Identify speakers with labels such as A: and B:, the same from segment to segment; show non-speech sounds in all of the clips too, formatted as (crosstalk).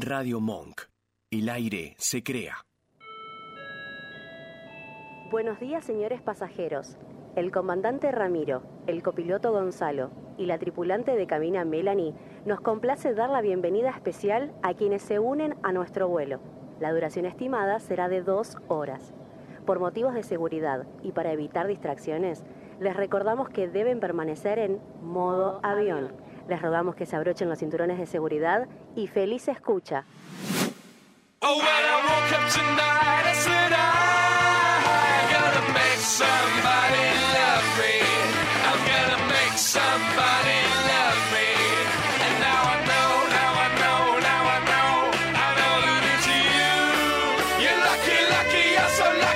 A: Radio Monk. El aire se crea.
B: Buenos días, señores pasajeros. El comandante Ramiro, el copiloto Gonzalo y la tripulante de cabina Melanie nos complace dar la bienvenida especial a quienes se unen a nuestro vuelo. La duración estimada será de dos horas. Por motivos de seguridad y para evitar distracciones, les recordamos que deben permanecer en modo avión. Les rogamos que se abrochen los cinturones de seguridad y feliz escucha.
C: Oh, when I woke up tonight, I said I gotta make somebody love me. I'm gonna make somebody love me. And now I know, now I know, now I know, I know that it's you. You're lucky, lucky, you're so lucky.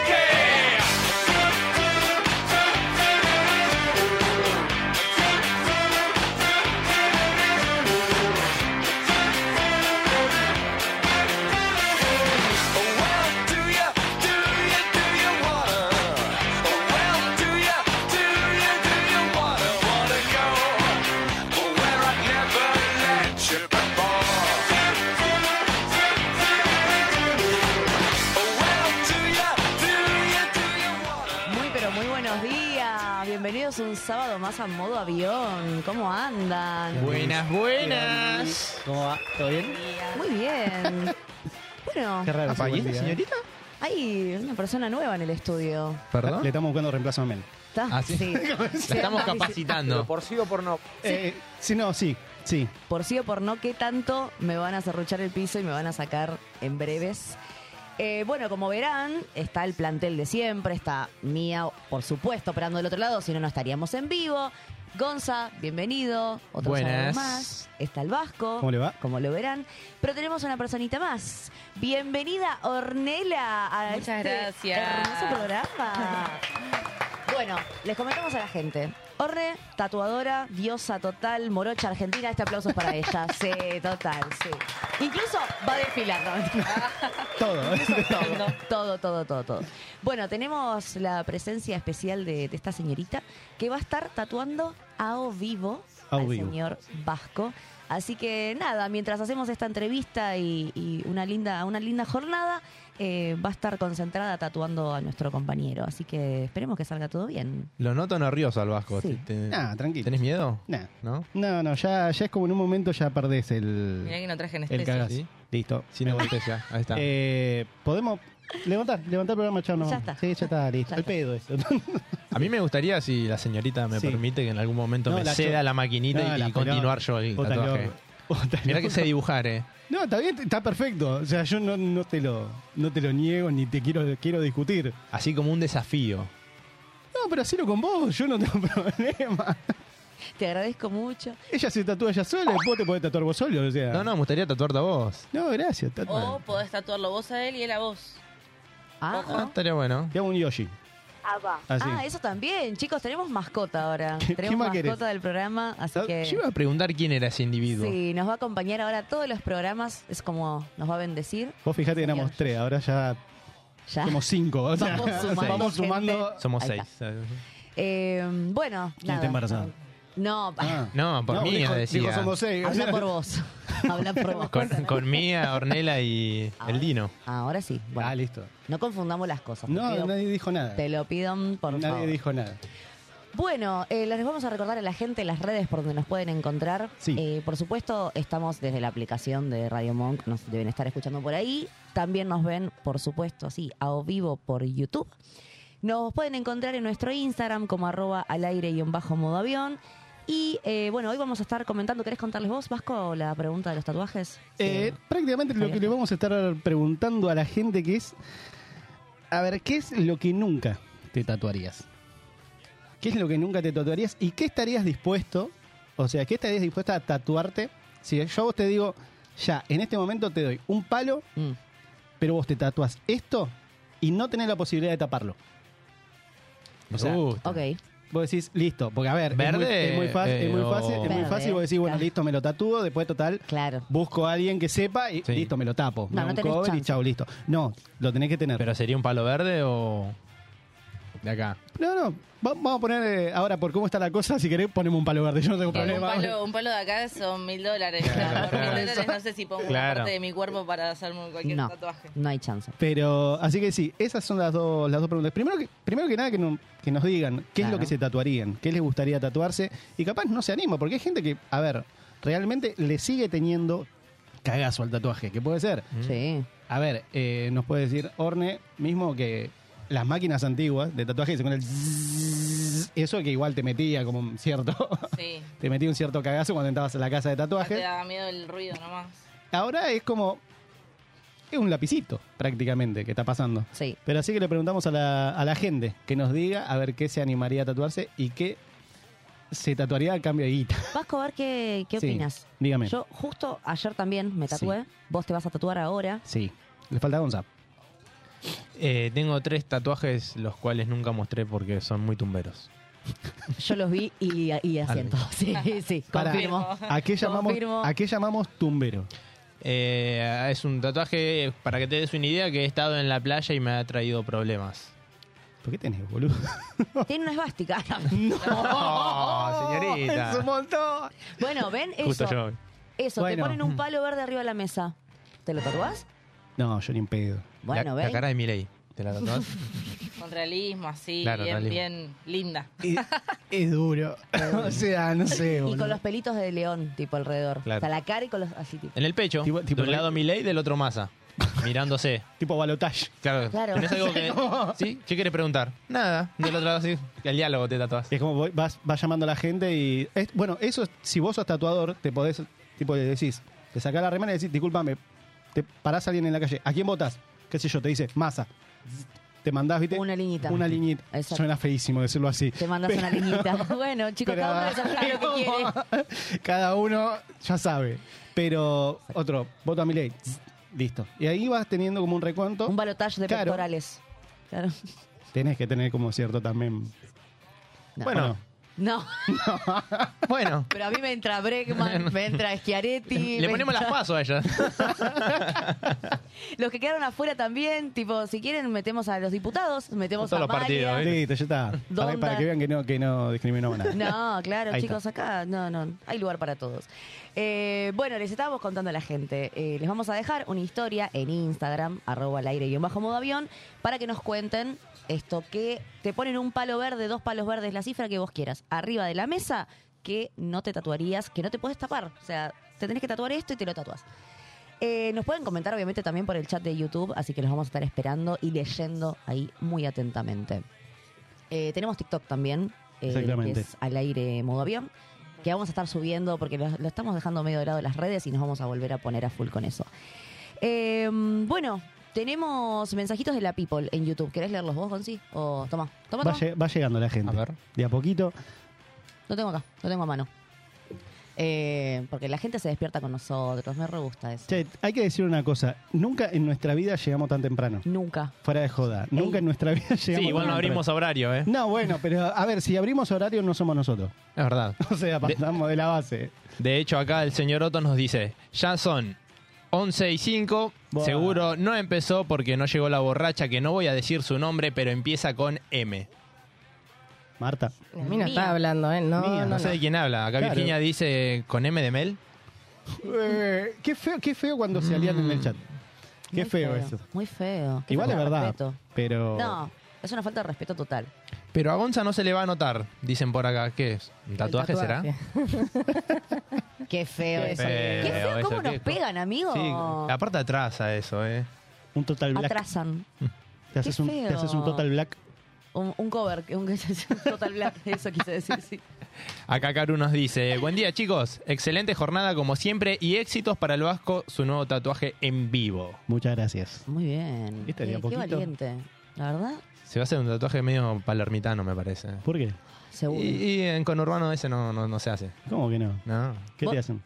D: Muy pero muy buenos días. Bienvenidos un sábado más a modo avión. ¿Cómo andan?
E: Buenas, buenas.
F: ¿Cómo va? ¿Todo bien?
D: Muy bien. Bueno,
F: Qué raro. ese
E: ¿Apagué,
F: buen día, ¿eh?
E: señorita?
D: hay una persona nueva en el estudio.
F: Le estamos buscando reemplazo a Mel.
D: ¿Está?
E: Ah, ¿sí? La estamos capacitando.
G: Por sí o por no.
F: Eh, sí, no, sí, sí.
D: Por sí o por no, ¿qué tanto me van a cerruchar el piso y me van a sacar en breves? Eh, bueno, como verán, está el plantel de siempre, está Mía, por supuesto, operando del otro lado, si no, no estaríamos en vivo. Gonza, bienvenido. Otro sábado
E: Buenas.
D: más. Está el Vasco.
F: ¿Cómo le va?
D: Como lo verán. Pero tenemos una personita más. Bienvenida, Ornela, a
H: Muchas
D: este
H: gracias.
D: hermoso programa. Bueno, les comentamos a la gente. Orre, tatuadora, diosa total, morocha argentina. Este aplauso es para ella. Sí, total, sí. Incluso va desfilando.
F: Todo.
D: (laughs) todo, todo, todo, todo, todo. Bueno, tenemos la presencia especial de, de esta señorita que va a estar tatuando a o vivo
F: A o
D: al
F: vivo.
D: señor Vasco. Así que nada, mientras hacemos esta entrevista y, y una linda, una linda jornada, eh, va a estar concentrada tatuando a nuestro compañero. Así que esperemos que salga todo bien.
E: Lo noto nervioso al Vasco.
D: Sí.
E: Te-
F: (laughs) Nah, Ah, tranquilo.
E: ¿Tenés miedo?
F: Nah.
E: ¿No?
F: No, no, ya, ya es como en un momento ya perdés el,
H: Mirá que no traje
F: el
H: anestesia.
F: cagazo.
E: ¿sí?
F: Listo.
E: Sin anestesia. Ahí está.
F: Eh, Podemos levantar, levantar el programa, chao, nos
D: Ya
F: vamos.
D: está.
F: Sí, ya está, listo.
D: Ya
F: Al
D: está.
F: pedo eso.
E: A mí me gustaría, si la señorita me
F: Sí.
E: permite, que en algún momento
F: No,
E: me
F: la
E: ceda
F: cho-
E: la maquinita
F: No,
E: y
F: la pelota.
E: continuar yo el
F: Bótalo,
E: tatuaje.
F: bótalo.
E: Mirá que sé dibujar, ¿eh?
F: No, está bien, está perfecto. O sea, yo no, no te lo no te lo niego ni te quiero quiero discutir.
E: Así como un desafío.
F: No, pero hacelo con vos, yo no tengo (laughs) problema.
D: Te agradezco mucho.
F: Ella se tatúa ella sola, vos te podés tatuar vos solo, o sea.
E: No, no, me gustaría tatuarte a vos.
F: No, gracias, tatu-
D: Oh.
H: O podés tatuarlo vos a él y él a vos.
D: Ah,
E: Ah, estaría bueno.
F: Te hago un Yoshi. Así.
D: Ah, eso también, chicos, tenemos mascota ahora.
F: ¿Qué- qué
D: tenemos
F: más
D: mascota
F: querés? Ah,
D: del programa, así que
E: Yo iba a preguntar quién era ese individuo.
D: sí, nos va a acompañar ahora todos los programas, es como nos va a bendecir.
F: Vos fijate que
D: Señor.
F: éramos tres, ahora ya
D: Ya.
F: somos cinco. o sea,
D: Vamos sumando
F: vamos
D: gente.
F: sumando-
E: Somos
D: Ahí
E: seis.
D: Eh, bueno,
F: ¿Quién
D: nada.
F: está embarazada?
D: No,
F: Ah.
E: No, por mí,
F: dijo,
E: decía.
F: dijo somos seis. o sea,
D: habla
F: (laughs)
D: por vos. habla por vos.
E: Con, con Mía, Ornella y
D: Ahora-
E: el Dino.
D: Ahora sí, bueno,
F: Ah, listo.
D: no confundamos las cosas. te
F: No,
D: pido-
F: nadie dijo nada.
D: Te lo pido por
F: nadie
D: favor.
F: dijo nada.
D: Bueno, eh, les vamos a recordar a la gente las redes por donde nos pueden encontrar.
F: Sí.
D: Eh, por supuesto, estamos desde la aplicación de Radio Monk, nos deben estar escuchando por ahí. También nos ven, por supuesto, así, a o vivo por YouTube. Nos pueden encontrar en nuestro Instagram como arroba al aire y bajo modo avión. Y eh, bueno, hoy vamos a estar comentando, ¿querés contarles vos, Vasco, la pregunta de los tatuajes?
F: Eh,
D: Eh,
F: prácticamente lo
D: Ahí
F: que
D: está.
F: le vamos a estar preguntando a la gente que es. A ver, ¿qué es lo que nunca te tatuarías? ¿Qué es lo que nunca te tatuarías? ¿Y qué estarías dispuesto? O sea, ¿qué estarías dispuesta a tatuarte? Si yo a vos te digo, ya, en este momento te doy un palo,
D: mm.
F: pero vos te tatuas esto y no tenés la posibilidad de taparlo. O sea,
E: Me gusta.
D: Ok.
F: Vos decís, listo, porque a ver, es
E: Verde,
F: muy- es muy, fácil, es
E: eh,
F: muy
E: o-
F: fácil, es muy
D: Verde,
F: fácil, vos decís, bueno,
D: claro.
F: listo, me lo tatúo, después total,
D: Claro.
F: busco a alguien que sepa y
E: Sí.
F: listo, me lo tapo.
D: No,
F: Me hago
D: no
F: un
D: tenés
F: cover y
D: chance.
F: chau, listo. No, lo tenés que tener.
E: ¿Pero sería un palo verde o.? de acá.
F: No, no. va- vamos a poner eh, ahora por cómo está la cosa. Si querés, ponemos un palo verde. Yo no tengo
E: Dale.
H: Un
F: problema.
H: palo, un palo de acá son mil dólares.
E: Claro,
H: Por mil
E: claro.
H: dólares no sé si pongo una
E: Claro.
H: parte de mi cuerpo para hacerme cualquier
D: No,
H: tatuaje.
D: no hay chance.
F: Pero, así que sí, esas son las dos, las dos preguntas. Primero que, primero que nada, que, no- que nos digan qué es
D: Claro.
F: lo que se tatuarían, qué les gustaría tatuarse. Y capaz no se anima, porque hay gente que, a ver, realmente le sigue teniendo cagazo al tatuaje, que puede ser.
D: Sí.
F: A ver, eh, nos puede decir Orne mismo que las máquinas antiguas de tatuaje se con el zzzz, eso que igual te metía como un cierto (laughs)
H: Sí. Ah,
F: te metía un cierto cagazo cuando entrabas a la casa de
H: Te
F: tatuaje.
H: da miedo el ruido nomás.
F: Ahora es como es un lapicito prácticamente que está pasando.
D: Sí.
F: Pero así que le preguntamos a la, a la gente que nos diga a ver qué se animaría a tatuarse y qué se tatuaría a cambio de guita.
D: Vasco, a ver qué, qué
F: Sí,
D: opinas.
F: dígame.
D: Yo justo ayer también me tatué. Vos te vas a tatuar ahora.
F: Sí. Le falta Gonza.
E: Eh, tengo tres tatuajes, los cuales nunca mostré porque son muy tumberos.
D: Yo los vi y, y
E: (laughs)
D: asiento. Sí, sí,
F: Pará.
D: confirmo.
F: ¿A qué llamamos,
D: Confirmo.
F: ¿A qué llamamos tumbero?
E: Eh, es un tatuaje, para que te des una idea, que he estado en la playa y me ha traído problemas.
F: ¿Por qué tenés, boludo?
D: Tiene una
E: (laughs)
D: esvástica.
E: ¡Oh, señorita!
F: montón!
D: bueno, ven eso.
E: Justo yo. Mm.
D: Eso, te
F: Bueno.
D: ponen un palo verde arriba de la mesa. ¿Te lo tatuás?
F: No, yo ni en pedo.
D: Bueno,
E: la,
D: ven.
E: la cara de Miley. ¿Te la tatuás?
H: Con realismo, así,
E: Claro,
H: bien,
E: realismo.
H: bien linda.
F: (laughs) Es, es duro. (laughs) o sea, no sé,
D: y
F: boludo.
D: con los pelitos de león, tipo alrededor.
E: Claro.
D: O sea, la cara y con los así, tipo.
E: En el pecho.
F: Tipo- tipo
E: de un
F: re-
E: lado Miley, del otro Massa. Mirándose.
F: Tipo balotage.
E: Claro.
D: Claro.
E: ¿Tenés algo que.? ¿Sí? ¿Qué quieres preguntar? Nada. Del otro lado, así. El diálogo te tatuás.
F: Es como voy- vas, vas llamando a la gente y... es- bueno, eso, es- si vos sos tatuador, te podés... Tipo, le decís... Te sacás la remera y decís, discúlpame, te parás a alguien en la calle. ¿A quién votas? ¿Qué sé yo? Te dice, masa. Te mandás, ¿viste?
D: Una liñita.
F: Una liñita.
D: Exacto.
F: Suena feísimo decirlo así.
D: Te mandas una
E: (laughs)
D: liñita. Bueno, chicos,
F: Pero-
D: cada uno desarrolla
F: (laughs)
D: lo que quiere.
F: Cada uno ya sabe. Pero otro, voto a mi ley. Listo. Y ahí vas teniendo como un recuento.
D: Un balotaje de
F: Claro.
D: pectorales. Claro. (laughs)
F: Tenés que tener como cierto también.
D: No.
F: Bueno,
D: No,
E: Bueno.
D: pero a mí me entra Bregman, me entra Schiaretti.
E: Le
D: me
E: ponemos las
D: entra-
E: pasos a ella.
D: Los que quedaron afuera también, tipo, si quieren, metemos a los diputados, metemos
E: Todos
D: a
E: los partidos,
D: Amalia.
E: ¿eh?
F: listo, ya está. Para,
D: ¿Dónde?
F: para que vean que no, que no discriminamos a nadie.
D: No, claro,
F: Ahí
D: chicos, acá no, no, hay lugar para todos. Eh, bueno, les estábamos contando a la gente. eh, les vamos a dejar una historia en Instagram, arroba al aire y bajo modo avión, para que nos cuenten esto que te ponen un palo verde, dos palos verdes, la cifra que vos quieras, arriba de la mesa, que no te tatuarías, que no te puedes tapar. O sea, te tenés que tatuar esto y te lo tatuas. Eh, nos pueden comentar, obviamente, también por el chat de YouTube, así que los vamos a estar esperando y leyendo ahí muy atentamente. Eh, tenemos TikTok también, eh,
F: Exactamente.
D: que es al aire modo avión, que vamos a estar subiendo porque lo, lo estamos dejando medio de lado las redes y nos vamos a volver a poner a full con eso. Eh, bueno, tenemos mensajitos de la People en YouTube. ¿Querés leerlos vos, Gonzi? O toma, toma,
F: Va,
D: toma.
F: lle- va llegando la gente.
E: A ver.
F: De a poquito.
D: Lo tengo acá, lo tengo a mano. Eh, porque la gente se despierta con nosotros, me re gusta eso.
F: Che, hay que decir una cosa. Nunca en nuestra vida llegamos tan temprano.
D: Nunca.
F: Fuera de joda. Nunca en nuestra vida llegamos
E: Sí, igual
F: tan
E: no abrimos horario, ¿eh?
F: temprano. No, bueno, pero a ver, si abrimos horario no somos nosotros. (laughs)
E: Es verdad.
F: O sea, pasamos de la base.
E: De hecho, acá el señor Otto nos dice, ya son 11 y 5,
F: Buah.
E: seguro no empezó porque no llegó la borracha, que no voy a decir su nombre, pero empieza con M.
F: Marta.
G: A mí no
D: Mía.
G: estaba hablando, ¿eh? No,
F: Mía,
G: no,
E: No sé
G: no.
E: de quién habla, acá
F: Ah, Claro.
E: Virginia dice con M de Mel.
F: Eh, qué feo, qué feo cuando se alían en el chat. Qué
D: Muy
F: feo, eso.
D: Muy feo. Qué
F: Igual es
D: falta de
F: verdad,
D: respeto.
F: pero
D: No, es una falta de respeto total.
E: Pero a Gonza no se le va a notar, dicen por acá. ¿Qué es? ¿Un tatuaje,
G: El
E: será?
D: (laughs) Qué feo
G: Qué
D: eso.
E: feo
D: Qué feo
E: eso,
D: cómo
E: qué
D: nos
E: co-
D: pegan, amigo.
E: Sí, aparte atrasa eso, ¿eh?
F: un total black.
D: Atrasan.
F: te, haces
D: qué
F: un,
D: feo.
F: te haces un total black.
D: Un, un cover, un (laughs) un total black, eso quise decir, sí.
E: Acá Karu nos dice, buen día chicos, excelente jornada como siempre y éxitos para el Vasco, su nuevo tatuaje en vivo.
F: Muchas gracias.
D: Muy bien.
F: ¿Viste?
E: este
F: De a
D: Eh, qué
F: poquito.
D: valiente. La verdad,
E: Se va a hacer un tatuaje medio palermitano, me parece.
F: ¿Por qué?
D: seguro.
E: Y, y en conurbano ese no, no, no se hace.
F: ¿Cómo que no?
E: No.
F: ¿Qué
D: Vos-
F: te hacen?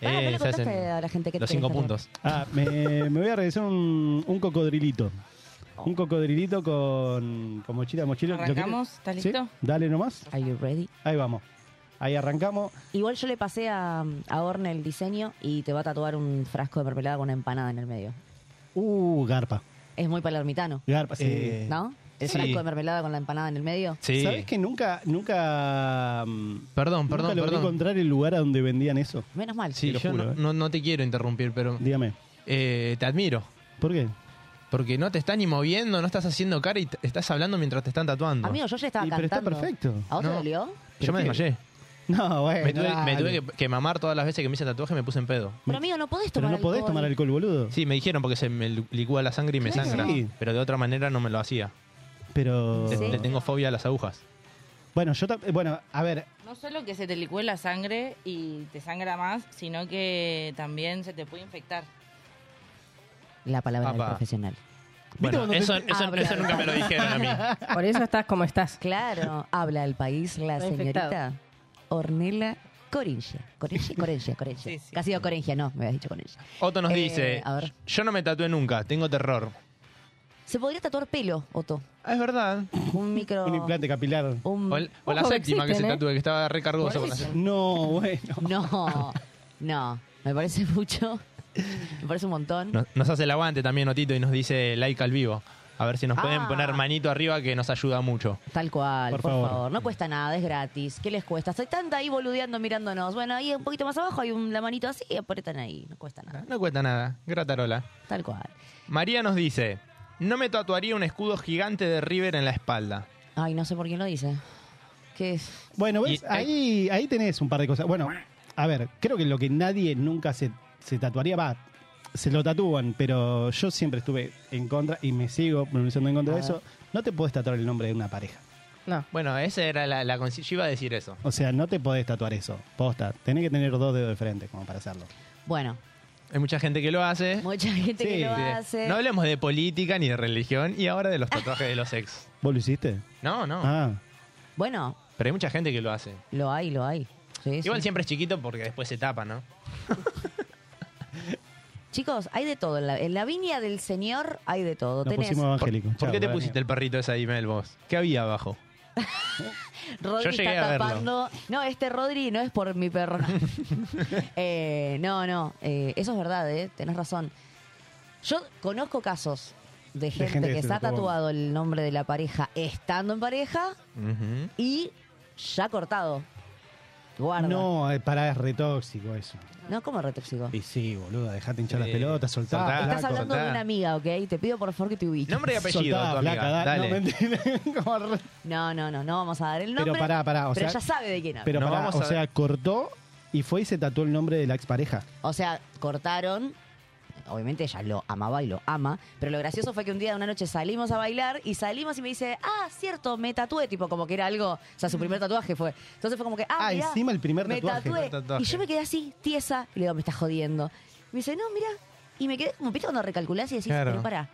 D: Pará, no
E: Eh,
D: le
E: se hacen
D: contaste a la gente que
E: los cinco puntos.
F: Ah, me, me voy a realizar un, un cocodrilito.
D: Oh.
F: Un cocodrilito con, con mochila, mochila. ¿Lo querés?
H: ¿Arrancamos? ¿Estás
F: ¿Sí?
H: listo?
F: Dale nomás.
D: Are you ready?
F: Ahí vamos. Ahí arrancamos.
D: Igual yo le pasé a, a Orne el diseño y te va a tatuar un frasco de mermelada con una empanada en el medio.
F: Uh, garpa.
D: Es muy palermitano,
F: Garpa.
E: Sí.
F: eh,
D: ¿no? ¿El
E: Sí.
D: frasco de mermelada con la empanada en el medio?
E: Sí.
F: ¿Sabes Eh, que nunca, nunca, mm,
E: Perdón,
F: nunca
E: perdón,
F: logré
E: perdón.
F: encontrar el lugar a donde vendían eso?
D: Menos mal.
E: Sí,
F: Te lo
E: yo
F: juro,
E: no,
F: eh.
E: no- no te quiero interrumpir, pero
F: Dígame,
E: eh, te admiro.
F: ¿por qué?
E: Porque no te estás ni moviendo, no estás haciendo cara y t- estás hablando mientras te están tatuando.
D: Amigo, yo ya estaba
F: Y, pero está
D: cantando.
F: perfecto.
D: ¿A vos te
E: No.
D: dolió?
E: yo me
F: ¿pero qué?
E: desmayé.
F: No, bueno.
E: Me tuve, me
F: dale.
E: tuve que, que mamar todas las veces que me hice tatuaje me puse en pedo.
D: Pero amigo, no podés
F: Pero
D: tomar
F: no podés
D: alcohol.
F: tomar alcohol, boludo.
E: Sí, me dijeron porque se me licúa la sangre y me
D: Claro.
E: sangra.
F: Sí.
E: Pero de otra manera no me lo hacía.
F: Pero.
E: Le-
D: Sí.
E: Le tengo fobia a las agujas.
F: Bueno, yo. tam- Bueno, a ver.
H: No solo que se te licúe la sangre y te sangra más, sino que también se te puede infectar.
D: La palabra del
E: Papá.
D: profesional.
E: Bueno,
F: cuando
E: eso,
F: te-
E: eso-
D: Habla.
E: eso nunca me lo dijeron a mí.
H: (laughs)
G: Por eso estás como estás.
D: Claro, habla el país la
G: Está
D: señorita
G: infectado.
D: Ornella Coringia. Coringia, Coringia, Coringia.
H: Sí, sí.
D: Casi digo Coringia, no, me habías dicho Coringia.
E: Otto nos
D: Eh,
E: dice,
D: a ver.
E: yo no me tatué nunca, tengo terror.
D: Se podría tatuar pelo, Otto.
E: Ah, es verdad.
D: Un micro.
F: Un implante capilar.
D: un-
E: O, el- o la
G: Ojo que
E: séptima que
G: existen,
E: se
G: ¿eh?
E: tatúe, que estaba recargosa con la séptima.
F: No, bueno.
D: No, no. Me parece mucho. Me parece un montón.
E: Nos, nos hace el aguante también Otito y nos dice like al vivo. A ver si nos pueden
D: Ah.
E: poner manito arriba que nos ayuda mucho.
D: Tal cual, por,
F: Por
D: favor.
F: favor.
D: No cuesta nada, es gratis. ¿Qué les cuesta? Se están ahí boludeando, mirándonos. Bueno, ahí un poquito más abajo hay un, la manito así, apretan ahí. Ah, No cuesta nada.
E: No cuesta nada, gratarola.
D: Tal cual.
E: María nos dice, no me tatuaría un escudo gigante de River en la espalda.
D: Ay, no sé por quién lo dice. ¿Qué es?
F: Bueno, ¿ves?
E: Y-
F: ahí, ahí tenés un par de cosas. Bueno, a ver, creo que lo que nadie nunca se, se tatuaría, va, se lo tatúan, pero yo siempre estuve en contra y me sigo pronunciando en contra
D: A
F: de eso. No te podés tatuar el nombre de una pareja.
G: No.
E: Bueno, esa era la, la consi- Yo iba a decir eso.
F: O sea, no te podés tatuar eso. Posta, tenés que tener dos dedos de frente como para hacerlo.
D: Bueno,
E: Hay mucha gente que lo hace.
F: (laughs)
D: mucha gente que
F: Sí,
D: lo
E: Sí.
D: hace.
E: No hablemos de política ni de religión y ahora
D: (laughs)
E: de los tatuajes de los ex.
F: ¿Vos lo hiciste?
E: No, no.
F: Ah,
D: Bueno,
E: Pero hay mucha gente que lo hace.
D: lo hay, lo hay. Sí,
E: Igual
D: sí.
E: siempre es chiquito porque después se tapa, ¿no?
D: Chicos, hay de todo. En la, en la viña del Señor hay de todo.
F: nos
D: Tenés
F: pusimos evangélicos.
E: ¿Por
F: Chau,
E: qué te
F: Dani.
E: pusiste el perrito ese ahí, Mel, vos? ¿Qué había abajo?
D: Rodri
E: Yo llegué
D: está
E: a verlo.
D: tapando. No, este Rodri no es por mi perro. (laughs) Eh, no, no. eh, eso es verdad, ¿eh? Tenés razón. Yo conozco casos de gente,
F: gente que
D: que
F: se
D: se ha
F: tatuó.
D: tatuado el nombre de la pareja estando en pareja
E: Ujú.
D: y ya cortado. Guarda. No,
F: No, eh, pará, es retóxico eso.
D: ¿cómo retóxico?
F: Y sí, boluda, dejate hinchar
E: Sí.
F: las pelotas, soltá.
E: Soltá.
F: flaco.
D: Estás hablando de
E: contá.
D: una amiga, ¿ok? Te pido por favor que te ubiques.
E: Nombre y apellido,
F: Soltá,
E: tu amiga.
F: flaca, da-
E: Dale.
F: No, mentira. (laughs) Como re-
D: No, no, no, no vamos a dar el
F: Pero
D: nombre.
F: pará, pará, o
D: pero
F: sea-
D: ya sabe de quién hablo.
F: Pero
E: No,
F: pará,
E: vamos
F: o
E: a-
F: sea, cortó y fue y se tatuó el nombre de la expareja.
D: O sea, cortaron. Obviamente ella lo amaba y lo ama. Pero lo gracioso fue que un día, una noche, salimos a bailar y salimos y me dice, ah, cierto, me tatué. Tipo, como que era algo. O sea, su primer tatuaje fue. Entonces fue como que, ah,
F: Ah,
D: mirá,
F: encima el primer
D: me
F: tatuaje.
D: tatué.
E: Primer tatuaje.
D: Y yo me quedé así, tiesa. Y le digo, me estás jodiendo. Me dice, no, mira. Y me quedé como, viste, cuando recalculás y decís,
E: Claro.
D: pero pará.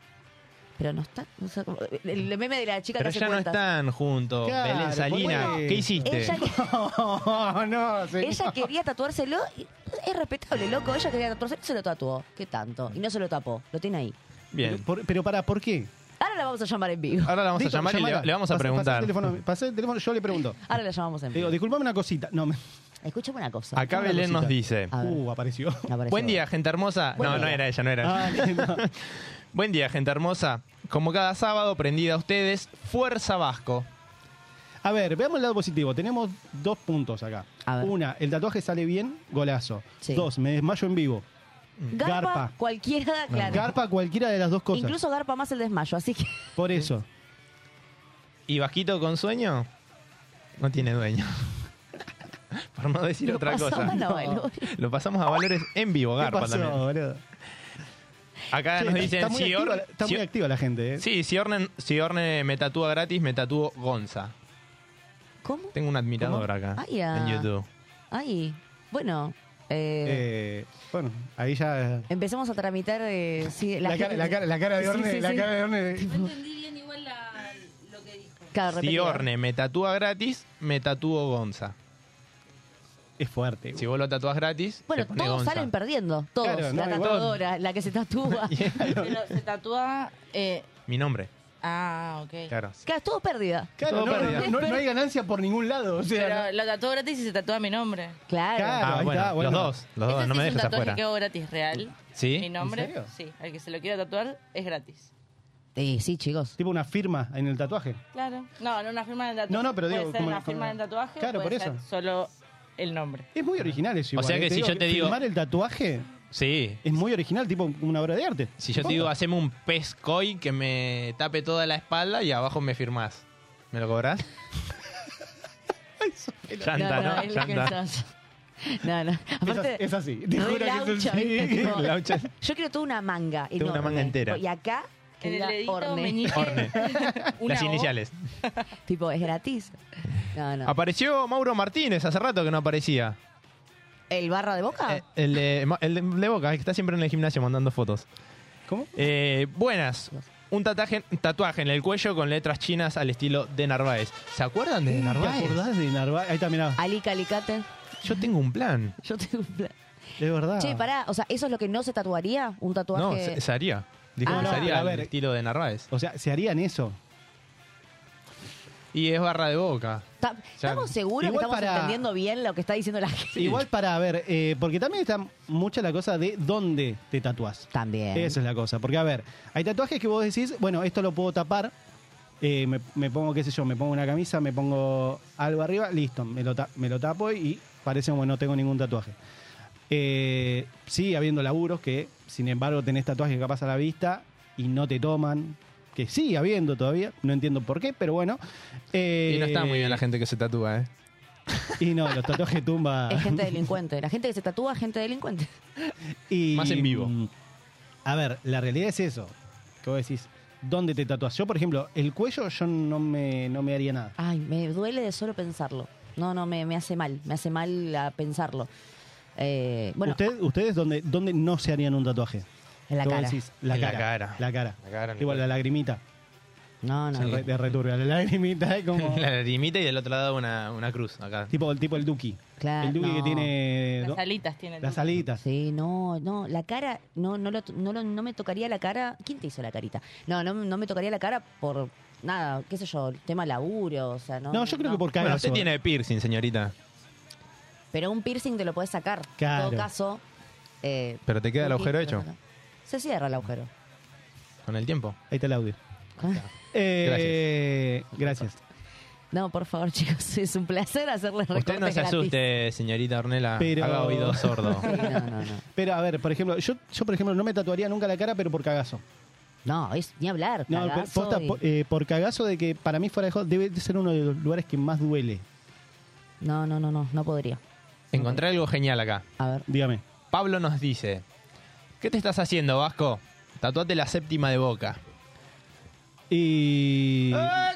D: Pero no está. o sea, como- el meme de la chica
E: Pero
D: que hace
E: ya no
D: cuentas.
E: están juntos.
F: Claro,
E: Belén Salina,
D: bueno,
E: ¿qué hiciste?
D: Ella,
F: No, (laughs) no, señor.
D: ella quería tatuárselo. y es respetable, loco. Ella quería tatuárselo, se lo tatuó. ¿Qué tanto? Y no se lo tapó. Lo tiene ahí.
E: Bien.
F: Por- pero pará, ¿por qué?
D: Ahora la vamos a llamar en vivo.
E: Ahora la vamos
F: Digo,
E: a llamar y
F: llamala.
E: le, le vamos a
F: Pasá- Pasá
E: preguntar.
F: el, teléfono, pasá el teléfono, yo le
E: (laughs)
F: pregunto.
D: Ahora la llamamos en
F: Le digo,
D: vivo.
F: disculpame una cosita. No, me-
D: Escúchame una cosa.
E: Acá
F: Una
E: Belén nos
F: cosita.
E: dice.
D: A ver,
F: Uh, apareció.
D: apareció.
E: Buen día, gente hermosa.
D: Buen
E: no, no
D: día.
E: era ella, no era. ella.
F: Ah, no.
E: Buen día, gente hermosa. Como cada sábado, prendida a ustedes, Fuerza Vasco.
F: A ver, veamos el lado positivo. Tenemos dos puntos acá.
D: A ver.
F: Una, el tatuaje sale bien, golazo.
D: Sí.
F: Dos, me desmayo en vivo.
D: Garpa,
F: Garpa.
D: cualquiera, claro.
F: Garpa cualquiera de las dos cosas.
D: Incluso garpa más el desmayo, así que
F: Por eso.
E: ¿Y Vasquito con sueño? No tiene dueño. (laughs) Por no decir
D: lo
E: otra
D: pasamos
E: cosa.
D: a la valor.
E: Lo pasamos a valores en vivo,
F: ¿Qué
E: Garpa
F: pasó,
E: también.
F: boludo?
E: Acá
F: Che,
E: nos dicen
F: está muy,
E: si
F: activa,
E: Orne-
F: la- está
E: si-
F: muy activa la gente, ¿eh?
E: Sí, si Orne, si Orne me tatúa gratis, me tatúo Gonza.
D: ¿Cómo?
E: Tengo un admirador acá
D: Ay, ah.
E: en YouTube.
D: Ay, bueno, eh,
F: Eh, bueno, ahí ya.
D: empecemos a tramitar eh, sí,
F: La, cara,
D: gente-
F: la, cara, la cara de
D: Sí,
F: Orne.
D: sí,
F: la
D: sí.
F: cara de Orne.
H: entendí bien igual lo que dijo.
D: Claro,
E: Si
D: repetida.
E: Orne me tatúa gratis, me tatúo Gonza.
F: Es fuerte.
E: Si vos lo tatuás gratis,
D: Bueno,
E: te pone
D: todos
E: Gonza.
D: salen perdiendo, todos.
F: Claro,
D: la
F: no, igual.
D: tatuadora, la que se
F: (laughs)
D: tatúa.
H: Pero se tatúa. eh,
E: Mi nombre,
H: ah, ok.
E: claro.
D: claro, es todo pérdida.
F: Claro,
E: Todo
F: no,
E: pérdida.
F: no, no- no hay ganancia por ningún lado. O sea,
H: Pero
F: no-
H: lo tatúa gratis y se tatúa mi nombre.
D: Claro.
F: Claro.
E: Ah,
F: ahí
E: bueno,
F: está, bueno.
E: los dos, los
H: Ese
E: dos, no
H: sí
E: me
H: es un
E: dejes
H: tatuaje
E: afuera.
H: que hago gratis real. Mi
E: ¿Sí?
H: nombre,
F: serio?
H: sí. Al que se lo quiera tatuar es gratis.
D: Eh, sí, chicos.
F: Tipo una firma en el tatuaje.
H: Claro. No, no una firma del tatuaje.
F: No, no, pero
H: Puede
F: digo,
H: ser
F: como-
H: una
F: como-
H: firma del tatuaje.
F: Claro,
H: puede
F: por
H: ser
F: eso.
H: Solo el nombre.
F: Es muy original eso. igual,
E: sea
F: ¿eh?
E: que si yo te digo-
F: Firmar el tatuaje
E: Sí.
F: es muy original, tipo una obra de arte.
E: Si yo te digo, haceme un pez koi que me tape toda la espalda y abajo me firmás. ¿Me
F: (laughs)
E: lo cobrás? Chanta, ¿no?
D: es
E: Chanta.
D: vergonzoso. (laughs) No, no.
F: Es,
D: Aparte,
F: as- es así. Te
D: re
F: juro que es
D: laucha,
F: así.
D: ¿viste?
F: (laughs)
D: Tipo,
F: Laucha.
D: Yo quiero toda una manga.
E: Toda una
D: enorme.
E: manga entera.
D: Y acá, que
H: En el
D: diga
H: dedito
D: Orne.
H: meñique. (laughs)
E: Orne.
H: una
E: Las
H: O.
E: iniciales.
D: (laughs) Tipo, es gratis. No,
E: Ah,
D: no.
E: Apareció Mauro Martínez, hace rato que no aparecía.
D: ¿El barra de
H: Ah.
D: boca?
E: Eh, el, de, ma- el de- de Boca, que está siempre en el gimnasio mandando fotos.
F: ¿Cómo?
E: Eh, buenas. Un tatuaje, un tatuaje en el cuello con letras chinas al estilo de Narváez. ¿Se acuerdan de
F: ¿Te
E: Narváez?
F: acordás de Narváez? Ahí está, mirá.
D: Ali Calicate.
E: Yo tengo un plan.
D: Yo tengo un plan.
F: Es verdad.
D: Che, pará. O sea, ¿eso es lo que no se tatuaría? ¿Un tatuaje?
E: Ah. No, se, se haría. Dijo
D: Ah,
E: que
D: no,
E: se haría
F: a
E: al
F: ver.
E: estilo de Narváez.
F: O sea, se harían eso.
E: Y es barra de boca.
D: Ta- ¿Estamos seguros que
F: Igual
D: estamos
F: para-
D: entendiendo bien lo que está diciendo la gente?
F: Igual para a ver, eh, porque también está mucha la cosa de dónde te tatuás.
D: También.
F: Esa es la cosa. Porque, a ver, hay tatuajes que vos decís, bueno, esto lo puedo tapar. eh, me, me pongo, qué sé yo, me pongo una camisa, me pongo algo arriba, listo, me lo, ta- me lo tapo y parece como que no tengo ningún tatuaje. Eh, sigue habiendo laburos que, sin embargo, tenés tatuajes capaz a la vista y no te toman. Que sigue habiendo todavía, no entiendo por qué, pero bueno. Eh,
E: y no está muy bien la gente que se tatúa, ¿eh?
F: Y no, los tatuajes tumba.
D: Es
E: (laughs)
D: gente delincuente. La gente que se tatúa es gente delincuente.
F: Y,
E: Más en vivo.
F: mm, A ver, la realidad es eso. Que vos decís, ¿dónde te tatuas? Yo, por ejemplo, el cuello yo no me, no me haría nada.
D: Ay, me duele de solo pensarlo. No, no, me, me hace mal. Me hace mal a pensarlo. Eh, bueno,
F: ¿Usted- ¿Ustedes dónde, dónde no se harían un tatuaje?
D: en la
F: Que vos
D: cara.
F: decís, la,
E: En la
F: cara,
E: cara.
F: La cara.
E: La cara, en el
F: Igual la
E: cuello.
F: lagrimita.
D: No, no.
F: Se re- De returbia. La lagrimita es como.
E: (laughs) (laughs) La lagrimita y del otro lado una, una cruz acá.
F: tipo, el tipo el Duki.
D: Claro,
F: el Duki que
D: no.
F: tiene. do-
H: Las alitas tienen.
F: las alitas.
D: Sí, no, no, la cara, no, no, lo- no, lo- no me tocaría la cara. ¿Quién te hizo la carita? No, no, no me tocaría la cara por nada, qué sé yo, tema laburo, o sea, no.
F: No, yo creo que por
E: Bueno,
F: cagazo.
E: usted tiene piercing, señorita.
D: Pero un piercing te lo podés sacar.
F: Claro.
D: En todo caso. eh,
E: Pero te queda el
D: un
E: agujero
D: piercing te lo
E: hecho
D: sacás. Se cierra el agujero.
E: con el tiempo.
F: Ahí está el audio. Eh, gracias.
D: (laughs) No, por favor, chicos, es un placer hacerles
E: Usted no
D: recortes
E: se
D: gratis.
E: asuste, señorita Ornela.
F: Pero-
E: Haga oído
D: (laughs)
E: sordo.
D: Sí, no, no, no.
F: Pero a ver, por ejemplo, yo, yo por ejemplo no me tatuaría nunca la cara, pero por cagazo.
D: No, es ni hablar.
F: No, pero
D: cagazo
F: posta,
D: y-
F: po- eh, por cagazo de que para mí fuera de juego debe de ser uno de los lugares que más duele.
D: no, no, no, no, no podría.
E: Encontré algo genial acá.
D: A ver.
F: Dígame.
E: Pablo nos dice: ¿Qué te estás haciendo, Vasco? Tatuate la séptima de boca.
F: Y.
E: ¡Eh!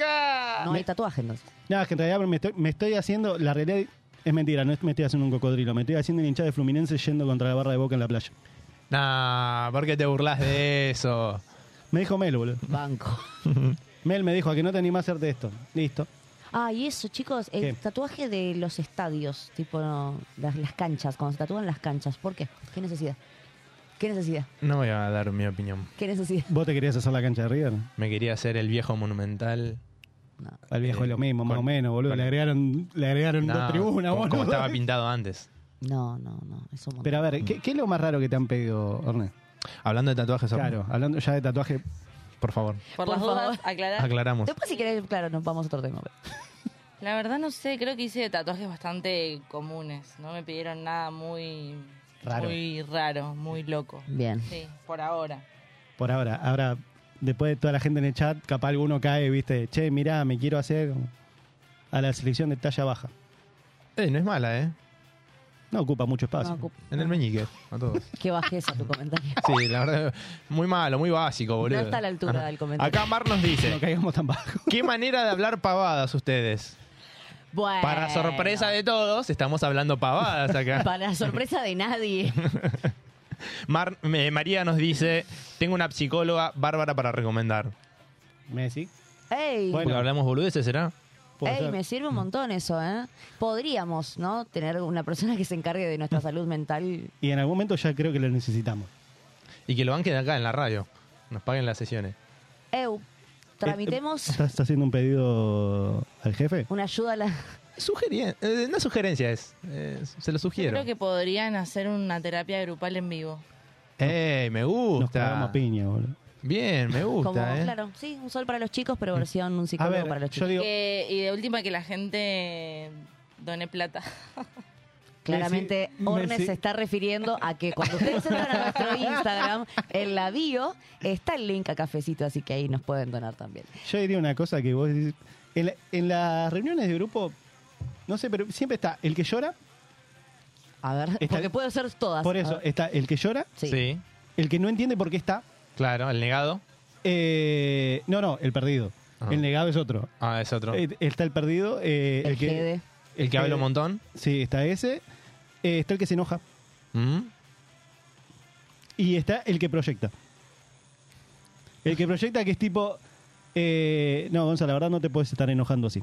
F: Ah,
D: No hay tatuaje entonces.
F: Nada, es que en realidad me estoy, me estoy haciendo. La realidad es mentira, no es- me estoy haciendo un cocodrilo. Me estoy haciendo un hinchada de Fluminense yendo contra la barra de boca en la playa.
E: Nah, ¿por qué te burlas de eso?
F: Me dijo Mel, boludo.
D: Banco.
F: Mel me dijo a que no te animás a hacerte esto. Listo.
D: Ah, y eso, chicos, el
F: ¿Qué?
D: tatuaje de los estadios, tipo no, las, las canchas, cuando se tatúan las canchas. ¿Por qué? ¿Qué necesidad? ¿Qué necesidad?
E: No voy a dar mi opinión.
D: ¿Qué necesidad?
F: ¿Vos te querías hacer la cancha de River?
E: Me quería hacer el viejo monumental.
F: Al viejo
E: Eh,
F: es lo mismo, más
E: con-
F: o menos, boludo.
E: con-
F: Le agregaron, le agregaron
E: Nah,
F: dos tribunas,
E: como, como
F: boludo.
E: estaba pintado antes.
D: No, no, no, eso un montón.
F: Pero a ver, ¿qué, qué es lo más raro que te han pedido, Orne?
E: Hablando de tatuajes, Orne,
F: Claro, hablando ya de tatuaje.
E: por favor,
H: Por,
D: Por
H: las dudas,
D: favor.
H: aclarar.
E: aclaramos.
D: Después si querés, claro, nos vamos a otro tema. pero-
H: La verdad no sé, creo que hice tatuajes bastante comunes. No me pidieron nada muy
F: Raro.
H: muy raro, muy loco.
D: Bien.
H: Sí, por ahora.
F: Por ahora, ahora, después de toda la gente en el chat, capaz alguno cae, viste, che, mirá, me quiero hacer a la selección de talla baja.
E: Eh, no es mala, ¿eh?
F: No ocupa mucho espacio.
D: No, ocup-
E: En el meñique, a todos.
D: Qué bajeza
F: (laughs)
D: tu comentario.
E: (laughs) Sí, la verdad, muy malo, muy básico, boludo.
D: No está a la altura del comentario.
E: Acá Mar nos
F: No
E: dice,
F: caigamos tan bajo. (laughs)
E: ¿qué manera de hablar pavadas ustedes?
D: Bueno.
E: Para
F: (laughs)
E: sorpresa de todos, estamos hablando pavadas acá.
D: (laughs) Para sorpresa
F: (laughs)
D: de nadie.
E: Mar- eh, María nos dice, tengo una psicóloga bárbara para recomendar.
F: Messi.
D: ¡Ey!
F: Bueno,
E: Porque hablamos boludeces, ¿será?
F: puede
D: Ey,
F: ser.
D: me sirve un montón eso, ¿eh? Podríamos, ¿no? Tener una persona que se encargue de nuestra salud mental.
F: Y en algún momento ya creo que lo necesitamos. Eh,
E: Y que lo banquen acá en la radio. Nos paguen las sesiones.
D: Eu, tramitemos
F: Eh, ¿Estás estás haciendo un pedido al jefe?
D: una ayuda a la...
E: Sugerencia, una sugerencia es. eh, se lo
H: Yo
E: sugiero.
H: creo que podrían hacer una terapia grupal en vivo.
E: ¡Ey, me
F: Nos
E: gusta!
F: cagamos a piña, boludo.
E: Bien, me gusta,
D: Como,
E: ¿eh?
D: claro, sí, un sol para los chicos, pero versión un
F: Mm. A
D: psicólogo para
F: ver,
D: los
F: yo
D: chicos.
F: digo,
H: Que- y de última que la gente done plata.
F: (laughs)
D: Claramente,
F: Messi-
D: Orne
F: Messi-
D: se está refiriendo a que cuando ustedes entran a
F: (laughs)
D: nuestro Instagram, en la bio, está el link a Cafecito, así que ahí nos pueden donar también.
F: Yo diría una cosa que vos decís. En, la- en las reuniones de grupo, no sé, pero siempre está el que llora.
D: A ver,
F: Está-
D: porque puede ser todas.
F: Por
D: A
F: eso, eh,
D: ver.
F: está el que llora,
D: Sí.
E: Sí,
F: el que no entiende por qué está.
E: claro, el negado.
F: eh, no, no, el perdido.
E: Ajá.
F: El negado es otro.
E: Ah, es otro.
F: Eh, Está el perdido. eh,
D: El,
F: que,
D: GD.
E: El que habla
F: eh,
E: un montón.
F: Sí, está ese. eh, está el que se enoja.
E: Mm.
F: Y está el que proyecta. El que proyecta que es tipo. eh, no, Gonzalo, la verdad no te puedes estar enojando así.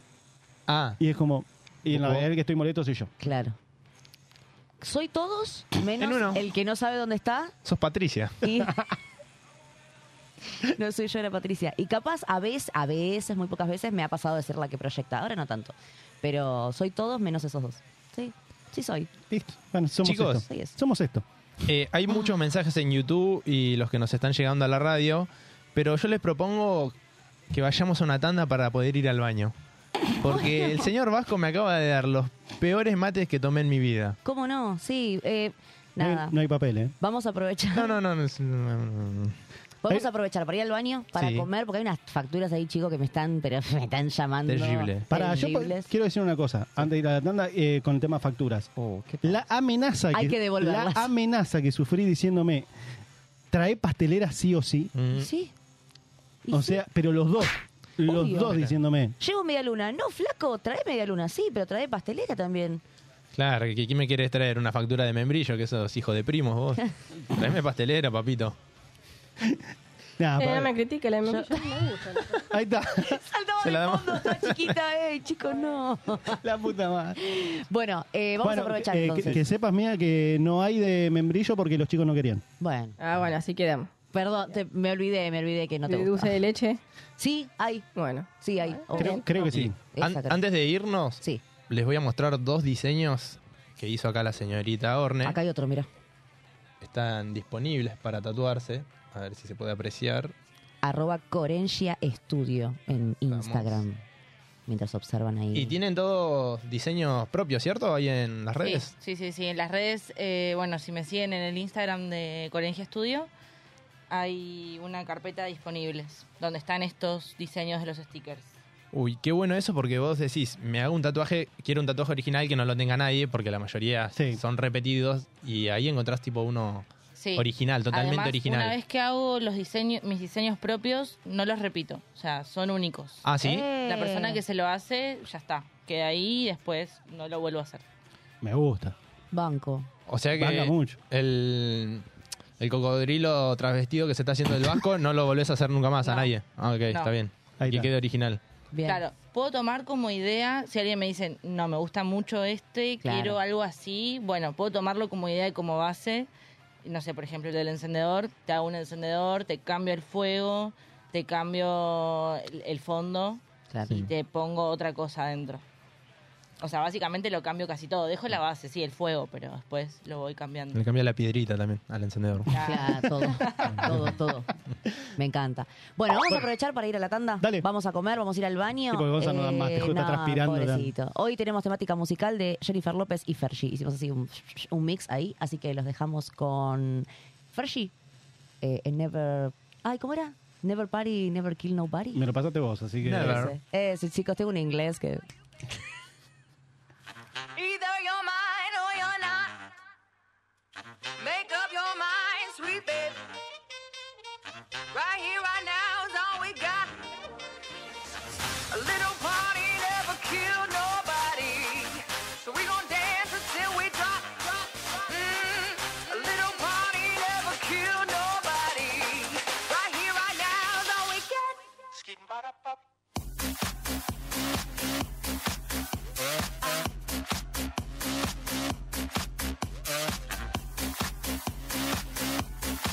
E: Ah,
F: Y es como. Y en la
E: Ojo.
F: realidad el que estoy molesto soy yo.
D: Claro. Soy todos,
E: En uno.
D: menos el que no sabe dónde está
E: sos Patricia.
D: y...
E: (laughs)
D: No soy yo, era Patricia. Y capaz, a veces, a veces, muy pocas veces, me ha pasado de ser la que proyecta. Ahora no tanto. Pero soy todos menos esos dos. Sí, sí soy.
F: Listo. Bueno, somos
E: Chicos.
F: esto.
D: Sí, es.
F: Somos esto.
E: Eh, hay muchos mensajes en YouTube y los que nos están llegando a la radio, pero yo les propongo que vayamos a una tanda para poder ir al baño.
D: (laughs)
E: Porque el señor Vasco me acaba de dar los peores mates que tomé en mi vida.
D: ¿Cómo no? Sí, eh,
F: No hay-
D: nada.
F: No hay papel, ¿eh?
D: Vamos a aprovechar.
E: No, no, no. no, es- no, no, no, no.
D: Vamos a aprovechar para ir al baño, para
E: Sí.
D: comer, porque hay unas facturas ahí, chicos, que me están, pero (laughs) me están llamando.
E: Terrible.
F: Para, yo po-
D: Terribles.
F: quiero decir una cosa, antes de ir a la tanda, eh, con el tema facturas.
D: Oh, qué
F: La amenaza
D: Hay que
F: la
D: devolverlas.
F: amenaza que sufrí diciéndome, trae pastelera sí o sí.
E: Mm.
D: Sí. Y
F: O
D: sí.
F: sea, pero los dos, los
D: Obvio.
F: dos diciéndome,
D: Llevo media luna. No, flaco, trae media luna, sí, pero trae pastelera también.
E: Claro, que quién me quieres traer una factura de membrillo, que sos hijo de primos vos. Traeme pastelera, papito.
F: "Nah,
G: Eh,
F: pa-
G: no
F: (laughs)
G: me critique, la membrillo no me gusta.
F: ahí está, (laughs)
D: Saltaba
E: Se
D: de
E: la damos.
D: fondo, estaba chiquita, eh, chicos, no.
F: la puta madre.
D: Bueno, eh, vamos
F: Bueno,
D: a aprovechar
F: eh, que-
D: entonces.
F: que, sepas, mía, que no hay de membrillo porque los chicos no querían.
D: Bueno,
G: Ah, bueno, así quedamos.
D: perdón, te- me olvidé, me olvidé que no te
G: De
D: gusta.
G: dulce de leche,
D: Sí, hay,
G: bueno.
D: sí, hay.
F: Creo,
D: obvio.
F: creo que sí.
D: Esa
E: An-
D: creo.
E: antes de irnos,
D: Sí,
E: les voy a mostrar dos diseños que hizo acá la señorita
F: ¿Eh?
E: Orne.
D: acá hay otro, mira.
E: Están disponibles para tatuarse. A ver si se puede apreciar.
D: arroba Corencia Estudio en Instagram. Mientras observan ahí.
E: Y tienen todos diseños propios, ¿cierto? Ahí en las redes.
H: Sí, sí, sí. sí. En las redes, eh, bueno, si me siguen en el Instagram de Corengia Studio, hay una carpeta disponibles donde están estos diseños de los stickers.
E: Uy, qué bueno eso porque vos decís, me hago un tatuaje, quiero un tatuaje original que no lo tenga nadie porque la mayoría
F: Sí.
E: son repetidos y ahí encontrás tipo uno
H: Sí.
E: original, totalmente
H: Además,
E: original.
H: Una vez que hago los diseños, mis diseños propios, no los repito. O sea, son únicos.
E: Ah, sí.
D: ¡Eh!
H: La persona que se lo hace, ya está. Queda ahí y después no lo vuelvo a hacer.
F: Me gusta.
D: Banco.
E: O sea
F: Banca
E: que
F: mucho.
E: el, el cocodrilo travestido que se está haciendo el vasco no lo volvés a hacer nunca más a
H: No.
E: nadie. Ah, ok, está bien.
F: Ahí
E: que
F: está.
E: quede original.
D: Bien.
H: Claro, puedo tomar como idea, si alguien me dice, no, me gusta mucho este,
D: Claro.
H: quiero algo así, bueno, puedo tomarlo como idea y como base. No sé, por ejemplo, el del encendedor, te hago un encendedor, te cambio el fuego, te cambio el, el fondo
D: Claro.
H: y te pongo otra cosa adentro. O sea, básicamente lo cambio casi todo. Dejo la base, sí, el fuego, pero después lo voy cambiando.
E: Le cambia la piedrita también al encendedor.
D: Claro, todo, todo, todo. Me encanta. Bueno, vamos a aprovechar para ir a la tanda.
F: Dale.
D: Vamos a comer, vamos a ir al baño.
F: Sí, porque Gonza no da más, te juro, está
D: no,
F: transpirando, Dan.
D: pobrecito. Hoy tenemos temática musical de Jennifer López y Fergie. Hicimos así un, un mix ahí, así que los dejamos con Fergie eh, en Never... Ay, ¿cómo era? Never Party, Never Kill Nobody.
F: Me lo pasaste vos, así que...
E: Never.
D: Ese. Ese, chicos, tengo un inglés que...
I: Either you're mine or you're not. Make up your mind, sweet baby. Right here, right now is all we got. A little party never killed nobody. So we gon' dance until we drop. drop, drop. Mm. A little party never killed nobody. Right here, right now is all we got. Our list,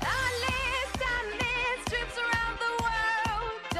I: our list, trips around the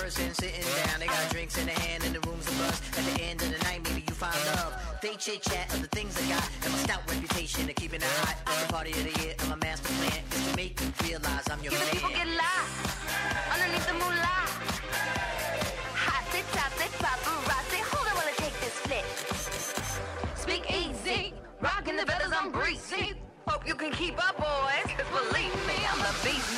J: person sitting down. They got drinks in their hand and the room's a buzz. At the end of the night, maybe you find love. They chit chat of the things I got and my stout reputation of keeping it hot. At the party of the year, I'm a master plan is to make you realize I'm your
I: Yeah, the people
J: man.
I: get lost underneath the moolah. Hot tip top, they paparazzi. Hold on while I take this flick. Speak easy, rocking the feathers, I'm breezy. Hope you can keep up, boys. 'cause believe me, I'm the beast.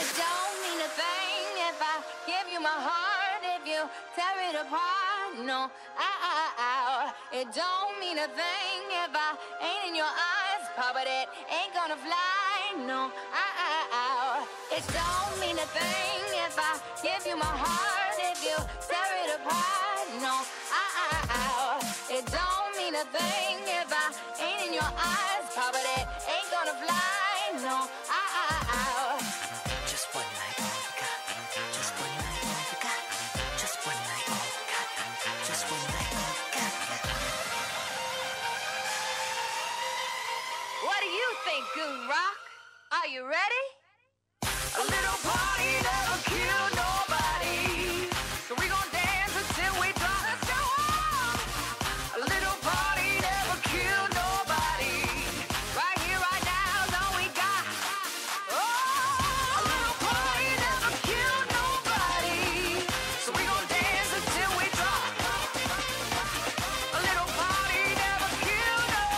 K: It don't mean a thing if I give you my heart, if you tear it apart. No, ow, ow, ow. It don't mean a thing if I ain't in your eyes, Papa. That ain't gonna fly. No, ow, ow, ow. It don't mean a thing if I give you my heart, if you tear it apart. No, ow, ow, ow. It don't mean a thing if I ain't in your eyes, Papa. That ain't gonna fly. No, ow, ow, ow.
J: Just one night, all we got. Just one night, all we got. Just one night, all we got. Just one night, all we got.
I: What do you think, Goon Rock? Are you ready? A little party that'll kill nobody. So we gon' dance until we drop the A little party that'll kill nobody. Right here, right now is all we got. Oh, a little party that'll kill nobody. So we gon' dance until we drop. A little party that'll kill nobody.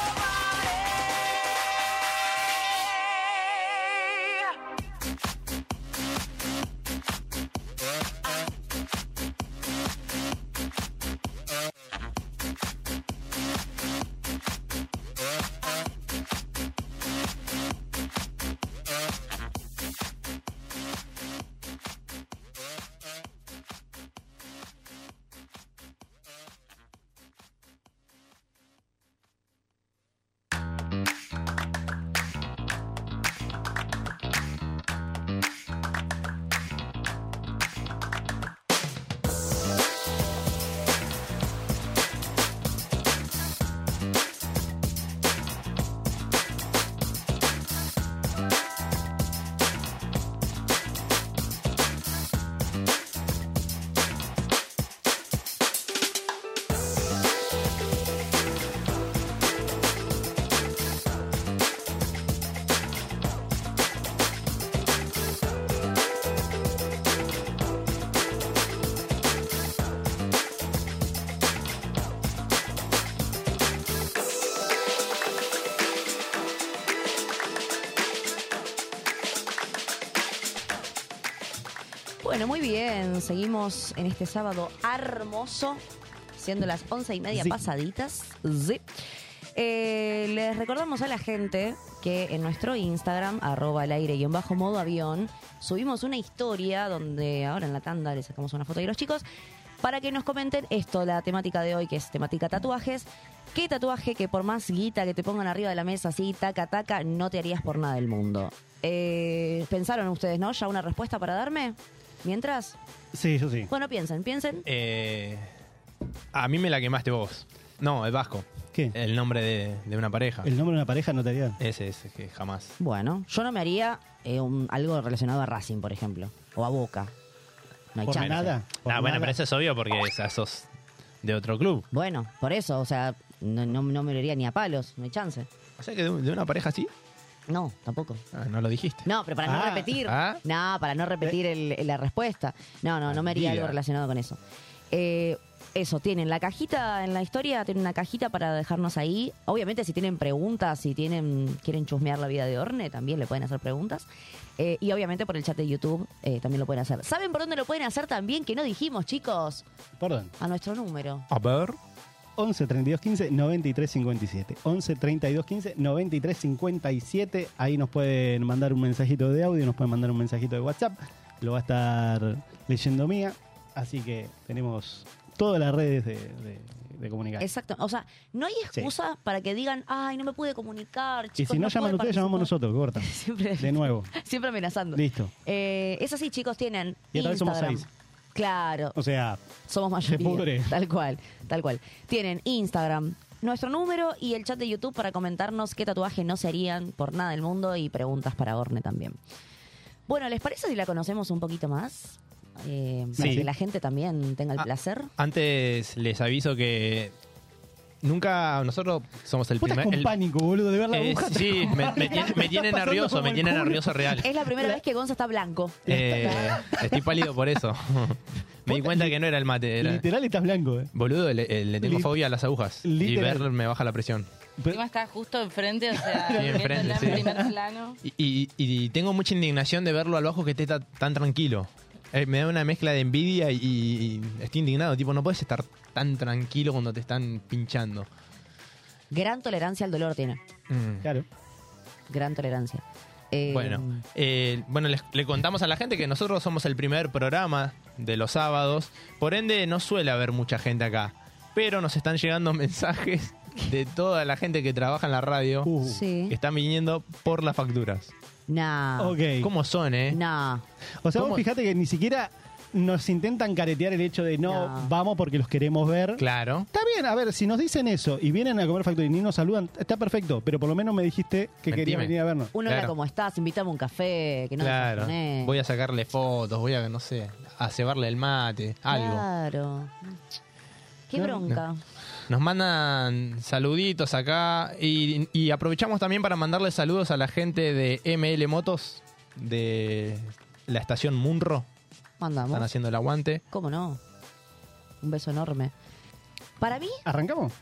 D: Bueno, muy bien. Seguimos en este sábado hermoso, siendo las once y media
L: Sí.
D: pasaditas. Sí. Eh, les recordamos a la gente que en nuestro Instagram, arroba al aire y en bajo modo avión, subimos una historia donde ahora en la tanda le sacamos una foto de los chicos para que nos comenten esto, la temática de hoy, que es temática tatuajes. ¿Qué tatuaje que por más guita que te pongan arriba de la mesa así, taca, taca, no te harías por nada del mundo? Eh, ¿Pensaron ustedes, no? ¿Ya una respuesta para darme? Mientras.
F: Sí, yo sí.
D: Bueno, piensen, piensen.
E: Eh, a mí me la quemaste vos. No, el Vasco.
F: ¿Qué?
E: El nombre de, de una pareja.
F: El nombre de una pareja no te haría.
E: Ese, ese, que jamás.
D: Bueno, yo no me haría eh, un- algo relacionado a Racing, por ejemplo, o a Boca. No hay chance.
E: Ah, bueno, pero eso es obvio porque esa sos de otro club.
D: Bueno, por eso, o sea, no, no- no me lo haría ni a palos, no hay chance.
E: O sea que de, un- de una pareja así. ah,
D: No, tampoco.
E: no lo dijiste.
D: No, pero para no
E: Ah,
D: repetir.
E: ah.
D: No, para no repetir el- el- la respuesta. No, no, no me haría
E: Bandida.
D: algo relacionado con eso. Eh, eso, tienen la cajita en la historia, tienen una cajita para dejarnos ahí. Obviamente, si tienen preguntas, si tienen quieren chusmear la vida de Orne, también le pueden hacer preguntas. Eh, y obviamente por el chat de YouTube eh, también lo pueden hacer. ¿Saben por dónde lo pueden hacer también? Que no dijimos, chicos.
F: ¿Por dónde?
D: A nuestro número.
E: A ver.
F: 11 32 15 93 57. 11 32 15 93 57. Ahí nos pueden mandar un mensajito de audio, nos pueden mandar un mensajito de WhatsApp. Lo va a estar leyendo mía. Así que tenemos todas las redes de, de- de comunicación.
D: Exacto. O sea, no hay excusa para que digan, ay, no me pude comunicar, chicos.
F: y si no,
D: pude
F: llaman ustedes, llamamos
D: participar".
F: nosotros,
D: (laughs)
F: corta. De nuevo.
D: Siempre amenazando.
F: Listo.
D: Eh, es así, chicos, tienen
F: Y otra vez somos
D: Instagram.
F: seis. (laughs)
D: Claro.
F: O sea,
D: somos mayoría.
F: pudre.
D: Tal cual, tal cual. Tienen Instagram, nuestro número y el chat de YouTube para comentarnos qué tatuaje no se harían por nada del mundo y preguntas para Orne también. Bueno, ¿les parece si la conocemos un poquito más? eh, para
E: Sí.
D: que la gente también tenga el
E: Ah,
D: placer.
E: Antes les aviso que nunca nosotros somos el
F: Vos estás
E: primer.
F: con
E: el-
F: pánico, boludo, de ver la
E: Eh,
F: aguja.
E: sí, me, me tiene, me tiene
F: pasando
E: nervioso,
F: como
E: me
F: el
E: tiene
F: culo.
E: nervioso real.
D: Es
F: (laughs)
D: la primera vez que Gonza está blanco.
E: Eh, estoy pálido
F: (laughs)
E: por eso. me di cuenta que no era el mate. era-
F: Literal estás blanco, eh.
E: boludo, le, eh, le tengo
F: Lit-
E: fobia a las agujas.
F: literal.
E: Y ver me baja la presión.
H: Encima está justo enfrente, o sea,
E: Sí, enfrente,
H: viéndola
E: sí.
H: en primer plano.
E: Y, y- y tengo mucha indignación de verlo al bajo que esté ta- tan tranquilo. Eh, me da una mezcla de envidia y, y estoy indignado. Tipo, no puedes estar tan tranquilo cuando te están pinchando.
D: Gran tolerancia al dolor tiene.
E: Mm.
F: Claro.
D: Gran tolerancia. Eh,
E: Bueno, eh, bueno les- le contamos a la gente que nosotros somos el primer programa de los sábados, por ende no suele haber mucha gente acá, pero nos están llegando (laughs) mensajes de toda la gente que trabaja en la radio
F: Uh.
D: Sí.
E: que están viniendo por las facturas.
D: Nah.
E: ¿Cómo son, eh?
D: Nah.
F: O sea,
E: ¿Cómo?
F: vos fijate que ni siquiera nos intentan caretear el hecho de no, vamos porque los queremos ver.
E: Claro.
F: Está bien, a ver, si nos dicen eso y vienen a comer factura y ni nos saludan, está perfecto, pero por lo menos me dijiste que
E: Mentime.
F: querías venir a vernos.
D: Uno era como estás, invítame un café, que no
E: claro.
D: desayuné.
E: Voy a sacarle fotos, voy a, no sé, a cebarle el mate, algo.
D: Claro. Qué
E: No,
D: bronca.
E: Nos mandan saluditos acá y, y aprovechamos también para mandarle saludos a la gente de ML Motos de la estación Munro.
D: Mandamos.
E: Están haciendo el aguante.
D: ¿Cómo no? Un beso enorme. Para mí.
F: ¿Arrancamos?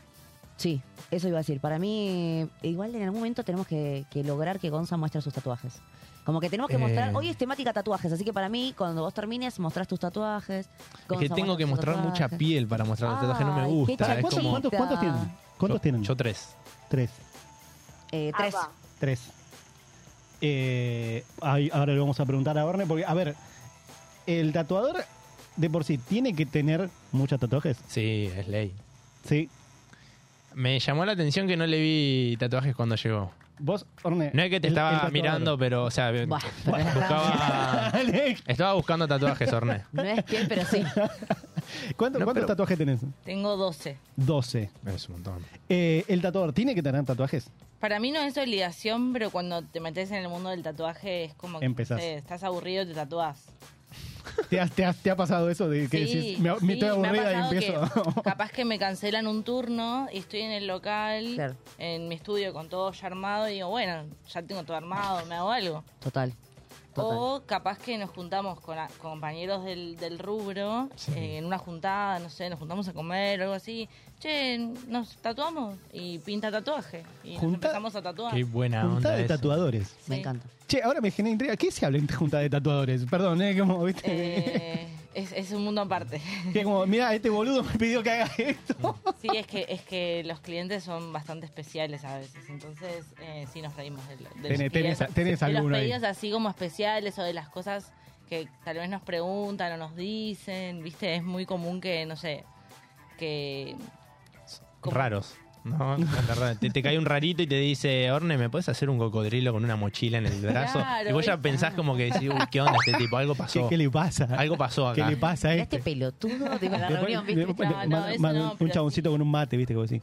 D: Sí, eso iba a decir. Para mí, igual en algún momento tenemos que, que lograr que Gonza muestre sus tatuajes. Como que tenemos que
E: Eh.
D: mostrar. Hoy es temática tatuajes, así que para mí, cuando vos termines, mostrás tus tatuajes.
E: Es que tengo que mostrar
F: Ah,
E: mucha
D: piel.
E: piel para mostrar los tatuajes, no me
D: Ay, qué
E: gusta. Es
D: chapita.
E: como-
D: ¿Cuántos- cuántos tienen?
F: ¿Cuántos
E: yo,
F: tienen?
E: Yo tres.
F: Tres.
D: Eh, tres.
F: Tres. Eh, ay, ahora le vamos a preguntar a Orne, porque, a ver, el tatuador de por sí tiene que tener muchos tatuajes.
E: Sí, es ley.
F: Sí.
E: Me llamó la atención que no le vi tatuajes cuando llegó.
F: Vos, Orne.
E: No es que te
F: el- el
E: estaba
F: tatuador. (laughs)
E: mirando, pero, o sea, buscaba, (laughs) estaba buscando tatuajes, Orne.
D: No es que, pero sí.
F: ¿Cuánto-
E: No,
F: ¿Cuántos
E: pero-
F: tatuajes tenés?
H: Tengo 12.
F: 12.
E: Es un montón.
F: Eh, el tatuador tiene que tener tatuajes.
H: Para mí no es obligación, pero cuando te metes en el mundo del tatuaje es como que
F: Empezás.
H: no sé, estás aburrido, te tatuás.
F: ¿Te ha, te ha- te ha pasado eso de que
H: Sí,
F: decís, me, me
H: sí,
F: estoy
H: me ha
F: aburrida y
H: pasado
F: empiezo? (laughs)
H: (laughs) que capaz que me cancelan un turno y estoy en el local,
D: Claro.
H: en mi estudio con todo ya armado y digo, bueno, ya tengo todo armado, me hago algo.
D: Total. Total.
H: O capaz que nos juntamos con, a- con compañeros del, del rubro eh, en una juntada, no sé, nos juntamos a comer o algo así. Che, nos tatuamos y pinta tatuaje. Y nos
F: Junta-
H: empezamos a tatuar.
E: Qué
F: (laughs)
E: buena
F: Juntada
E: onda
F: de
E: eso.
F: tatuadores.
D: Me encanta.
E: Este.
F: Che, ahora me genera intriga. ¿Qué se habla en juntada de tatuadores? Perdón, ¿eh? Como, ¿viste?
H: Eh, es, es un mundo aparte.
F: (laughs)
H: (laughs)
F: Que como, mira, este boludo me pidió que haga esto.
H: Sí, es que, es que los clientes son bastante especiales a veces, entonces eh, sí nos reímos de, lo- de los
F: Tenés- tenés-
H: pedidos-
F: tenés
H: de los
F: alguno ahí.
H: pedidos así como especiales o de las cosas que tal vez nos preguntan o nos dicen, viste, es muy común que, no sé, que... como-
E: Raros.
H: (laughs)
E: No, raro. te, te cae un rarito y te dice, Orne, ¿me puedes hacer un cocodrilo con una mochila en el brazo?
H: Claro,
E: y vos ya pensás como que decís, uy, ¿qué onda este tipo? Algo pasó.
F: ¿Qué, qué le pasa?
E: Algo pasó acá.
F: ¿Qué le pasa a este?
D: Este pelotudo de la
F: Después-
D: reunión, ¿viste?
F: después-
H: No, no,
F: manda-
H: eso
F: manda
H: no,
F: un- un
H: pero
F: chaboncito con un mate, ¿viste? Como así.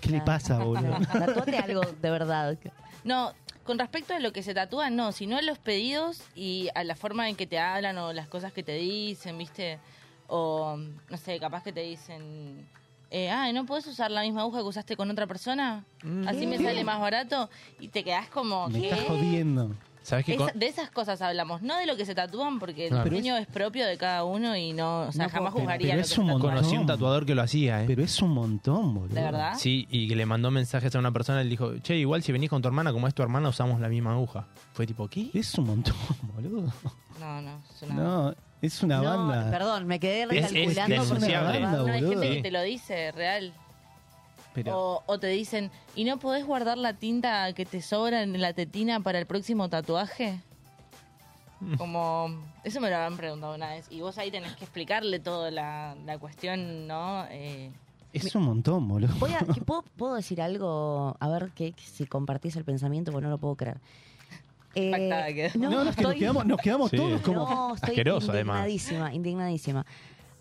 F: ¿Qué le pasa,
H: (laughs)
F: boludo?
D: Tatuate algo de verdad.
H: No, con respecto a lo que se tatúa, no, sino a los pedidos y a la forma en que te hablan o las cosas que te dicen, ¿viste? O, no sé, capaz que te dicen, eh, ah, ¿no puedes usar la misma aguja que usaste con otra persona? Así me sale más barato y te quedás como,
F: Mm. Me
H: ¿qué?
F: estás jodiendo.
E: ¿Sabes qué?
H: Esa- de esas cosas hablamos, no de lo que se tatúan, porque
E: Claro.
H: el
E: Pero
H: diseño es propio de cada uno y no, o sea,
F: No,
H: jamás
F: pero-
H: juzgaría
F: pero
H: lo
F: es
H: que se
F: un
H: tatúa.
F: montón.
E: Conocí un tatuador que lo hacía, ¿eh?
F: Pero es un montón, boludo.
H: ¿De verdad?
E: Sí, y que le mandó mensajes a una persona y le dijo, che, igual si venís con tu hermana, como es tu hermana, usamos la misma aguja. Fue tipo, ¿qué?
F: Es un montón, (laughs) boludo.
H: No, no, es una...
F: No, es una
D: No,
F: banda.
D: perdón, me quedé
E: Es- es
D: recalculando. porque-
E: denunciable.
F: una banda,
H: No, hay
F: boludo.
H: gente que te lo dice, real.
E: Pero,
H: O, o te dicen, ¿y no podés guardar la tinta que te sobra en la tetina para el próximo tatuaje? Como, eso me lo habían preguntado una vez. Y vos ahí tenés que explicarle toda la, la cuestión, ¿no? Eh,
F: Es un montón, boludo.
D: Voy a- que ¿puedo, puedo decir algo? A ver que, si compartís el pensamiento, porque no lo puedo creer. Eh,
H: Impactada quedó.
F: No, no, es que nos quedamos, nos quedamos
E: Sí.
F: todos como.
D: No, estoy
E: Asqueroso, además.
D: indignadísima, indignadísima.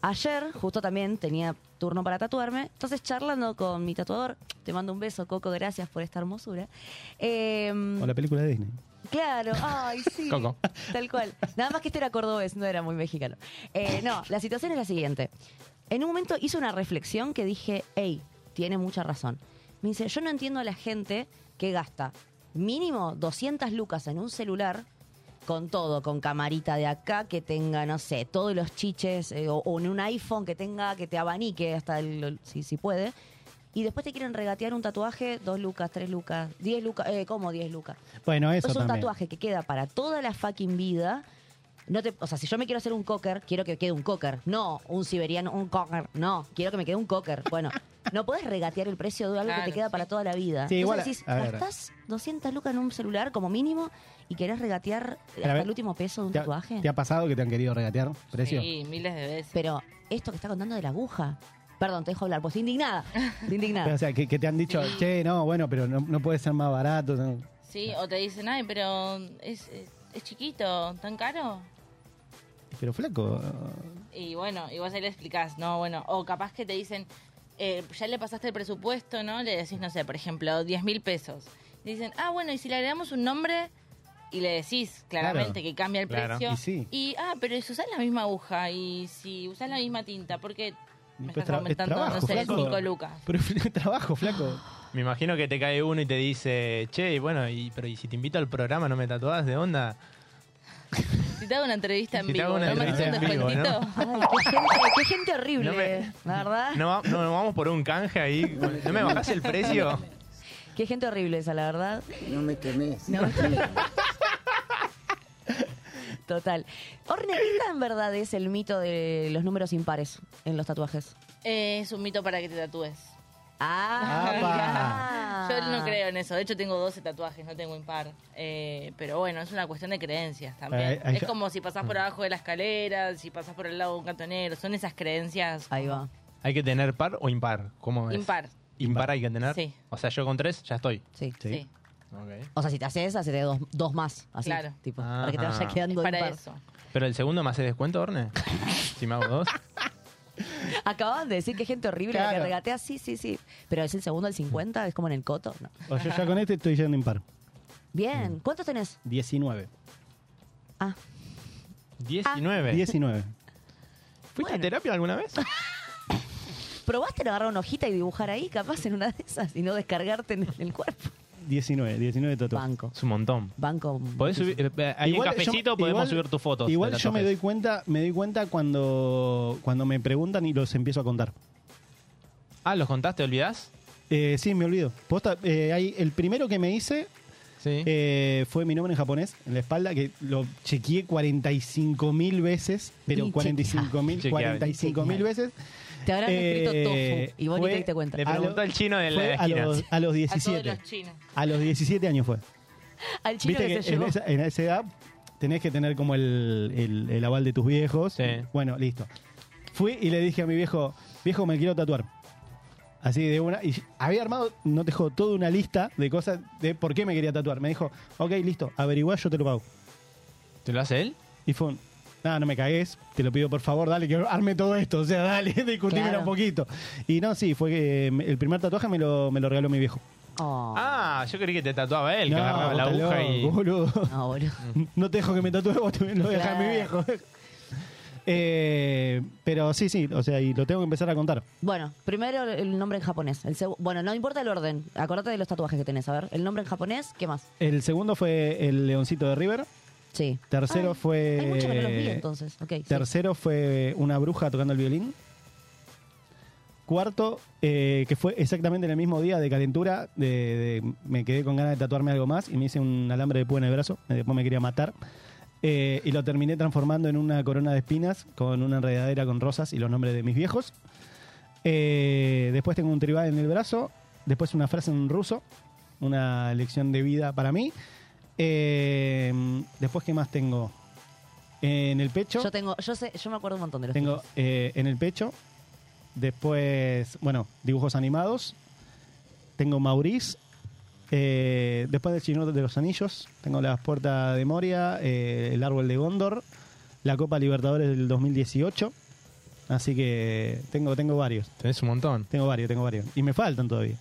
D: Ayer, justo también, tenía turno para tatuarme. Entonces, charlando con mi tatuador, te mando un beso, Coco, gracias por esta hermosura. Eh,
F: O la película de Disney.
D: Claro, ay, sí.
E: Coco.
D: Tal cual. Nada más que este era cordobés, no era muy mexicano. Eh, no, la situación es la siguiente. En un momento hice una reflexión que dije, hey, tiene mucha razón. Me dice, yo no entiendo a la gente que gasta mínimo 200 lucas en un celular con todo, con camarita de acá, que tenga, no sé, todos los chiches, eh, o, o en un iPhone que tenga, que te abanique hasta el, si, si puede. Y después te quieren regatear un tatuaje, dos lucas, tres lucas, diez lucas, eh, ¿cómo diez lucas?
F: Bueno, eso
D: es un
F: también.
D: tatuaje que queda para toda la fucking vida. No te, o sea, si yo me quiero hacer un cocker, quiero que quede un cocker. No, un siberiano, un cocker. No, quiero que me quede un cocker.
F: (laughs)
D: Bueno, no puedes regatear el precio de algo que
H: Claro,
D: te queda para toda la vida.
F: Sí, igual,
D: Entonces
F: a ver.
D: decís, gastás 200 lucas en un celular como mínimo y querés regatear
F: Pero a
D: hasta
F: ver,
D: el último peso de un
F: ¿Te ha,
D: tatuaje.
F: te ha pasado que te han querido regatear precio?
H: Sí, miles de veces.
D: Pero esto que está contando de la aguja. Perdón, te dejo hablar,
F: (laughs)
D: pues indignada. Indignada.
F: Pero, o sea, que, que te han dicho, che, no, bueno, pero no, no puede ser más barato. no".
H: Sí, o te dicen, ay, pero es, es, es chiquito, tan caro.
F: Pero flaco. eh,
H: Y bueno, y vos ahí le explicás, ¿no? Bueno, o capaz que te dicen, eh, ya le pasaste el presupuesto, ¿no? Le decís, no sé, por ejemplo, 10 mil pesos. Y dicen, ah, bueno, y si le agregamos un nombre y le decís claramente
F: Claro.
H: que cambia el
F: Claro.
H: precio.
F: Y sí.
H: ah, pero si usás la misma aguja y si usás la misma tinta, ¿por qué me
F: pues,
H: estás
F: tra- es
H: aumentando,
F: trabajo,
H: no sé,
F: flaco.
H: 5 lucas?
F: Pero es (laughs) trabajo, flaco.
E: Me imagino que te cae uno y te dice, che, y bueno, y, pero y si te invito al programa no me tatuás de onda?
H: Si te hago una entrevista en
E: Si te
H: vivo,
E: hago una
H: ¿no me haces
E: entrevista
H: un
E: en vivo, ¿no?
H: descuentito?
D: Ay, qué gente, qué gente horrible,
E: No me-
D: la verdad.
E: (laughs) No, va- no, no vamos por un canje ahí.
H: (laughs)
E: ¿No me bajás el precio?
D: Qué gente horrible esa, la verdad.
L: No me quemé.
D: No. Total. Orne, ¿qué tan verdad es el mito de los números impares en los tatuajes?
H: Eh, (laughs) es un mito para que te tatúes.
D: Ah,
H: Yo no creo en eso. De hecho, tengo 12 tatuajes, no tengo impar. Eh, pero bueno, es una cuestión de creencias también.
F: Ay, ay,
H: es
F: yo- Mm.
H: como si pasás por abajo de la escalera, si pasás por el lado de un cantonero. Son esas creencias.
D: Ahí va.
E: ¿Hay que tener par o impar? ¿Cómo es?
H: Impar.
E: ¿Impar hay que tener?
H: Sí.
E: O sea, yo con tres ya estoy.
D: Sí.
H: Sí.
E: Ok.
D: O sea, si te haces, hacete dos, dos más. Así,
H: Claro. Ah.
D: tipo, para que te vaya
E: Ajá.
D: quedando
H: Para
D: impar.
H: eso.
E: ¿Pero el segundo me hace descuento, Orne? (laughs) Si me hago dos.
D: Acaban de decir que gente horrible la que
F: Claro.
D: regatea. Sí, sí, sí. Pero es el segundo al 50, es como en el coto. No.
F: O yo ya con este estoy yendo impar.
H: Mm.
D: Bien. ¿Cuántos tenés?
F: 19. Ah,
E: 19.
F: 19.
E: ¿Fuiste
D: Bueno.
E: a terapia alguna vez?
D: ¿Probaste en agarrar una hojita y dibujar ahí, capaz, en una de esas y no descargarte en el cuerpo?
F: 19, 19 tatuajes.
D: Banco.
E: Es un montón.
D: Banco.
E: Podés subir, eh, eh, ahí
F: Igual
E: en
F: yo-
E: cafecito podemos
F: igual-
E: subir tus fotos.
F: Igual
E: de
F: yo me doy
E: tatuajes.
F: cuenta, me doy cuenta cuando, cuando me preguntan y los empiezo a contar.
E: Ah, ¿los contaste? ¿Olvidás?
F: Eh, sí, me olvido. Posta, eh, hay- el primero que me hice
E: Sí.
F: eh, fue mi nombre en japonés, en la espalda, que lo chequeé 45 mil veces, pero
D: Inchequeable.
F: 45 mil
E: Inchequeable.
F: 45 mil veces.
D: Te habrán escrito
F: Eh,
D: tofu y vos ni
F: fue-
D: te diste cuenta.
E: Le
F: a lo-
E: preguntó al chino de la
F: Fue a
E: esquina.
F: los, a los
H: A todos
F: 17.
H: los chinos.
F: A los 17 años fue.
D: Al chino
F: Viste
D: que,
F: que
D: se
F: en
D: llevó.
F: esa, en esa edad tenés que tener como el, el- el aval de tus viejos.
E: Sí.
F: Bueno, listo. Fui y le dije a mi viejo, viejo, me quiero tatuar. Así de una. Y había armado, no te jodo, toda una lista de cosas de por qué me quería tatuar. Me dijo, ok, listo, averiguá, yo te lo pago.
E: ¿Te lo hace él?
F: Y fue un, nada, no me cagues, te lo pido por favor, dale, que arme todo esto. O sea, dale, (laughs) discutímelo
D: Claro.
F: un poquito. Y no, sí, fue que me- el primer tatuaje me lo, me lo regaló mi viejo.
D: Oh,
E: Ah, yo creí que te tatuaba él,
F: no,
E: que agarraba la
F: vos estás
E: aguja y...
F: loco, boludo.
D: no, boludo.
F: (laughs) No te dejo que me tatúe, vos también lo dejas a mi viejo. (laughs) Eh, pero sí, sí, o sea, y lo tengo que empezar a contar.
D: Bueno, primero el nombre en japonés. El segu- bueno, no importa el orden. Acordate de los tatuajes que tenés. A ver, el nombre en japonés, ¿qué más?
F: El segundo fue el Leoncito de River.
D: Sí.
F: Tercero
D: Ay,
F: fue.
D: Hay muchos que no los vi entonces. Ok. sí.
F: Eh, Tercero fue una bruja tocando el violín. Cuarto, eh, que fue exactamente en el mismo día de calentura, de, de- me quedé con ganas de tatuarme algo más y me hice un alambre de púa en el brazo, eh, después me quería matar. Eh, y lo terminé transformando en una corona de espinas con una enredadera con rosas y los nombres de mis viejos. Eh, después tengo un tribal en el brazo, después una frase en ruso, una lección de vida para mí. Eh, después, ¿qué más tengo? En el pecho.
D: Yo tengo, yo sé, yo me acuerdo un montón de los.
F: Tengo eh, en el pecho. Después, bueno, dibujos animados. Tengo Maurice. eh, después del Señor de los Anillos. Tengo las puertas de Moria. eh, el árbol de Gondor. La Copa Libertadores del 2018. Así que tengo, tengo varios.
E: Tenés un montón.
F: Tengo varios, tengo varios. Y me faltan todavía.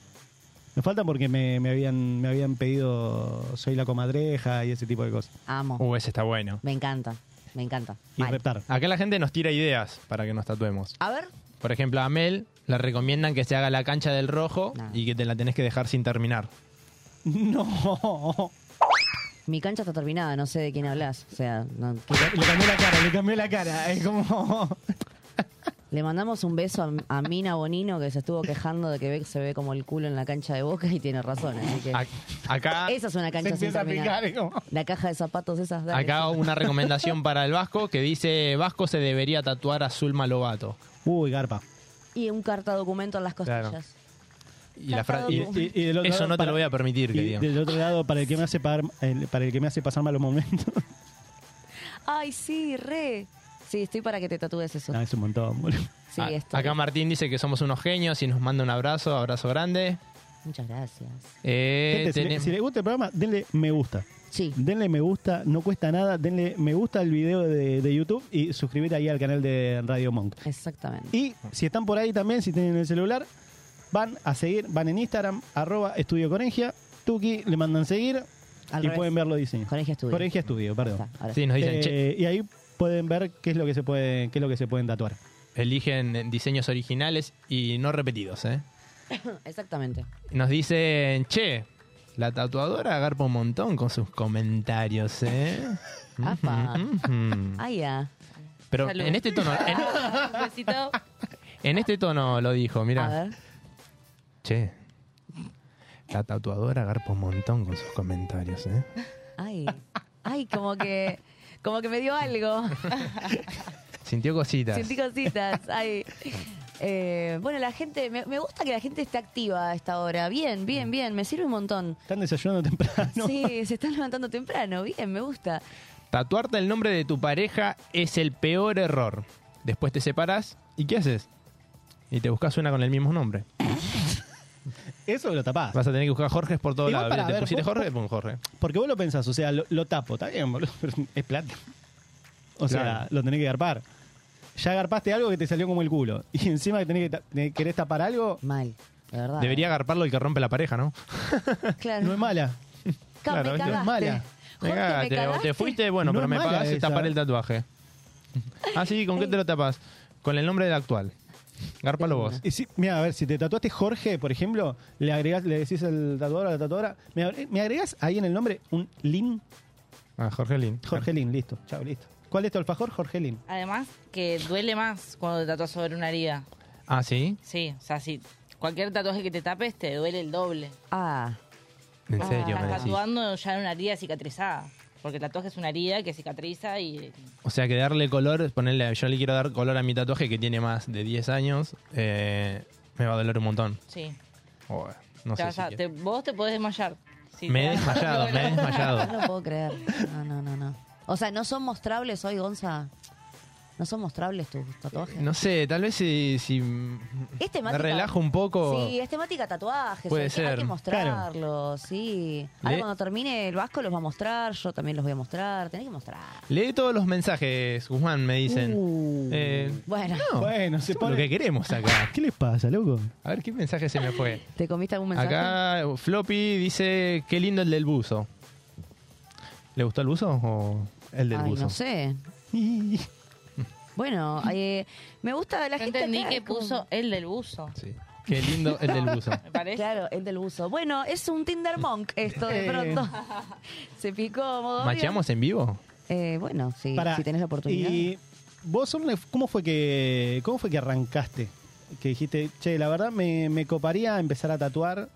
F: Me falta porque me, me habían, me habían pedido Soy la comadreja y ese tipo de cosas.
D: Amo.
E: Uh, ese está bueno.
D: Me encanta, me encanta.
F: Y reptar. (laughs)
E: Acá la gente nos tira ideas para que nos tatuemos.
D: A ver,
E: Por ejemplo, a Mel le recomiendan que se haga la cancha del rojo y que te la tenés que dejar sin terminar.
F: No.
D: mi cancha está terminada, no sé de quién hablas. O sea, no-
F: Le cambió la cara, le cambió la cara. Es como.
D: Le mandamos un beso a, a Mina Bonino que se estuvo quejando de que ve- se ve como el culo en la cancha de Boca y tiene razón. Así que (laughs)
E: Acá,
D: esa es una cancha sin terminar. La caja de zapatos esas. dale.
E: acá
D: (laughs)
E: una recomendación para el Vasco que dice Vasco se debería tatuar a Zulma Lobato.
F: Uy, garpa.
D: Y un carta documento en las costillas.
E: Claro. Y la fra-
D: Tatuado
E: y-
D: con-
E: y- y del otro Eso lado, no te para- lo voy a permitir, que
F: Y
E: digan.
F: del otro lado, para el que me hace pagar, el- para el que me hace pasar malos (laughs) momentos.
D: Ay, sí, re. Sí, estoy para que te tatúes eso.
F: Ah, es un montón,
E: Eh,
F: boludo.
D: Sí,
E: A-
D: esto.
E: ah, acá Martín dice que somos unos genios y nos manda un abrazo, abrazo grande.
D: Muchas gracias.
E: Eh,
F: Gente, si, le,
E: tenem-
F: si le gusta el programa, denle me gusta.
D: Sí.
F: Denle me gusta, no cuesta nada. Denle me gusta al video de, de YouTube y suscribir ahí al canal de Radio Monk.
D: Exactamente.
F: Y si están por ahí también, si tienen el celular, van a seguir, van en Instagram, arroba Estudio Corengia, Tuki, le mandan seguir
D: Al
F: y
D: revés.
F: pueden ver los diseños.
D: Corengia Estudio.
F: Corengia Estudio, perdón.
D: ahora
E: sí. Sí, nos dicen,
F: Eh,
E: "Che".
F: Y ahí pueden ver qué es lo que se puede, qué es lo que se pueden tatuar.
E: Eligen diseños originales y no repetidos, ¿eh?
D: Exactamente.
E: Nos dicen, che, la tatuadora garpa un montón con sus comentarios, ¿eh?
D: Apa.
E: Mhm.
D: Ay, ah. ya.
E: Pero
D: Salud.
E: en este tono, en,
H: Un besito.
E: en este tono lo dijo,
D: A
E: mira.
D: ver.
E: Che, la tatuadora garpa un montón con sus comentarios, ¿eh?
D: Ay. Ay, como que. Como que me dio
E: (laughs)
D: algo. (laughs)
E: Sintió cositas.
D: Sentí cositas. Ay. Eh, bueno, la gente. Me, me gusta que la gente esté activa a esta hora. Bien, bien, bien. Me sirve un montón.
F: Están desayunando (laughs) temprano.
D: Sí, se están levantando temprano. Bien, me gusta.
E: Tatuarte el nombre de tu pareja es el peor error. Después te separás y ¿qué haces? Y te buscas una con el mismo nombre.
F: Eso lo tapás.
E: Vas a tener que buscar Jorge por todos
F: Igual
E: lados.
F: para
E: Te
F: ver,
E: pusiste
F: vos-
E: Jorge, pon Jorge.
F: Porque vos lo pensás, o sea, lo, lo tapo, está bien, boludo, (laughs) pero es plata. O
E: Claro.
F: sea, lo tenés que garpar. Ya garpaste algo que te salió como el culo. Y encima que tenés que ta- tenés- querés tapar algo.
D: Mal, de verdad.
E: Debería agarparlo el que rompe la pareja, ¿no?
D: Claro.
F: No es mala.
D: Ca- me
E: ¿viste?
D: cagaste. Jorge, me
E: Cagaste, o
D: cagaste.
E: te fuiste, bueno,
F: No
E: pero
F: es
E: me
F: mala
E: pagaste
F: esa,
E: tapar
F: ¿eh?
E: el tatuaje. Ah, sí, ¿con qué te lo tapas? Con el nombre del actual. Garpalo vos.
F: Y si, mira, a ver, si te tatuaste Jorge, por ejemplo, le agregás, le decís al tatuador a la tatuadora, ¿me, agre- me agregás ahí en el nombre un Lin?
E: Ah, Jorgelín.
F: Jorgelín, listo, chao, listo. ¿Cuál es tu alfajor? Jorgelín.
H: Además, que duele más cuando te tatuas sobre una herida.
E: Ah, sí.
H: Sí, o sea, si cualquier tatuaje que te tapes te duele el doble.
D: Ah.
E: En serio,
F: Ah,
E: me
H: Estás
E: decís.
H: tatuando ya en una herida cicatrizada. Porque el tatuaje es una herida que cicatriza y
E: O sea, que darle color, ponerle, yo le quiero dar color a mi tatuaje que tiene más de 10 años, eh, me va a doler un montón.
H: sí.
E: Oh, no
H: Te
E: sé.
H: vas
E: si
H: a-
E: quiero.
H: te- vos te podés desmayar. Si
E: Me
H: te
E: he
H: das-
E: desmayado,
H: (laughs)
E: me he desmayado.
D: No lo puedo creer. No, no, no, no. O sea, ¿no son mostrables hoy, Gonza? ¿No son mostrables tus tatuajes?
E: No sé, tal vez si, si me
D: Es temática-
E: relajo un poco.
D: Este Sí, es temática tatuajes.
E: Puede
D: hay, que- hay
E: ser.
D: que mostrarlos, sí. Ahora
E: Le-
D: cuando termine el Vasco los va a mostrar, yo también los voy a mostrar. Tenés que mostrar.
E: Leí todos los mensajes, Guzmán, me dicen.
F: Uh.
E: Eh,
D: Bueno,
E: no,
F: Bueno, se
E: somos
F: pone-
E: lo que queremos acá.
F: ¿Qué les pasa, loco?
E: A ver qué mensaje se me fue.
D: ¿te comiste algún mensaje?
E: Acá Floppy dice, qué lindo el del buzo. ¿Le gustó el buzo o el del
D: Ay,
E: buzo?
D: no sé. Bueno, eh, me gusta la
H: Yo
D: gente.
H: entendí
D: acá,
H: que
D: como-
H: puso el del buzo.
E: Sí. Qué lindo el del
D: (laughs)
E: buzo.
H: ¿Me parece?
D: Claro, el del buzo. Bueno, es un Tinder Monk esto de
F: Eh.
D: pronto. Se picó modo avión.
E: ¿Macheamos en vivo?
D: Eh, bueno, sí,
F: Pará,
D: si tenés la oportunidad.
F: Y vos, Orne, ¿cómo fue que cómo fue que arrancaste? Que dijiste, che, la verdad me, me coparía empezar a tatuar.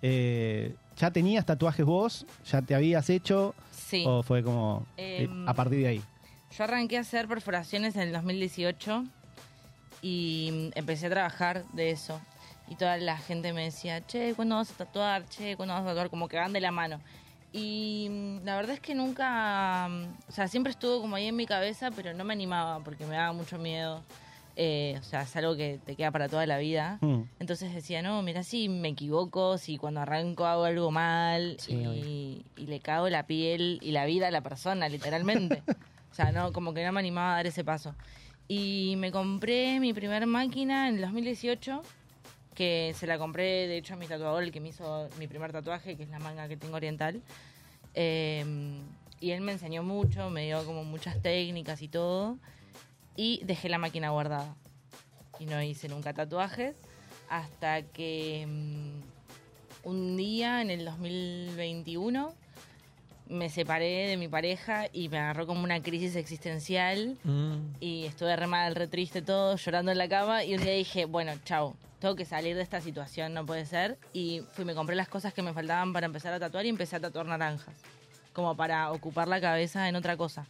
F: Eh, ¿Ya tenías tatuajes vos? ¿Ya te habías hecho?
H: Sí.
E: Oh.
F: ¿O fue como eh,
H: Em,
F: a partir de ahí?
H: Yo arranqué a hacer perforaciones en el 2018 y empecé a trabajar de eso. Y toda la gente me decía, che, ¿cuándo vas a tatuar? Che, ¿cuándo vas a tatuar? Como que van de la mano. Y mm, la verdad es que nunca, mm, o sea, siempre estuvo como ahí en mi cabeza, pero no me animaba porque me daba mucho miedo. Eh, o sea, es algo que te queda para toda la vida.
F: Mm.
H: Entonces decía, no, mira si me equivoco, si cuando arranco hago algo mal y, y le cago la piel y la vida a la persona, literalmente. o sea, no, como que no me animaba a dar ese paso. Y me compré mi primer máquina en el 2018, que se la compré, de hecho, a mi tatuador, el que me hizo mi primer tatuaje, que es la manga que tengo oriental. Eh, y él me enseñó mucho, me dio como muchas técnicas y todo. Y dejé la máquina guardada. Y no hice nunca tatuajes hasta que mm, un día en el 2021 me separé de mi pareja y me agarró como una crisis existencial
D: Mm.
H: y estuve re mal, re triste todo, llorando en la cama y un día dije, bueno, chao, tengo que salir de esta situación, no puede ser. Y fui, me compré las cosas que me faltaban para empezar a tatuar y empecé a tatuar naranjas, como para ocupar la cabeza en otra cosa.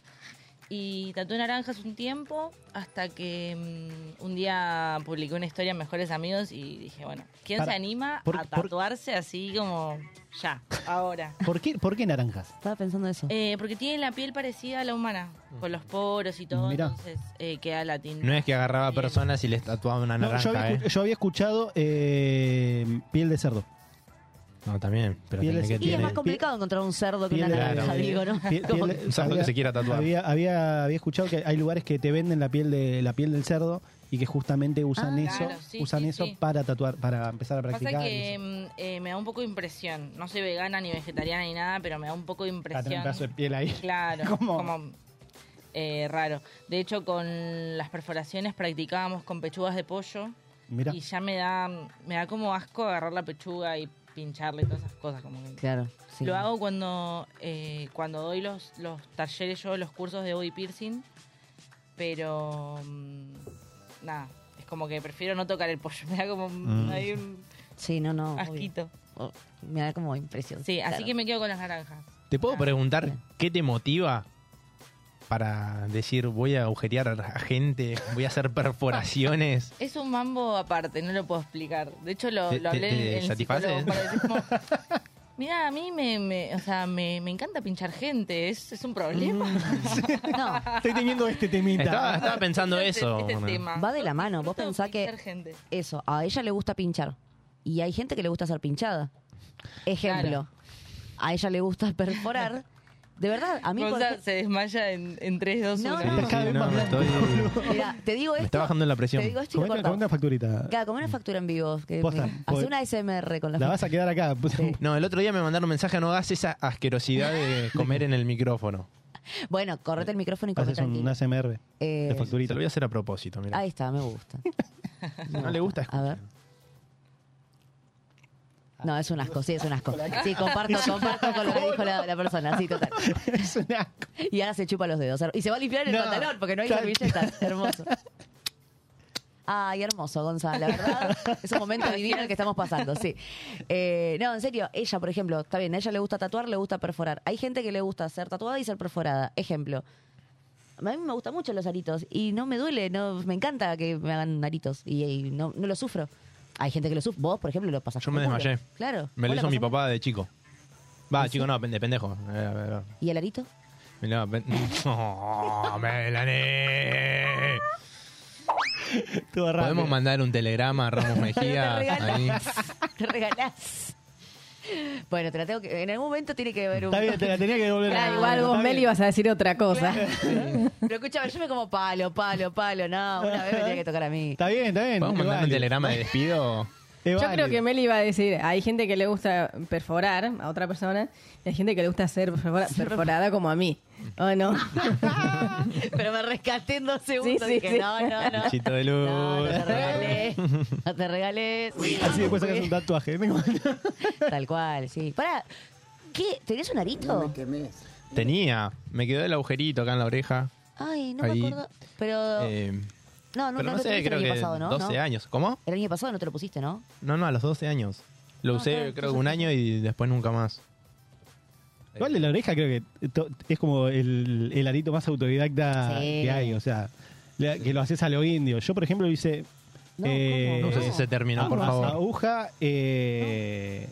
H: Y tatué naranjas un tiempo hasta que mm, un día publiqué una historia en Mejores Amigos y dije, bueno, ¿quién
F: Para,
H: se anima
F: por-
H: a
F: por-
H: tatuarse así como ya, ahora?
F: ¿Por qué, ¿Por qué naranjas?
D: Estaba pensando eso.
H: Eh, porque tiene la piel parecida a la humana, con los poros y todo,
F: Mirá.
H: entonces eh, queda la tinta.
E: No es que agarraba personas y les tatuaba una
F: No, yo,
E: naranja,
F: había,
E: ¿eh?
F: escu- yo había escuchado eh, piel de cerdo.
E: No, también. Pero
F: Pieles-
E: tiene que
F: Y
D: Y es
E: tiene-
D: más complicado encontrar un cerdo que una
F: Piel de-
D: naranja,
E: Claro.
D: digo, ¿no?
F: (laughs) Pie-
D: Como-
F: piel de-
E: Un cerdo que se quiera tatuar.
F: Había, había, había escuchado que hay lugares que te venden la piel de la piel del cerdo y que justamente usan
H: Ah,
F: eso,
H: claro, sí,
F: usan
H: sí,
F: eso
H: sí.
F: para tatuar, para empezar a practicar.
H: Pasa
F: y
H: que (laughs)
F: eso.
H: mm, eh, me da un poco de impresión. No soy vegana ni vegetariana ni nada, pero me da un poco de
F: Para tener
H: impresión.
F: un pedazo de piel ahí.
H: Claro,
F: (laughs) ¿Cómo?
H: como eh, raro. De hecho, con las perforaciones practicábamos con pechugas de pollo
F: Mira,
H: y ya me da, me da como asco agarrar la pechuga y pincharle y todas esas cosas. Como que-
D: Claro, sí.
H: Lo hago cuando, eh, cuando doy los, los talleres, yo los cursos de body piercing, pero mm, nada, es como que prefiero no tocar el pollo, (laughs) me da como un-
F: Mm.
H: ahí un
D: Sí, no, no. obvio.
H: asquito.
D: Oh, Me da como impresión.
H: Sí, así
D: claro.
H: que me quedo con las naranjas.
E: ¿Te puedo preguntar qué te motiva para decir voy a agujerear a gente, voy a hacer perforaciones?
H: Es un mambo aparte, no lo puedo explicar. De hecho, lo,
E: ¿Te-
H: lo hablé
E: te-
H: en-
E: te
H: en el
E: satisface?
H: psicólogo para decir
E: (laughs)
H: como, Mira, a mí me, me- o sea, me, me encanta pinchar gente, es, es un problema.
D: No,
F: estoy teniendo este temita.
E: Estaba, Mm, estaba pensando
H: (laughs) Este-
E: eso.
H: este
E: bueno.
H: tema.
D: va de la mano. Vos
H: Esto,
D: pensás que
H: pinchar gente.
D: eso, a ella le gusta pinchar. Y hay gente que le gusta ser pinchada. Ejemplo, a ella le gusta perforar. De verdad, a mí por
H: Gonza
D: ejemplo-
H: se desmaya en, en 3, 2,
D: No,
H: 1.
D: no.
F: Estás cada
E: Sí,
F: vez
E: no,
F: más
E: me
F: blanco,
E: estoy-
F: boludo.
D: Mira, te digo
E: Me
D: esto.
E: está bajando la presión.
D: Te digo esto y lo
F: Comete-
D: cortamos.
F: comete una facturita.
D: Claro, como una factura en vivo. Que
F: Posta,
D: hace
F: pod-
D: una SMR con la
F: La vas a quedar acá. (laughs)
E: No, el otro día me mandaron un mensaje, no hagas esa asquerosidad de comer en el micrófono.
D: Bueno, correte el micrófono y corre
F: Haces un,
D: tranquilo.
F: un ASMR
D: Eh,
F: de
E: (laughs) Se lo
F: facturita.
E: voy a hacer a propósito, mira.
D: ahí está, me gusta. Me
E: No le gusta
D: A ver.
E: escuchar.
D: No, es un asco, sí, es un asco. Sí,
F: (laughs)
D: comparto, comparto con lo que dijo la, la persona, sí, total.
F: es un asco.
D: (laughs) Y ahora se chupa los dedos. Y se va a limpiar el
F: No.
D: pantalón porque no hay
F: Claro. (laughs)
D: servilletas. Hermoso. Ay, hermoso, Gonzalo, la verdad. Es un momento divino el que estamos pasando, sí. Eh, no, en serio, ella, por ejemplo, está bien, a ella le gusta tatuar, le gusta perforar. Hay gente que le gusta ser tatuada y ser perforada. Ejemplo. A mí me gustan mucho los aritos y no me duele, no me encanta que me hagan aritos y, y no, no lo sufro. Hay gente que lo sufre. Vos, por ejemplo, lo pasás
E: Yo
D: por
E: me
D: el culo.
E: desmayé.
D: Claro.
E: Me
D: Vos
E: lo
D: la
E: hizo mi
D: pasás-
E: papá de chico. Va, chico, no, de pendejo. Eh, eh, eh.
D: ¿Y el arito?
E: Mirá, (laughs) pen- Oh, Melanie.
F: Todo rápido.
E: Podemos mandar un telegrama a Ramos Mejía.
D: (laughs) Te
E: (laughs) ahí?
D: regalás. (laughs) Te regalás. Bueno, te la tengo que. En algún momento tiene que haber un.
F: Está bien, te la tenía que devolver.
E: Ah.
G: Claro, igual vos,
F: Está
G: Meli,
F: bien.
G: vas a decir otra cosa.
D: Pero escúchame, yo me como palo, palo, palo. No, una vez me tiene que tocar a mí.
E: (laughs)
F: Está bien, está bien.
E: ¿Podemos
F: es
E: mandar un
F: válido.
E: telegrama de (laughs) despido?
F: Es
G: Yo
F: válido.
G: creo que Meli iba a decir, hay gente que le gusta perforar a otra persona y hay gente que le gusta ser perfora- perforada como a mí. ¿O no?
H: (laughs)
D: (laughs) Pero me rescaté en dos segundos.
G: sí,
D: dije,
G: sí.
D: no, no, no.
E: Chito de luz.
D: No, no te regalé. No te
E: (laughs)
D: regalé.
F: Así después sacas un tatuaje. Vengo-
D: (laughs) Tal cual, sí. Pará, ¿qué? ¿Tenés un arito?
E: Tenía. Me quedó el agujerito acá en la oreja.
D: Ay, no
E: Ahí.
D: me acuerdo. Pero.
E: Eh,
D: no, nunca
E: pero no
D: lo
E: sé,
D: tuviste
E: creo
D: el
E: que
D: año pasado, ¿no?
E: 12
D: ¿No?
E: años. ¿Cómo?
D: El año pasado no te lo pusiste, ¿no?
E: No, no, a los 12 años. Lo
D: Ah,
E: usé
D: claro,
E: creo
D: tú
E: que un
D: ya-
E: año y después nunca más.
F: Igual de la oreja creo que to- es como el, el arito más autodidacta
D: Sí.
F: que hay. O sea, le- que lo haces a lo indio. Yo, por ejemplo, lo hice...
D: No,
F: eh,
D: ¿cómo?
E: No
D: No
E: sé si se terminó, por
F: ambas,
E: favor.
F: Aguja, eh,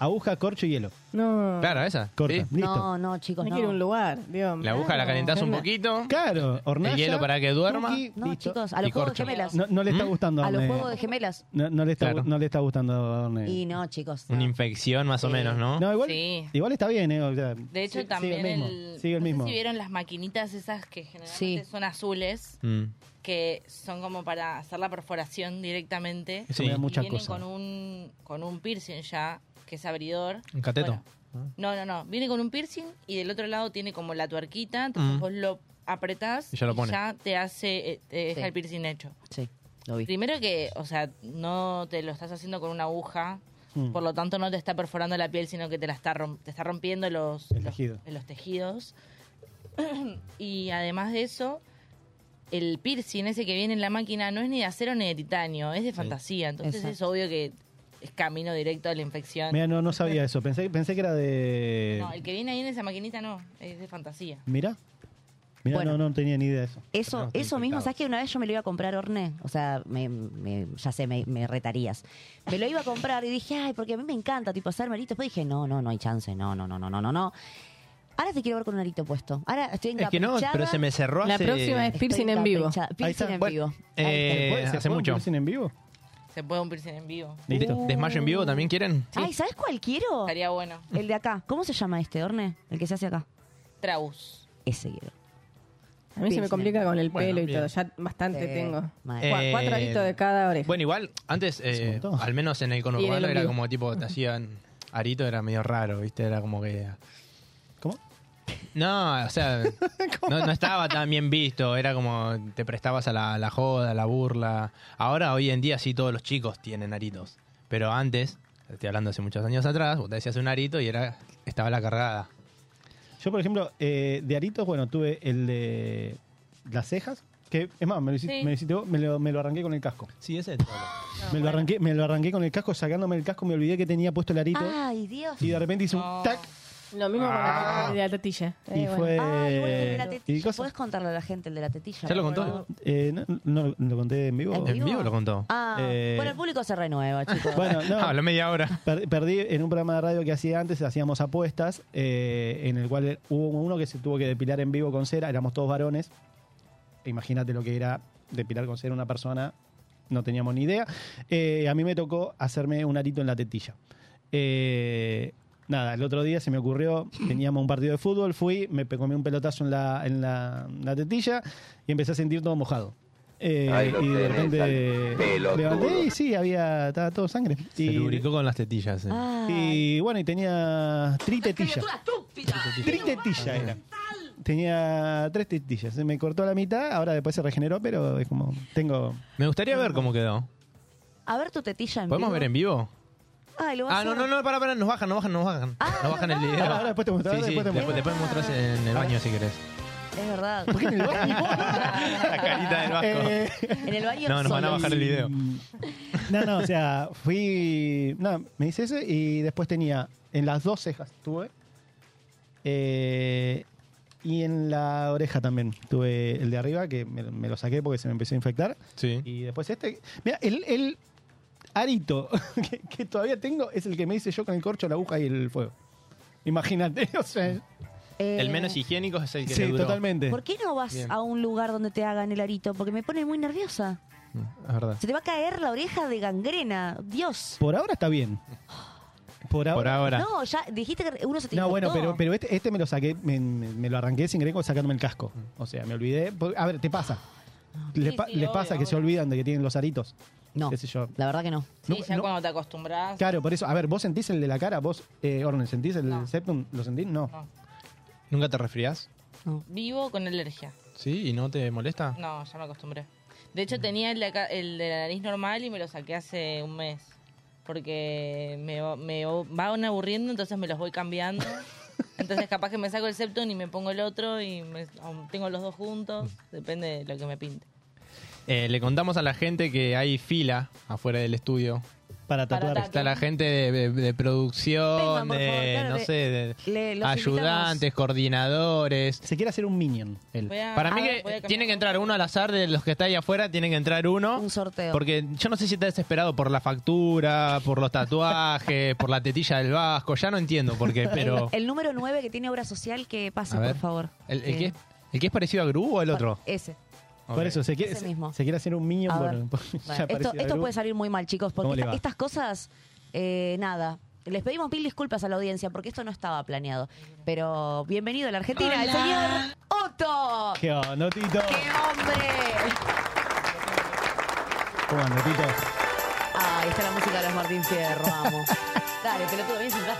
F: aguja, corcho y hielo.
G: No.
E: Claro, esa.
F: Corta,
E: Sí.
D: No, no, chicos,
G: Hay
D: no.
G: que ir a un lugar, Dios
E: La aguja la calentás un poquito.
F: Claro, hornalla.
E: El hielo para que duerma.
F: cookie,
D: No,
F: listo.
D: chicos, a los
E: Y
D: juegos de
E: corcho.
D: gemelas.
F: No, no le está gustando
D: A los
F: Orne.
D: juegos de gemelas.
F: no, no le está,
E: Claro.
F: no le está gustando a Orne.
D: Y no, chicos.
E: Una
D: no.
E: infección más o
D: Sí.
E: menos, ¿no?
F: No, igual,
H: Sí.
F: igual está bien, ¿eh? O sea,
H: De
F: sí-
H: hecho,
F: sigue
H: también
F: el mismo.
H: el.
F: Sigue el
H: no sé
F: mismo.
H: si vieron las maquinitas esas que generalmente
D: Sí.
H: son azules,
E: Mm.
H: que son como para hacer la perforación directamente.
F: Eso
E: Sí.
F: me da mucha
H: y vienen
F: cosa.
H: con un con un piercing ya, que es abridor.
E: Un cateto.
H: Bueno, no, no, no. Viene con un piercing y del otro lado tiene como la tuerquita, entonces
E: Mm.
H: vos lo apretás
E: Y ya lo pone.
H: te hace, eh, te deja
D: Sí.
H: el piercing hecho.
D: Sí, lo vi.
H: Primero que, o sea, no te lo estás haciendo con una aguja,
F: Mm.
H: por lo tanto no te está perforando la piel, sino que te la está rom- te está rompiendo los,
F: El
H: los-
F: tejido.
H: los tejidos. (clears throat) y además de eso, el piercing ese que viene en la máquina no es ni de acero ni de titanio, es de fantasía, entonces
D: Exacto.
H: es obvio que es camino directo a la infección.
F: Mira, eh, no, no sabía eso. Pensé, pensé que era de.
H: No, el que viene ahí en esa maquinita no, es de fantasía.
F: Mira. Mira,
D: Bueno.
F: no, no tenía ni idea de eso.
D: Eso,
E: Tenemos que
D: eso mismo,
E: infectados.
D: ¿sabes que una vez yo me lo iba a comprar, Orne? O sea, me, me- ya sé, me, me retarías. Me lo iba a comprar y dije, ay, porque a mí me encanta, tipo, hacer aritos. Después dije, no, no, no hay chance, no, no, no, no, no, no, no. Ahora te quiero ver con un arito puesto. Ahora estoy
E: Es que no,
D: encaprichada.
E: pero se me cerró
G: La
E: hace-
G: próxima es
D: Estoy
G: piercing en vivo.
D: encaprichada. Piercing
F: está.
D: en
E: Bueno,
D: vivo.
E: eh,
F: ¿Se puede- se
E: hace
F: puede un
E: mucho.
F: piercing en vivo?
H: Se puede un piercing en vivo.
F: Listo.
E: ¿Desmayo en vivo también quieren?
D: Ay, ¿sabes cuál quiero?
H: Estaría bueno.
D: El de acá. ¿Cómo se llama este, Orne? El que se hace acá.
H: Traus.
D: Ese quiero.
G: A mí se me
D: Piercing.
G: complica con el
E: Bueno,
G: pelo y
E: bien.
G: todo. Ya bastante
D: Sí.
G: tengo.
D: Madre.
G: Cua-
E: Eh,
G: cuatro aritos de cada oreja.
E: Bueno, igual, antes, eh,
F: montón.
E: al menos en
G: Y
E: el
G: en el
E: conurbano, era
G: ombligo.
E: como tipo, te hacían arito, era medio raro, ¿viste? Era como que.
F: ¿Cómo?
E: No, o sea, no, no estaba tan bien visto, era como te prestabas a la, la joda, a la burla. Ahora, hoy en día, sí, todos los chicos tienen aritos. Pero antes, estoy hablando hace muchos años atrás, vos te decías un arito y era estaba la cargada.
F: Yo, por ejemplo, eh, de aritos, bueno, tuve el de las cejas, que es más, me lo hiciste,
H: Sí.
F: me lo, hiciste vos, me lo- me lo arranqué con el casco.
E: Sí, ese.
F: me, lo arranqué, me lo arranqué con el casco, sacándome el casco, me olvidé que tenía puesto el arito
D: Ay, Dios.
F: y de repente hice un
H: No.
F: tac
G: Lo mismo con
F: Ah.
G: la, de la tatilla. Eh,
F: y
G: bueno.
F: fue...
D: Ay, bueno, Ah, el de
E: Eh,
D: la
F: y
D: tetilla.
F: cosas.
D: ¿Puedes contarle a la gente el de la tetilla?
E: ¿Ya lo
D: por
E: contó?
D: favor?
F: Eh, no, no, lo conté en vivo.
D: ¿En
E: En vivo lo contó. (laughs) Ah,
D: Ah,
F: Eh,
D: bueno, el público se renueva, chicos.
F: Bueno, no,
E: Habló media hora.
F: Per- Perdí en un programa de radio que hacía antes, hacíamos apuestas, eh, en el cual hubo uno que se tuvo que depilar en vivo con cera, éramos todos varones. Imagínate lo que era depilar con cera una persona, no teníamos ni idea. Eh, a mí me tocó hacerme un arito en la tetilla. Eh, nada, el otro día se me ocurrió, teníamos un partido de fútbol, fui, me pe- comí un pelotazo en la, en la, en la tetilla y empecé a sentir todo mojado. Eh,
L: Ahí lo
F: y de
L: tenés, al
F: repente
L: pelotudo.
F: levanté y sí, había, estaba todo sangre.
E: Se
F: Y-
E: lubricó con las tetillas. eh.
D: Ah.
F: y bueno, y tenía tritetilla. Tritetilla era. Tenía tres tetillas. Se me cortó la mitad, ahora después se regeneró, pero es como. Tengo.
E: Me gustaría ver cómo quedó.
D: a ver tu tetilla en
E: ¿Podemos ver en vivo?
D: Ay, lo vas
E: Ah,
D: a
E: no,
D: ver.
E: no, no, para, para, nos bajan, nos bajan, nos bajan.
D: Ah,
E: nos bajan el
D: ¿verdad?
E: video.
F: Ahora, ahora, después te muestro,
E: Sí,
F: ahora,
E: sí,
F: después te
E: después,
F: muestro.
E: después me mostrás en el baño si querés.
D: Es verdad.
F: ¿Por qué en el baño?
E: La carita del vasco.
F: Eh,
D: En el baño
E: No, nos van a
D: solos.
E: bajar el video.
F: Mm. No, no, o sea, fui. No, me hice eso y después tenía. En las dos cejas tuve. eh, y en la oreja también tuve el de arriba, que me- me lo saqué porque se me empezó a infectar.
E: Sí.
F: Y después este. Mira, el, el arito (laughs) que, que todavía tengo es el que me hice yo con el corcho, la aguja y el fuego. Imagínate, (laughs) o sea.
D: Eh,
E: El menos higiénico es el que le
F: Sí,
E: duró.
F: totalmente.
D: ¿Por qué no vas
E: Bien.
D: a un lugar donde te hagan el arito? Porque me pone muy nerviosa.
E: Mm, Es verdad.
D: Se te va a caer la oreja de gangrena. Dios.
F: Por ahora está bien. Por
E: Por
F: ahora.
E: ahora.
D: No, ya dijiste que uno se te
F: No, bueno,
D: infectó.
F: pero, pero este, este me lo saqué, me, me- me lo arranqué sin greco sacándome el casco.
E: Mm.
F: O sea, me olvidé. por- A ver, te pasa. Les,
H: Sí,
F: pa-
H: sí,
F: les
H: obvio,
F: pasa que
H: obvio.
F: se olvidan de que tienen los aritos.
D: No,
F: Qué sé yo.
D: la verdad que no.
H: Sí,
F: No,
H: ya
F: no.
H: cuando te acostumbras.
F: Claro, por eso. A ver, ¿vos sentís el de la cara? ¿Vos, eh, Orne, sentís el septum? ¿Lo sentís? No.
H: No.
E: ¿Nunca te resfrías?
H: Vivo con alergia.
E: Sí, ¿y no te molesta?
H: No, ya me acostumbré. De hecho, tenía el de, acá- el de la nariz normal y me lo saqué hace un mes. Porque me, va- me va- van aburriendo, entonces me los voy cambiando. Entonces, capaz que me saco el septum y me pongo el otro y me- aún tengo los dos juntos. Depende de lo que me pinte.
E: Eh, le contamos a la gente que hay fila afuera del estudio
F: para tatuar.
E: Está la gente de, de- de producción,
F: Vengan, por
E: de,
F: favor, claro,
E: no
F: de-
E: sé, de
F: le- los
E: ayudantes, coordinadores.
F: Se quiere hacer un minion. él.
H: Voy a-
E: Para mí
H: a ver,
E: que
H: voy a cambiar.
E: tiene que entrar uno al azar de los que está ahí afuera, tienen que entrar uno.
D: Un sorteo.
E: Porque yo no sé si está desesperado por la factura, por los tatuajes, por la tetilla del vasco. Ya no entiendo por qué, pero...
D: El, el número 9 que tiene obra social que pase,
E: Oh. A ver.
D: por favor. Eh,
E: ¿El, el que es, el que es parecido a Gru o el otro?
D: Ese.
F: Por eso, se quiere,
D: Ese
F: se-
D: mismo.
F: se quiere hacer un minion.
D: A
F: por-
D: ver.
F: por-
D: Bueno,
F: (laughs) ya
D: esto
F: parecía
D: esto
F: Gru.
D: puede salir muy mal, chicos,
F: ¿Cómo
D: porque
F: le
D: esta-
F: va?
D: estas cosas, eh, nada. Les pedimos mil disculpas a la audiencia porque esto no estaba planeado. Pero bienvenido a la Argentina, el señor Otto.
F: ¿Qué onda, Tito?
D: ¡Qué hombre!
F: ¿Cómo anda, Tito?
D: Ahí está la música de los Martín Fierro,
E: (laughs)
D: vamos. Dale, pelotudo, ven sentar.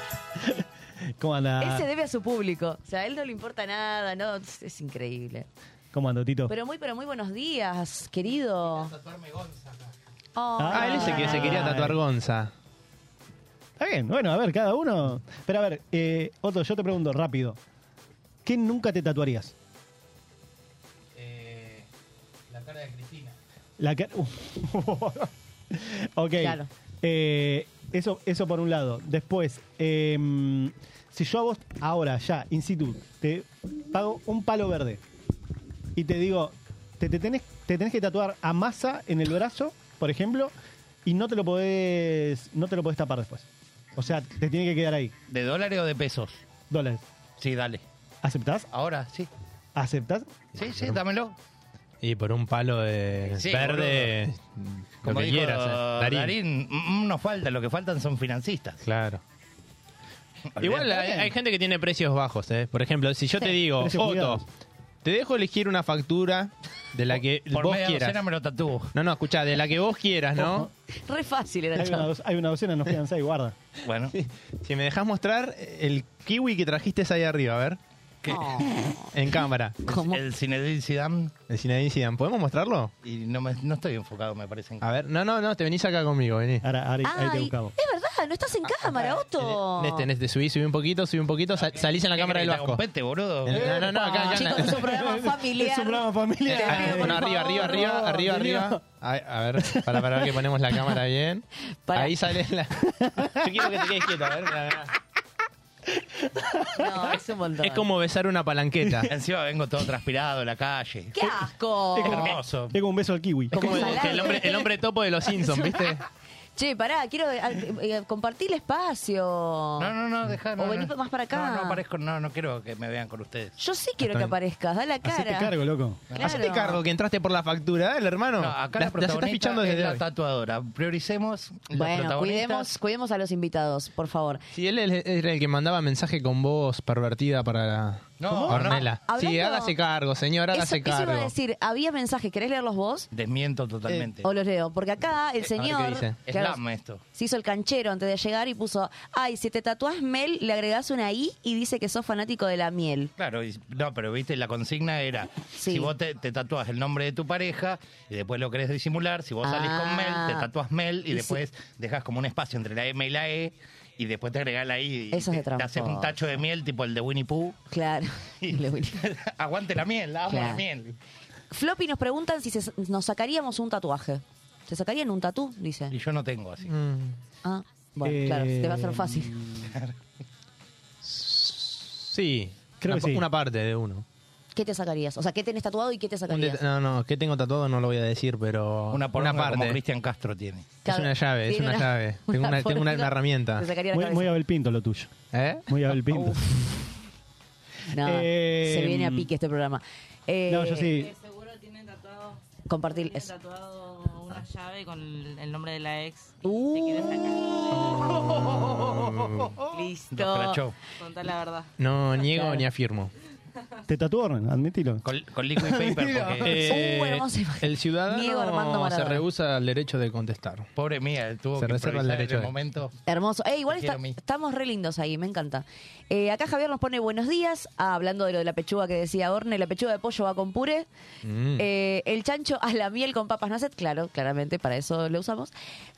F: ¿Cómo anda?
E: Ah.
D: Él se debe a su público. O sea, a él no le importa nada, no, es es increíble.
F: ¿Cómo anda, Tito?
D: Pero muy, pero muy buenos días, querido. Oh,
E: Ah, él es el que se quería tatuar Gonza.
F: Está bien, bueno, a ver, cada uno. Pero a ver, eh, Otto, yo te pregunto rápido. ¿Qué nunca te tatuarías?
E: Eh, La cara de Cristina.
F: La ca- (laughs) ok.
E: Claro.
F: Eh, eso, eso por un lado. Después, em, si yo a vos ahora, ya, in situ, te pago un palo verde y te digo, te, te tenés, te tenés que tatuar a masa en el brazo, por ejemplo, y no te lo podés, no te lo podés tapar después. O sea, te tiene que quedar ahí.
L: ¿De dólares o de pesos?
F: Dólares.
L: Sí, dale.
F: ¿Aceptás?
L: Ahora, sí.
F: ¿Aceptás?
L: Sí, sí, dámelo.
E: Y por un palo de
L: Sí,
E: verde,
L: Como
E: lo que
L: dijo
E: quieras. eh,
L: Darín,
E: Darín.
L: mm, mm, nos falta, lo que faltan son financistas.
E: Claro. Igual hay, hay gente que tiene precios bajos, ¿eh? Por ejemplo, si yo te
L: Sí,
E: digo,
L: precios cuidados.
E: Otto, te dejo elegir una factura de la que
L: Por
E: vos
L: media
E: quieras.
L: docena me lo tatúo.
E: No, no, escuchá, de la que vos quieras, ¿no?
D: Re fácil era el
F: Hay una,
D: chavo.
F: doc- hay una docena, nos quedan seis, guarda.
L: Bueno.
E: (laughs) Si me dejás mostrar el kiwi que trajiste es ahí arriba, a ver.
D: Oh.
E: En cámara.
L: El Zinedine Zidane.
E: El Zinedine Zidane. ¿Podemos mostrarlo?
L: Y no, me- no estoy enfocado, me parece. en-
E: A ver, no, no, no, te venís acá conmigo, vení.
F: Ahora,
D: Ay, es verdad, no estás en cámara, Otto.
E: Ah, En este, en este, subí, subí un poquito, subí un poquito, sal- salís en la
L: ¿Qué
E: cámara del
L: querés,
E: vasco.
L: compete, boludo?
E: En- no, no, no, acá, acá.
D: Chicos, es un
E: (laughs)
D: programa familiar.
F: Es un programa familiar. Ah,
D: Te pido, por
E: Bueno, Ah, arriba,
D: favor.
E: arriba, arriba, arriba,
F: Danilo.
E: arriba. Ay, a ver, para, para ver que ponemos la cámara bien.
D: (laughs) Para.
E: Ahí sale
L: (laughs)
E: la. Yo quiero que te quedes quieto, a ver, mirá, mirá.
D: No, es un montón.
E: Es como besar
D: (laughs)
E: una palanqueta.
L: Encima vengo todo transpirado de la calle.
D: ¡Qué asco!
L: Hermoso.
F: Tengo un beso al kiwi.
E: Es como el,
D: salado.
E: el hombre, el hombre topo de los Simpsons, ¿viste?
D: Che, pará, quiero eh, eh, compartir el espacio.
L: No, no, no, dejá.
D: O
L: no,
D: vení
L: no.
D: más para acá.
L: No, no aparezco, no, no quiero que me vean con ustedes.
D: Yo sí quiero que
E: bien.
D: aparezcas, da la
F: Hacete
D: cara.
F: cargo, loco.
D: Claro.
E: Hacete cargo que entraste por la factura, dale, hermano.
L: No, acá
E: Las-
L: la
E: las estás
L: protagonista
E: fichando
L: es
E: desde
L: la
E: hoy.
L: tatuadora. Prioricemos los
D: Bueno,
L: protagonistas.
D: cuidemos, cuidemos a los invitados, por favor.
E: Si él es- era el que mandaba mensaje con voz pervertida para la
L: No,
E: ¿Cómo?
L: no.
E: Ornella. Sí,
D: Hablando-
E: hágase cargo, señora,
D: Eso,
E: hágase
D: eso iba a
E: cargo.
D: decir, había mensajes, ¿querés leerlos vos?
L: Desmiento
E: Eh,
L: totalmente.
D: O los leo, porque acá el
E: A ver
D: señor
E: qué dice.
D: claro,
L: Slam esto.
D: se hizo el canchero antes de llegar y puso, ay, si te tatuás Mel, le agregás una I y dice que sos fanático de la miel.
L: Claro, y- no, pero viste, la consigna era,
D: Sí.
L: si vos te, te tatuás el nombre de tu pareja y después lo querés disimular, si vos salís con Mel,
D: Ah.
L: te tatuás Mel y,
D: Y
L: después dejas como un espacio entre la M y la E y después te agregás la I y
D: Eso es de
L: te, te haces un
D: tramposo.
L: tacho de miel tipo el de Winnie Pooh. (laughs)
E: (laughs)
D: Claro. Le voy-
L: Aguante la miel, amo
D: Claro.
L: la miel.
D: Floppy nos preguntan si se- nos sacaríamos un tatuaje. ¿Se sacarían un tatú?
L: Y
D: Dice.
L: yo no tengo así.
E: Mm,
D: Ah, bueno,
F: Eh,
D: claro, te va a ser fácil.
E: Sí,
F: Creo
E: una,
F: que sí.
E: una parte de uno.
D: ¿Qué te sacarías? O sea, ¿qué tenés tatuado y qué te
E: Un
D: sacarías?
E: det- no, no, que tengo tatuado no lo voy a decir, pero
L: Una por una, como
E: parte.
L: Cristian Castro tiene.
E: Es una llave, es
D: Tiene (laughs)
E: una llave. Tengo una- tengo una- una herramienta.
D: Te sacaría la
F: Muy,
D: cabeza.
F: muy Abel Pinto lo tuyo.
E: ¿Eh?
F: Muy Abel Pinto.
D: No,
F: Eh,
D: se viene a pique este programa. Eh,
F: no, yo sí.
H: Seguro tienen tatuado,
D: Compartir.
H: tienen tatuado una llave con el, el nombre de la ex. Te
D: Uh,
H: quieren (laughs) sacar.
L: Los
H: Listo.
L: crachó.
H: Contá la verdad.
E: No niego ni afirmo.
F: Te tatuaron, admitilo.
L: Con,
D: (laughs)
L: con liquid paper porque...
E: Eh,
D: Uh, hermosa imagen.
E: el
D: Diego Armando
E: ciudadano se
D: Maradona.
E: rehúsa al derecho de contestar.
L: Pobre mía, tuvo
E: Se
L: que
E: reserva el
L: improvisar en
E: derecho
L: el
E: de-
L: momento.
D: hermoso. Eh, igual
L: Te
D: está-
L: quiero, mi.
D: estamos re lindos ahí, me encanta. Eh, acá Javier nos pone buenos días, ah, hablando de lo de la pechuga que decía Orne. La pechuga de pollo va con puré.
E: Mm.
D: Eh, el chancho a la miel con papas nacet. Claro, claramente, para eso lo usamos.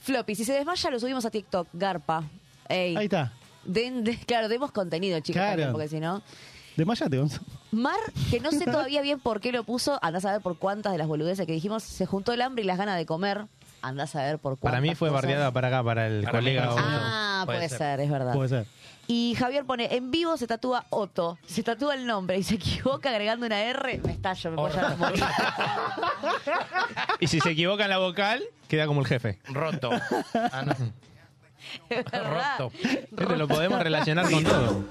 D: Floppy, si se desmaya, lo subimos a TikTok. Garpa. Ey,
F: Ahí está.
D: den- de- (laughs) claro, demos contenido, chicos,
F: Claro.
D: también, porque si no.
F: Desmayate, Gonzo.
D: Mar, que
E: (laughs)
D: no sé todavía bien por qué lo puso, andás a saber por cuántas de las boludeces que dijimos, se juntó el hambre y las ganas de comer. Andás a ver por cuántas
E: Para mí fue
D: cosas.
E: bardeada para acá, para el
L: Para mí
E: colega.
L: también.
E: Otto.
D: Ah,
L: Puede
D: puede,
L: ser.
D: ser. es verdad.
E: Puede ser.
D: Y Javier pone, en vivo se tatúa Otto, se tatúa el nombre y se (laughs) equivoca agregando una R, me estallo, me voy a morir.
E: (laughs) Y si se equivoca en la vocal, queda como el jefe. (laughs)
L: Roto. Ah, no.
D: (laughs)
L: Roto.
E: Este lo podemos relacionar con todo.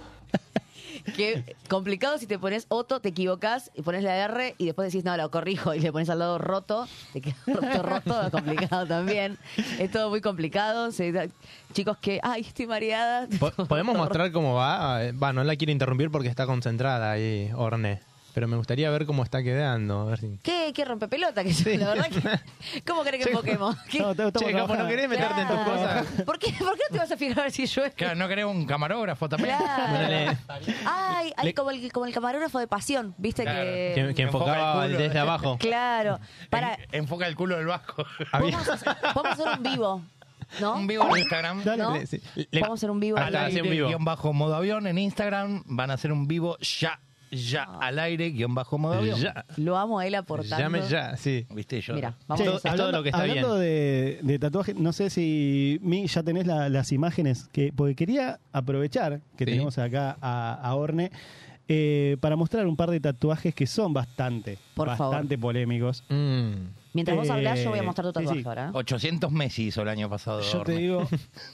D: Qué complicado si te pones Otto, te equivocas y pones la R y después decís, no, lo corrijo y le pones al lado roto, te queda (laughs) roto, roto, es complicado también. Es todo muy complicado. se da- chicos que, ay, estoy mareada.
E: (laughs) Po- ¿Podemos mostrar cómo va? Eh, Va, no la quiero interrumpir porque está concentrada ahí, Orne. Pero me gustaría ver cómo está quedando. A ver si...
D: ¿Qué, qué rompepelota que soy? La verdad que, ¿cómo crees que enfoquemos? ¿Qué-
E: Che, Capo, ¿no querés meterte en tus cosas?
D: ¿Por qué, ¿Por qué no te vas a fijar a ver si llueve?
L: Claro, no querés un camarógrafo también.
D: Claro.
E: Ponele-
D: Ay, ay como, el, como el camarógrafo de pasión, viste
L: Claro.
D: que...
E: que, que
L: Enfoca
E: enfocaba
L: el culo.
E: desde abajo.
D: Claro. Para,
L: En- enfoca el culo del vasco.
E: Había-
D: vamos, a- vamos a hacer un vivo, ¿no?
L: Un vivo en Instagram.
D: ¿No?
E: Le- sí. Le-
D: Vamos a hacer un vivo.
E: Hasta
L: Al
E: hace
L: aire,
E: un vivo.
L: guión bajo modo avión en Instagram. Van a hacer un vivo ya, ya, al aire, guión bajo modo avión.
E: Ya,
D: Lo amo a él aportando.
E: llame ya, sí.
L: ¿Viste? Yo.
D: Mira,
F: Che,
D: vamos a
E: Todo- es todo lo que está
F: hablando De, de tatuaje, no sé si Mi ya tenés la- las imágenes, que, porque quería aprovechar que
E: Sí.
F: tenemos acá a, a Orne eh, para mostrar un par de tatuajes que son bastante,
D: Por favor.
F: bastante polémicos.
E: Mm.
D: Mientras vos hablás, yo voy a
F: Eh,
D: mostrar tu
F: sí, sí.
D: tatuaje ahora.
L: 800 Messi hizo el año pasado.
F: Yo te
L: Orne.
F: digo,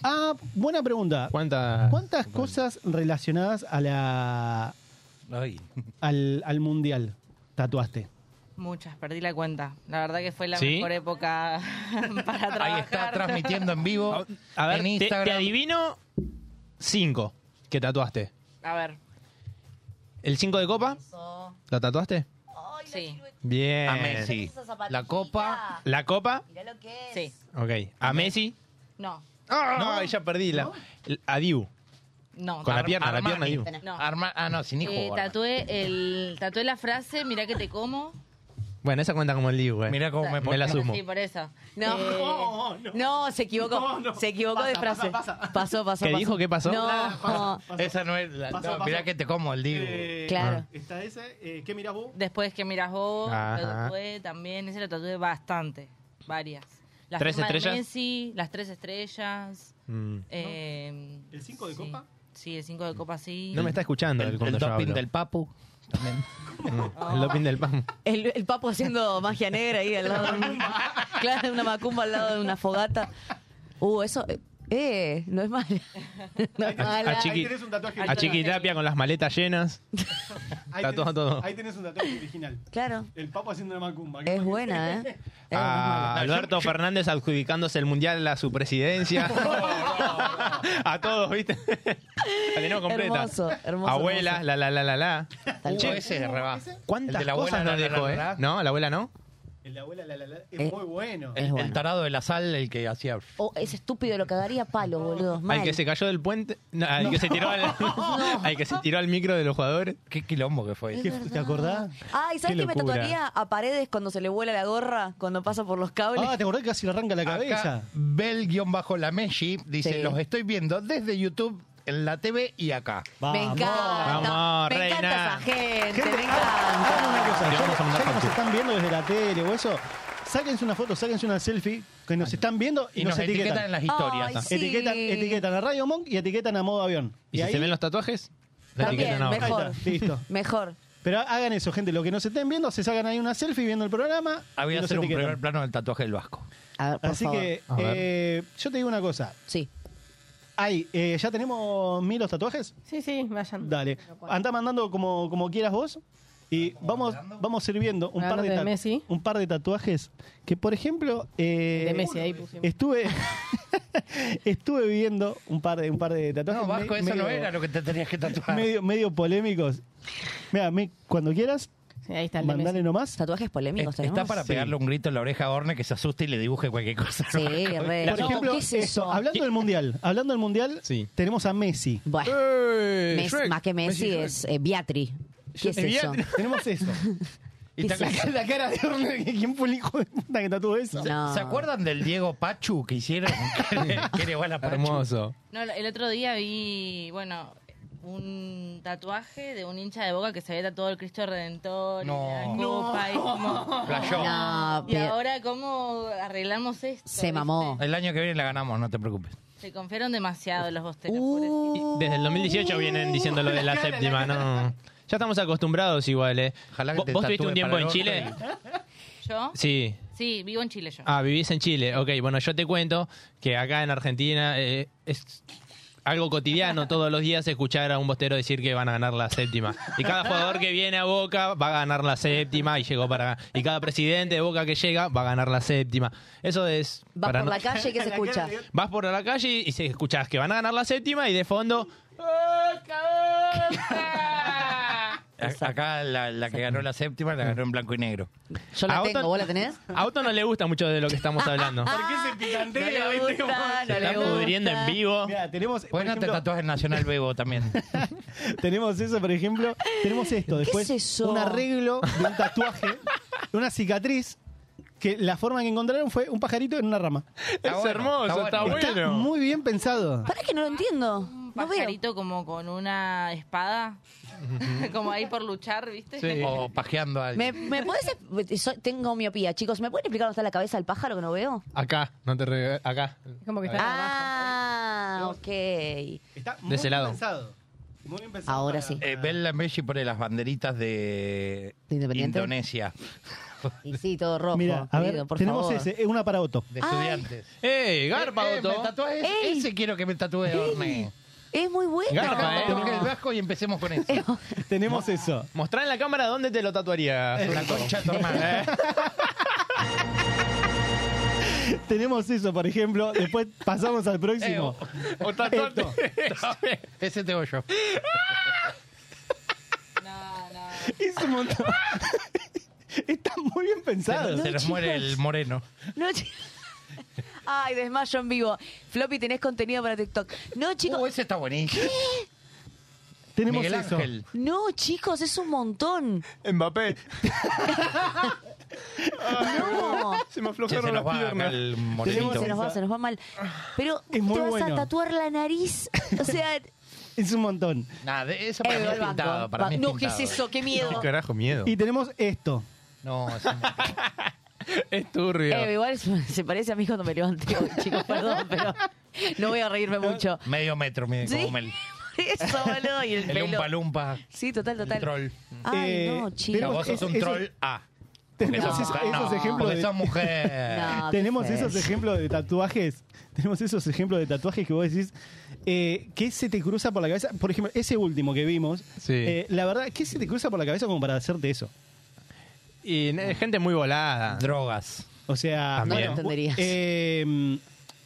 F: ah, buena pregunta.
L: Ah,
E: ¿Cuántas?
F: ¿Cuántas cosas relacionadas a la,
L: (laughs) Ay.
F: al, al mundial tatuaste?
H: Muchas, perdí la cuenta. La verdad que fue la
E: ¿Sí?
H: mejor época (laughs) para trabajar.
L: Ahí está transmitiendo en vivo.
E: A ver,
L: en
E: te- te,
L: Instagram.
E: adivino cinco que tatuaste.
H: A ver.
E: ¿El cinco de copa? ¿Lo tatuaste?
H: Sí,
E: Bien.
L: A Messi. La copa.
E: ¿La copa?
D: Mirá lo que es.
H: sí.
E: Ok. ¿A Messi?
H: No,
E: Ah, ya perdí la. A Diu.
H: no.
E: Con la
L: Ar-
E: pierna, la pierna
L: Armani.
E: Diu.
H: No.
L: Arma- ah, no, sin hijo.
H: Eh,
L: Orne.
H: tatué, el, tatué la frase, mirá que te como.
E: Bueno, esa cuenta como el Diu, eh. güey.
L: Mirá cómo me
E: Me la
L: pone.
E: sumo.
H: Sí, por eso.
D: No,
H: Eh,
D: no, se equivocó. Se equivocó de frase. Pasó, pasó.
E: ¿Qué
D: pasó.
E: dijo? ¿Qué pasó?
D: No,
L: Esa no es la.
F: Pasa,
L: no,
F: pasa.
L: mirá que te como el Dibu.
D: claro.
F: Eh, Está ese, ¿qué mirás vos?
H: Después que miras vos,
E: Ajá.
H: lo tatué también. Ese lo tatué bastante, varias. La
E: ¿Tres
H: firma de
E: estrellas?
H: Messi, las tres estrellas.
E: Mm.
H: eh,
F: ¿El cinco de
H: sí.
F: copa?
H: Sí, el 5 de copa sí.
E: No me está escuchando el,
L: El, el
E: cuando yo
L: doping
E: hablo.
L: del papu. También.
E: Mm, El doping
L: (laughs)
E: del pan.
D: El, el papo haciendo magia negra ahí al lado de un- (laughs) claro, de una macumba al lado de una fogata. Uh, eso. eh, Eh, no es mala. (laughs) No es
E: A
D: mala.
E: Chiqui,
F: un tatuaje,
E: a Chiqui Tapia con las maletas llenas.
F: ahí
E: tatuado todo.
F: tenés un tatuaje original.
D: Claro.
F: El papo haciendo una macumba.
D: Es buena, ¿eh?
E: Ah.
D: Eh,
E: A Alberto Fernández adjudicándose el mundial a su
L: (laughs)
E: presidencia.
L: Oh,
E: (laughs) a todos, ¿viste? (laughs) La tenemos completa.
D: Hermoso, hermoso,
E: Abuela,
D: hermoso.
E: la la la la la.
D: Tal
L: Uh,
D: cual.
L: ese es reba. El
E: ¿Cuántas
L: de la abuela,
E: cosas nos
L: la, la,
E: dejó,
L: la,
E: eh?
L: la.
E: No, la abuela no.
F: (laughs) El abuela la, la, la, es
D: Eh.
F: muy bueno.
D: Es
L: El,
D: bueno.
L: el tarado de la sal, el que hacía.
D: Oh, es estúpido, lo cagaría a palo, boludo. Mal.
E: Al que se cayó del puente. no, al, que se tiró
L: (laughs)
E: al, al que se tiró al micro de los jugadores.
L: Qué quilombo que fue.
F: ¿Qué- ¿Te acordás?
D: Ay, ¿sabes
E: Qué
D: qué me
E: locura.
D: tatuaría a paredes cuando se le vuela la gorra, cuando pasa por los cables?
F: Ah, ¿te acordás que casi le arranca la cabeza?
L: Acá, Bel-Lameshi dice:
D: Sí.
L: Los estoy viendo desde YouTube, en la TV y acá.
D: me
F: Vamos.
D: encanta.
E: Vamos,
D: me
E: reina.
D: encanta esa gente,
F: Gente,
D: me
F: hagan- hagan una
D: encanta.
F: cosa,
E: Le
F: ya-
E: vamos a mandar
F: ya que nos
E: fotos.
F: están viendo desde la tele o eso, sáquense una foto, sáquense una selfie que nos están viendo y,
L: Y nos etiquetan. en las historias.
D: Ay, sí.
F: Etiquetan, etiquetan a Radio Monk y etiquetan a Modo Avión.
E: ¿Y, si
F: ahí-
E: se ven los tatuajes? La
D: También,
E: etiquetan ahora.
F: ahí
D: mejor.
F: está, listo.
D: Mejor.
F: Pero hagan eso, gente. Lo que nos estén viendo, se sacan ahí una selfie viendo el programa. y
E: Ah,
L: Había que
F: nos
L: hacer un
F: etiquetan.
L: primer plano del tatuaje del Vasco.
D: A ver, por
F: Así
D: favor.
F: que
E: A ver.
F: eh, yo te digo una cosa.
D: Sí.
F: Ay, eh, ¿ya tenemos mil los tatuajes?
G: Sí, sí, vayan.
F: Dale. Anda mandando como, como quieras vos. Y vamos, vamos sirviendo un par,
G: Hablando
F: de
G: de
F: ta-
G: Messi.
F: un par de tatuajes que, por ejemplo, eh,
G: De Messi, ahí pusimos.
F: estuve (laughs) estuve viendo un par de, un par de tatuajes.
L: No, Vasco,
F: me-
L: eso no
F: medio-
L: era lo que te tenías que tatuar.
F: medio, medio polémicos. Mira, me- cuando quieras,
G: Sí, ahí está el de
F: mandale
G: Messi.
F: nomás.
D: Tatuajes polémicos tenemos.
L: Está para pegarle un grito en la oreja a Orne que se asuste y le dibuje cualquier cosa.
D: Sí, (laughs)
L: (laughs)
D: re.
F: Por
D: No,
F: ejemplo,
D: ¿qué es
F: esto,
D: eso?
F: hablando del mundial, hablando del mundial,
E: Sí.
F: tenemos a Messi.
D: Bueno,
E: ¡Eh,
D: Messi-
E: Shrek!
D: más que Messi, es eh, Beatri. ¿Qué es eso?
F: Tenemos
G: (laughs)
F: eso.
D: ¿Qué es eso?
F: La cara de Orne, que (laughs) ¿quién fue el hijo de puta que tatuó eso?
D: (laughs) No.
L: ¿Se acuerdan del Diego Pachu
E: (laughs)
L: que hicieron? que era igual a Pachu.
E: Hermoso.
H: No, el otro día vi, bueno, un tatuaje de un hincha de boca que se había tatuado el Cristo Redentor
L: No.
H: y la copa y
D: (laughs)
H: como-
L: Flasheó.
D: No,
H: (laughs) y
D: pero-
H: ahora cómo arreglamos esto.
D: Se mamó.
L: El año que viene la ganamos, no te preocupes.
H: Se confiaron demasiado los bosteros.
D: Uh.
E: Desde el 2018 vienen diciendo lo de (laughs) la séptima, ¿no? Ya estamos acostumbrados igual, ¿eh? ¿Vos,
L: te
E: vos tuviste un
L: tatúen
E: tiempo
L: para
E: en
L: el
E: Chile?
H: ¿Yo?
E: Sí.
H: Sí, vivo en Chile yo.
E: Ah, vivís en Chile. Ok, bueno, yo te cuento que acá en Argentina eh, es algo cotidiano todos los días escuchar a un bostero decir que van a ganar la séptima. Y cada jugador que viene a Boca va a ganar la séptima y llegó para Y cada presidente de Boca que llega va a ganar la séptima. Eso es...
D: Vas
E: para
D: por
E: no-
D: la calle que se escucha.
E: Vas por la calle y se escuchás que van a ganar la séptima y de fondo... "Ah,
L: A- Acá la, la que ganó la séptima la ganó en blanco y negro.
D: Yo
E: A
D: la
E: Otto-
D: tengo, ¿vos la
E: (laughs)
D: tenés?
E: A Otto no le gusta mucho de lo que estamos
D: (laughs)
E: hablando.
F: se picantea?
D: No le
F: ¿viste?
D: gusta,
F: Como-
D: no
E: Se
D: le
E: están
D: gusta.
E: pudriendo en vivo.
F: Mirá, tenemos, por
L: Bueno, Pues te
F: ejemplo,
L: tatuajes en Nacional
E: (laughs)
L: Bebo también.
F: (laughs) tenemos eso, por ejemplo. Tenemos esto. Después,
D: es eso?
F: un arreglo de un tatuaje, de una cicatriz, que la forma que encontraron fue un pajarito en una rama.
E: es
L: bueno,
E: hermoso,
L: está
E: está
L: bueno.
E: bueno.
F: Está muy bien pensado.
D: Pará que no lo entiendo.
H: Un
D: No veo.
H: pajarito como con una espada, (laughs) como ahí por luchar, ¿viste?
E: Sí.
L: O pajeando a
D: ¿Me,
L: alguien.
D: me podés ex- so- tengo miopía, chicos. ¿Me pueden explicar dónde está la cabeza del pájaro que no veo?
E: Acá, no te re- acá.
G: Como que está
D: Ah, ok.
F: Está muy
E: De ese
F: bien
E: lado.
F: pensado. Muy bien pensado.
D: Ahora
F: para-
D: sí.
L: Eh, Bella Messi pone las banderitas de
D: ¿De Independiente?
L: Indonesia,
D: Y sí, todo rojo.
F: Mira, a ver,
D: querido, por
F: tenemos
D: favor.
F: ese, eh, una para Otto.
L: de
D: Ay.
L: estudiantes.
E: ¡Ey, garpa,
L: Eh, eh, me
E: Otto!
L: tatuajes,
D: Ey.
L: Ese quiero que me tatúe Orne.
D: Es muy bueno.
E: Garpa, eh.
L: Tengo que el vasco y empecemos
D: (laughs)
L: con eso.
F: Tenemos eso.
E: Mostrá en la cámara dónde te lo tatuarías.
L: La concha de
E: (laughs)
L: tu hermana. ¿eh?
F: Tenemos eso, por ejemplo. Después pasamos al próximo.
E: Eh, O tatuarte.
L: Ese tengo yo.
H: No, no.
F: Es un montón. (laughs) Está muy bien pensado.
L: Se nos muere el moreno.
D: No, chi- (laughs) Ay, desmayo en vivo. Floppy, tenés contenido para TikTok. No, chicos.
L: Uh, ese está buenísimo.
F: Tenemos
L: Miguel
F: eso.
L: Ángel.
D: No, chicos, es un montón. (laughs)
E: Mbappé.
D: No.
E: Se me
L: Che, se
E: aflojaron
L: nos
E: las
L: va acá
E: piernas.
L: el
D: Sí,
L: morenito.
D: se nos va, se nos va mal. Pero
F: Es muy
D: te vas
F: bueno.
D: a tatuar la nariz. O sea, eh,
F: Es un montón.
L: Nada, de- eso para mí
D: va
L: es
D: al banco.
L: pintado. Para
D: Va-
L: mí es
D: no, ¿qué es
L: pintado.
D: eso? Qué miedo.
E: Carajo, miedo.
F: Y tenemos esto.
L: No, ese es muy-
E: (laughs) Es turbio.
D: Eh, igual se se parece a mí cuando me levanté hoy, (laughs) chicos, perdón, pero no voy a reírme mucho.
L: medio metro, mire,
D: Sí. (laughs)
L: como el,
D: Eso, boludo, y el,
L: el
D: pelo.
L: Umpa Lumpa,
D: Sí, total,
L: el
D: total.
L: troll.
D: Ay,
F: Eh,
D: no,
L: No,
D: chicos.
L: vos sos
F: Eso-
L: un
F: eso-
L: troll A. Porque
F: Tenemos
L: sos
F: esos-
L: mujer,
F: esos
L: no,
F: ejemplos
L: porque
F: de-
L: sos mujer.
D: No, qué
F: Tenemos
D: feo.
F: esos ejemplos de tatuajes. Tenemos esos ejemplos de tatuajes que vos decís. Eh, ¿Qué se te cruza por la cabeza? Por ejemplo, ese último que vimos.
E: Sí.
F: eh, la verdad, ¿qué se te cruza por la cabeza como para hacerte eso?
E: Y eh, gente muy volada.
L: Drogas.
F: O sea,
E: También.
F: bueno,
E: No
D: lo entenderías.
F: eh,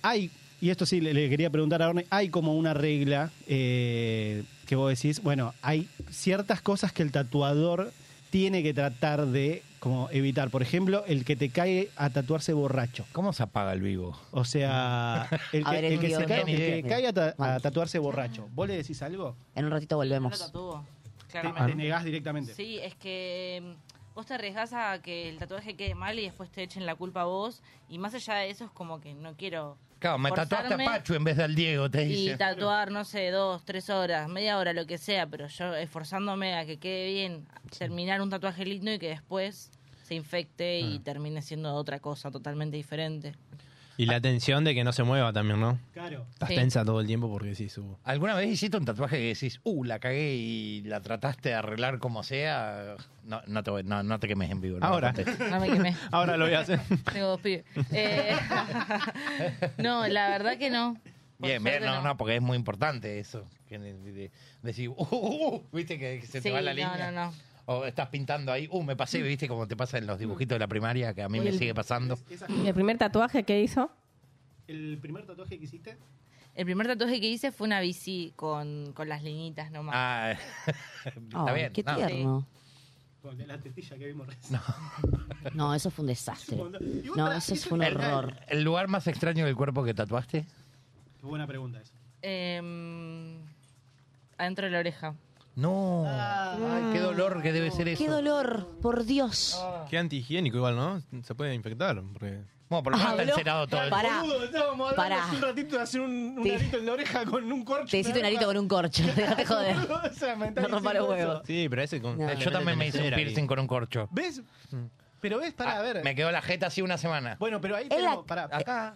F: hay, y esto sí le, le quería preguntar a Orne, hay como una regla eh, que vos decís, bueno, hay ciertas cosas que el tatuador tiene que tratar de como evitar. Por ejemplo, el que te cae a tatuarse borracho.
L: ¿Cómo se apaga el vivo?
F: O
D: (laughs)
F: sea, el
D: A
F: que,
D: ver,
F: el
D: el
F: que
D: tío
F: se
D: Orne.
F: cae, el que
D: Bien.
F: cae a, ta- a
D: Vamos.
F: tatuarse borracho. ¿Vos le decís algo?
D: En un ratito
H: No lo
D: volvemos.
H: tatuó,
F: Te,
H: claramente.
F: te negás directamente.
H: Sí, es que mm, vos te arriesgás a que el tatuaje quede mal y después te echen la culpa a vos. Y más allá de eso es como que no quiero
L: Claro, me tatuaste a
H: Forzarme.
L: Pachu en vez de al Diego, te
H: y
L: dice.
H: tatuar, no sé, dos, tres horas, media hora, lo que sea, pero yo esforzándome a que quede bien, terminar un tatuaje lindo y que después se infecte
L: Ah.
H: y termine siendo otra cosa totalmente diferente.
E: Y la tensión de que no se mueva también, ¿no?
F: Claro.
E: Estás
H: Sí.
E: tensa todo el tiempo porque sí, subo.
L: ¿Alguna vez hiciste un tatuaje que decís, uh, la cagué y la trataste de arreglar como sea? No, no, te, voy- no, no te quemes en vivo. no
E: Ahora.
L: contesto.
H: No me
L: (laughs)
H: quemé.
E: Ahora lo voy a hacer.
H: Tengo dos pibes. Eh, (laughs) no, la verdad que no. Por
L: Bien, bien,
H: suerte
L: no, no, porque es muy importante eso. que de- de- Decir, uh, uh, uh, viste que se te
H: Sí,
L: va la
H: no,
L: línea.
H: no, no.
L: O estás pintando ahí, uh, me pasé, viste como te pasa en los dibujitos de la primaria, que a mí me sigue pasando.
G: ¿Y el primer tatuaje que hizo?
F: ¿El primer tatuaje que hiciste?
H: El primer tatuaje que hice fue una bici con, con las liñitas nomás.
L: Ah,
D: Ay,
L: (laughs) está bien.
D: qué
L: no.
D: tierno.
F: Con la tetilla que vimos recién.
D: No, eso fue un desastre.
F: Y vos
D: No,
F: pará,
D: eso
F: eso
D: fue un
L: El,
D: horror.
L: el lugar más extraño del cuerpo que tatuaste?
F: Buena pregunta esa.
H: Em, adentro de la oreja.
L: No.
F: Ah.
L: Ay, qué dolor que debe ser eso.
D: Qué dolor, por Dios.
E: Qué antihigiénico igual, ¿no? Se puede infectar. Porque...
L: Bueno, por lo menos está
D: Habló-
L: encerado todo el
D: Pará. Pará.
F: Un ratito de hacer un, un
D: Te-
F: arito en la oreja con un corcho.
D: Te hiciste un arito con un corcho. (laughs) Déjate joder.
F: (laughs) O sea, me estás
D: No rompa
F: diciendo
D: los
F: eso.
D: huevos.
E: Sí, pero ese con.
L: Eh, Yo también me hice un piercing con un corcho.
F: ¿Ves? Mm. Pero ves, para
L: Ah,
F: a ver.
L: Me quedó la jeta así una semana.
F: Bueno, pero ahí
D: Es la-
F: tenemos, pará. Acá.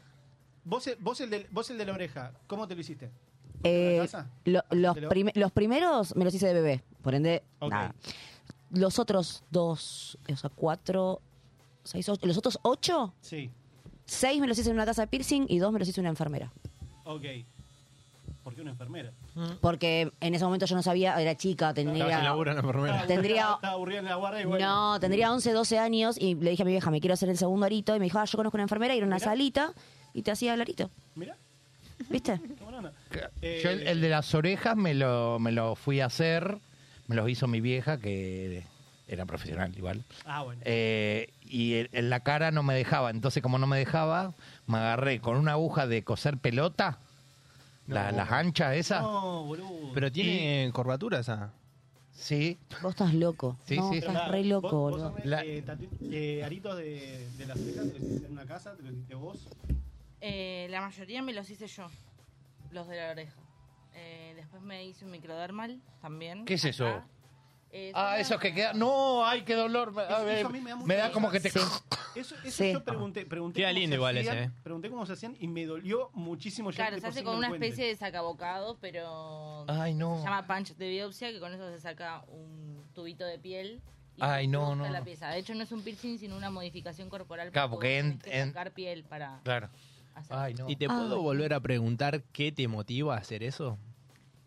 F: Vos, el- vos, el del, vos el de la oreja, ¿cómo te lo hiciste?
D: Eh,
F: ¿La casa?
D: lo- los,
F: Hacételo.
D: prime- los primeros me los hice de bebé, por ende,
F: Ok.
D: nada. Los otros dos, o sea, cuatro, seis, ocho, los otros ocho,
F: Sí,
D: seis me los hice en una taza de piercing y dos me los hice una enfermera.
F: ok. ¿Por qué una enfermera?
D: Porque en ese momento yo no sabía, era chica,
E: Estaba
D: tenía...
E: laburo en la enfermera.
D: Tendría-
F: Estaba aburrida en la guarda y bueno.
D: No, tendría 11, 12 años y le dije a mi vieja, me quiero hacer el segundo arito. Y me dijo, ah, yo conozco una enfermera, y era una
F: Mirá.
D: salita y te hacía el arito.
F: Mirá,
E: (laughs)
D: ¿Viste?
F: qué buena onda. Eh,
L: Yo el, el de las orejas me lo, me lo fui a hacer, me los hizo mi vieja, que era profesional igual.
F: Ah, bueno.
L: Eh, y el- en la cara no me dejaba, entonces como no me dejaba, me agarré con una aguja de coser pelota, la- las anchas esas.
F: No, boludo.
E: Pero tiene curvatura esa.
L: Sí,
D: Vos estás loco.
L: Sí,
D: no,
L: sí.
D: estás
F: Pará,
D: re
F: vos-
D: loco,
F: vos
D: boludo.
F: armé,
L: La-
F: eh, tatu- eh, aritos de, de las orejas, te los hiciste en una casa, te los hiciste vos.
H: Eh, la mayoría me los hice yo, los de la oreja. Eh, después me hice un microdermal también.
L: ¿Qué es eso?
H: acá. Eh,
L: Ah,
H: son
L: esos
H: las-
L: que quedan. No, ay, qué dolor. A
F: Eso-
L: ver,
F: eso a mí me da mucha
L: me da
F: cosa.
L: como que te.
D: Sí.
F: Eso, eso
D: Sí.
F: yo pregunté, pregunté
E: Queda
F: cómo
E: lindo
F: se
E: igual
F: hacían,
E: ese, eh.
F: Pregunté cómo se hacían y me dolió muchísimo. ya que
H: Claro, se
F: por
H: hace
F: sí
H: con
F: me
H: una
F: lo cuenten.
H: especie de sacabocado, pero
L: Ay, Ah, no.
H: se llama punch de biopsia, que con eso se saca un tubito de piel. y
L: Ay,
H: se
L: no,
H: incrusta
L: no.
H: La pieza. De hecho, no es un piercing, sino una modificación corporal.
L: Claro, porque en-
H: tenés que
L: en-
H: sacar piel para
L: Claro.
H: hacer.
L: Ay, no.
E: ¿Y te puedo
D: Ah.
E: volver a preguntar qué te motiva a hacer eso?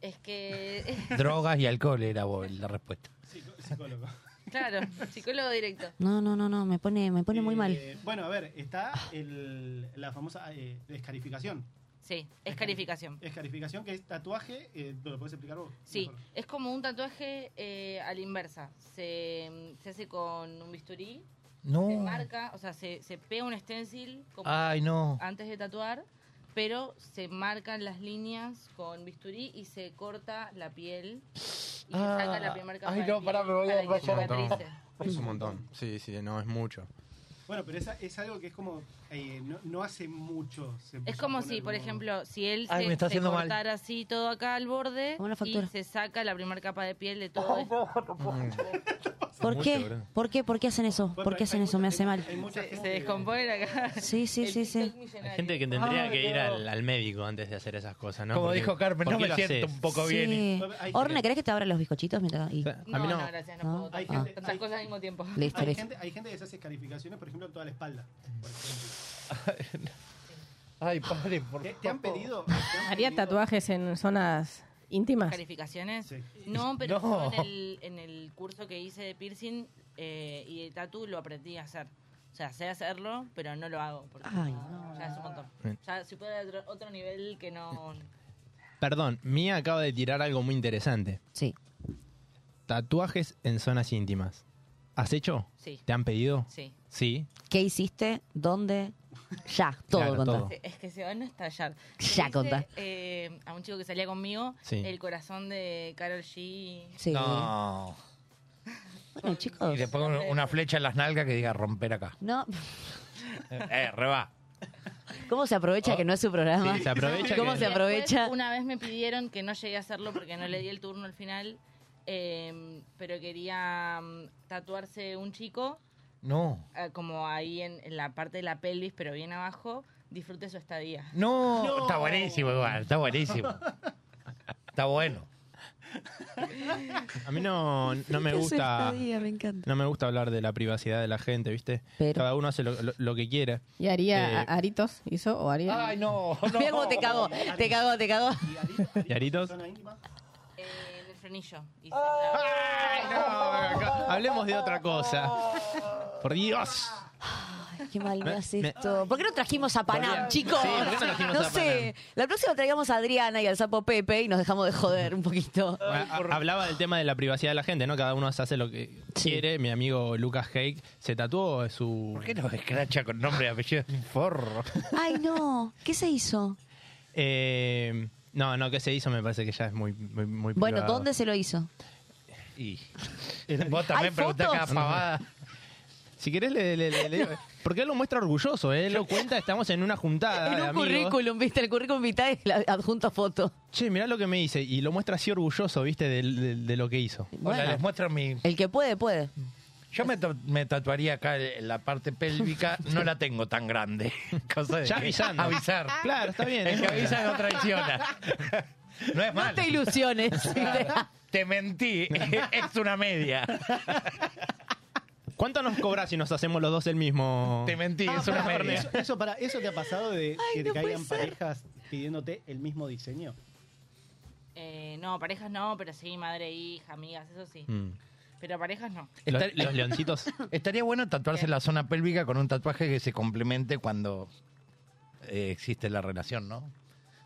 H: Es que,
L: Drogas y alcohol era vos, la respuesta.
F: Psico- psicólogo.
H: (laughs) claro, psicólogo directo.
D: No, no, no, no, me pone, me pone muy
F: Eh,
D: mal.
F: Bueno, a ver, está el- la famosa eh, escarificación.
H: Sí, es calificación.
F: Escarificación que es tatuaje, eh, ¿lo podés explicar vos?
H: Sí,
F: Mejor.
H: es como un tatuaje eh, a la inversa. Se, se hace con un bisturí,
L: No.
H: se marca, Ah. o sea, se, se pega un stencil como
L: Oh. Ay, no.
H: antes de tatuar, pero se marcan las líneas con bisturí y se corta la piel y
L: Ah,
H: se saca la primera capa
L: ay,
H: de
L: no,
H: piel
L: pará, me voy a
H: para que
L: rayar acá.
H: cicatrice.
E: Es un montón. Sí, sí, no, es mucho.
F: Bueno, pero esa, es algo que es como, eh, no, no hace mucho. se
H: Es
F: empezó a
H: como
F: poner
H: si, por ejemplo, si él
L: Ay,
H: se,
L: me está
H: se
L: haciendo mal.
H: cortara así todo acá al borde
D: Como una
H: y
D: factura.
H: se saca la primera capa de piel de todo esto.
D: ¿Por
E: mucho,
D: qué?
E: bro.
D: ¿Por qué? ¿Por qué hacen eso?
F: Bueno,
D: ¿Por qué
F: hay-
D: hacen
F: hay
D: eso? Me
F: mucha-
D: hace
F: hay-
D: mal.
F: hay mucha
H: Se, se
F: gente que-
H: descompone acá.
D: Sí, sí,
H: El
D: sí, sí.
H: TikTok millonario.
E: Hay gente que tendría
L: Ay,
E: que ir
L: no.
E: al, al médico antes de hacer esas cosas, ¿no?
L: Ah, Como
E: Porque-
L: dijo Carmen,
E: ¿por
L: no
E: qué
L: me
E: lo
L: siento
E: haces?
L: un poco
D: Sí.
L: bien.
F: Hay
D: Eh, Orne,
F: gente-
D: ¿querés que te abra los bizcochitos mientras.? y-
E: O sea,
H: No,
E: a mí
H: no,
E: no.
H: gracias,
D: No.
H: no, puedo
F: Hay
H: tanto-
F: gente-
D: ah.
H: tantas
F: hay-
H: cosas al mismo tiempo.
D: Listo,
F: Hay
D: listo.
F: gente, hay gente que se hace escarificaciones, por ejemplo, en toda la espalda. por ejemplo.
L: Ay, padre, por
F: ¿Te, te han
L: favor.
F: pedido? te
D: (laughs)
F: han
G: Haría
F: pedido-
G: tatuajes en zonas íntimas.
H: ¿Calificaciones?
F: Sí.
H: No, pero
L: No.
H: yo en el, en el curso que hice de piercing eh, y de tatu lo aprendí a hacer. O sea, sé hacerlo, pero no lo hago. Porque
D: Ay,
H: ya- Ya es un montón.
E: Bien.
H: Ya si puede otro, otro nivel que no...
E: Perdón, Mía acaba de tirar algo muy interesante.
D: Sí.
E: Tatuajes en zonas íntimas. ¿Has hecho?
H: Sí,
E: ¿Te han pedido?
H: sí.
E: Sí.
D: ¿Qué hiciste? ¿Dónde? Ya, todo
E: Claro,
D: contá.
E: todo.
H: Sí, Es que se van a estallar. Le
D: Ya
H: hice,
D: contá.
H: eh, a un chico que salía conmigo,
E: Sí.
H: el corazón de Carol G.
D: Sí.
L: No.
D: Bueno,
L: Y
D: chicos.
L: le pongo una flecha en las nalgas que diga romper acá.
D: No,
L: Eh, reba.
D: ¿Cómo se aprovecha que no es su programa?
E: Oh. Sí, se aprovecha
D: ¿Cómo
E: que-
D: se
H: Y después,
D: aprovecha?
H: Una vez me pidieron que no llegué a hacerlo porque no le di el turno al final, eh, pero quería mm, tatuarse un chico,
L: No.
H: eh, como ahí en, en la parte de la pelvis, pero bien abajo, disfrute su estadía.
L: no.
F: No.
L: Está buenísimo igual,
F: (laughs)
L: está buenísimo. está bueno.
E: A mí no, no me gusta.
D: Ah. me encanta.
E: No me gusta hablar de la privacidad de la gente, ¿viste?
D: Pero-
E: Cada uno hace lo, lo- lo que quiere.
G: ¿Y haría
E: Eh,
G: a- aritos? ¿Hizo? ¿O haría?
L: Ay, no. no.
E: (laughs)
D: Mira cómo te cagó, te cagó, te cagó.
F: ¿Y aritos?
E: ¿Y aritos?
F: ¿Zona íntima?
H: Eh, en el frenillo. Y-
L: Ay, no, acá-
E: Hablemos de otra cosa. Por Dios.
D: Ay, qué mal me
E: Me-
D: hace
E: me-
D: esto. ¿Por qué no trajimos a Panam,
E: Podría-
D: chicos?
E: Sí, ¿por qué no trajimos a
D: sé. La próxima traigamos a Adriana y al sapo Pepe y nos dejamos de joder un poquito.
E: Bueno, ha- Hablaba del tema de la privacidad de la gente, ¿no? Cada uno se hace lo que
D: Sí.
E: quiere. Mi amigo Lucas Hake se tatuó su.
L: ¿Por qué nos escracha con nombre y apellido? Es un forro.
D: Ay, no. ¿Qué se hizo?
E: Eh, no, no, que se hizo me parece que ya es muy, muy, muy
D: Bueno,
E: privado.
D: ¿dónde se lo hizo?
L: Y vos también
D: ¿Hay
L: preguntás cada
D: fotos?
L: pavada.
E: (laughs) Si querés, le, le- le- le- Porque él lo muestra orgulloso, ¿eh? Él lo cuenta, estamos en una juntada.
D: En
E: de
D: un
E: amigos.
D: currículum, viste, el currículum vitae es la- adjunto foto.
E: Che, mirá lo que me dice. Y lo muestra así orgulloso, ¿viste? del- del- de, lo que hizo.
D: Bueno.
L: les muestro mi...
D: El que puede, puede.
L: Yo me, ta- me tatuaría acá el- la parte pélvica, no la tengo tan grande. (laughs) Cosa de
E: Ya
L: que-
E: avisando.
L: Avisar.
E: Claro, está bien,
L: El
E: es
L: que
E: buena.
L: avisa no traiciona. No (laughs) es malo.
D: te ilusiones.
L: Te mentí. es una media.
E: ¿Cuánto nos cobras si nos hacemos los dos el mismo?
L: Te mentí,
F: Ah,
L: es una
F: pará,
L: media.
F: Eso, eso, pará, ¿eso te ha pasado de que te
D: no puede
F: caigan
D: ser.
F: parejas pidiéndote el mismo diseño?
H: Eh, no, parejas no, pero sí, madre, hija, amigas, eso sí. Pero parejas no.
E: Los, Mm. los
L: (laughs)
E: leoncitos.
L: (coughs) Estaría bueno tatuarse
H: ¿Qué?
L: la zona pélvica con un tatuaje que se complemente cuando eh, existe la relación, ¿no?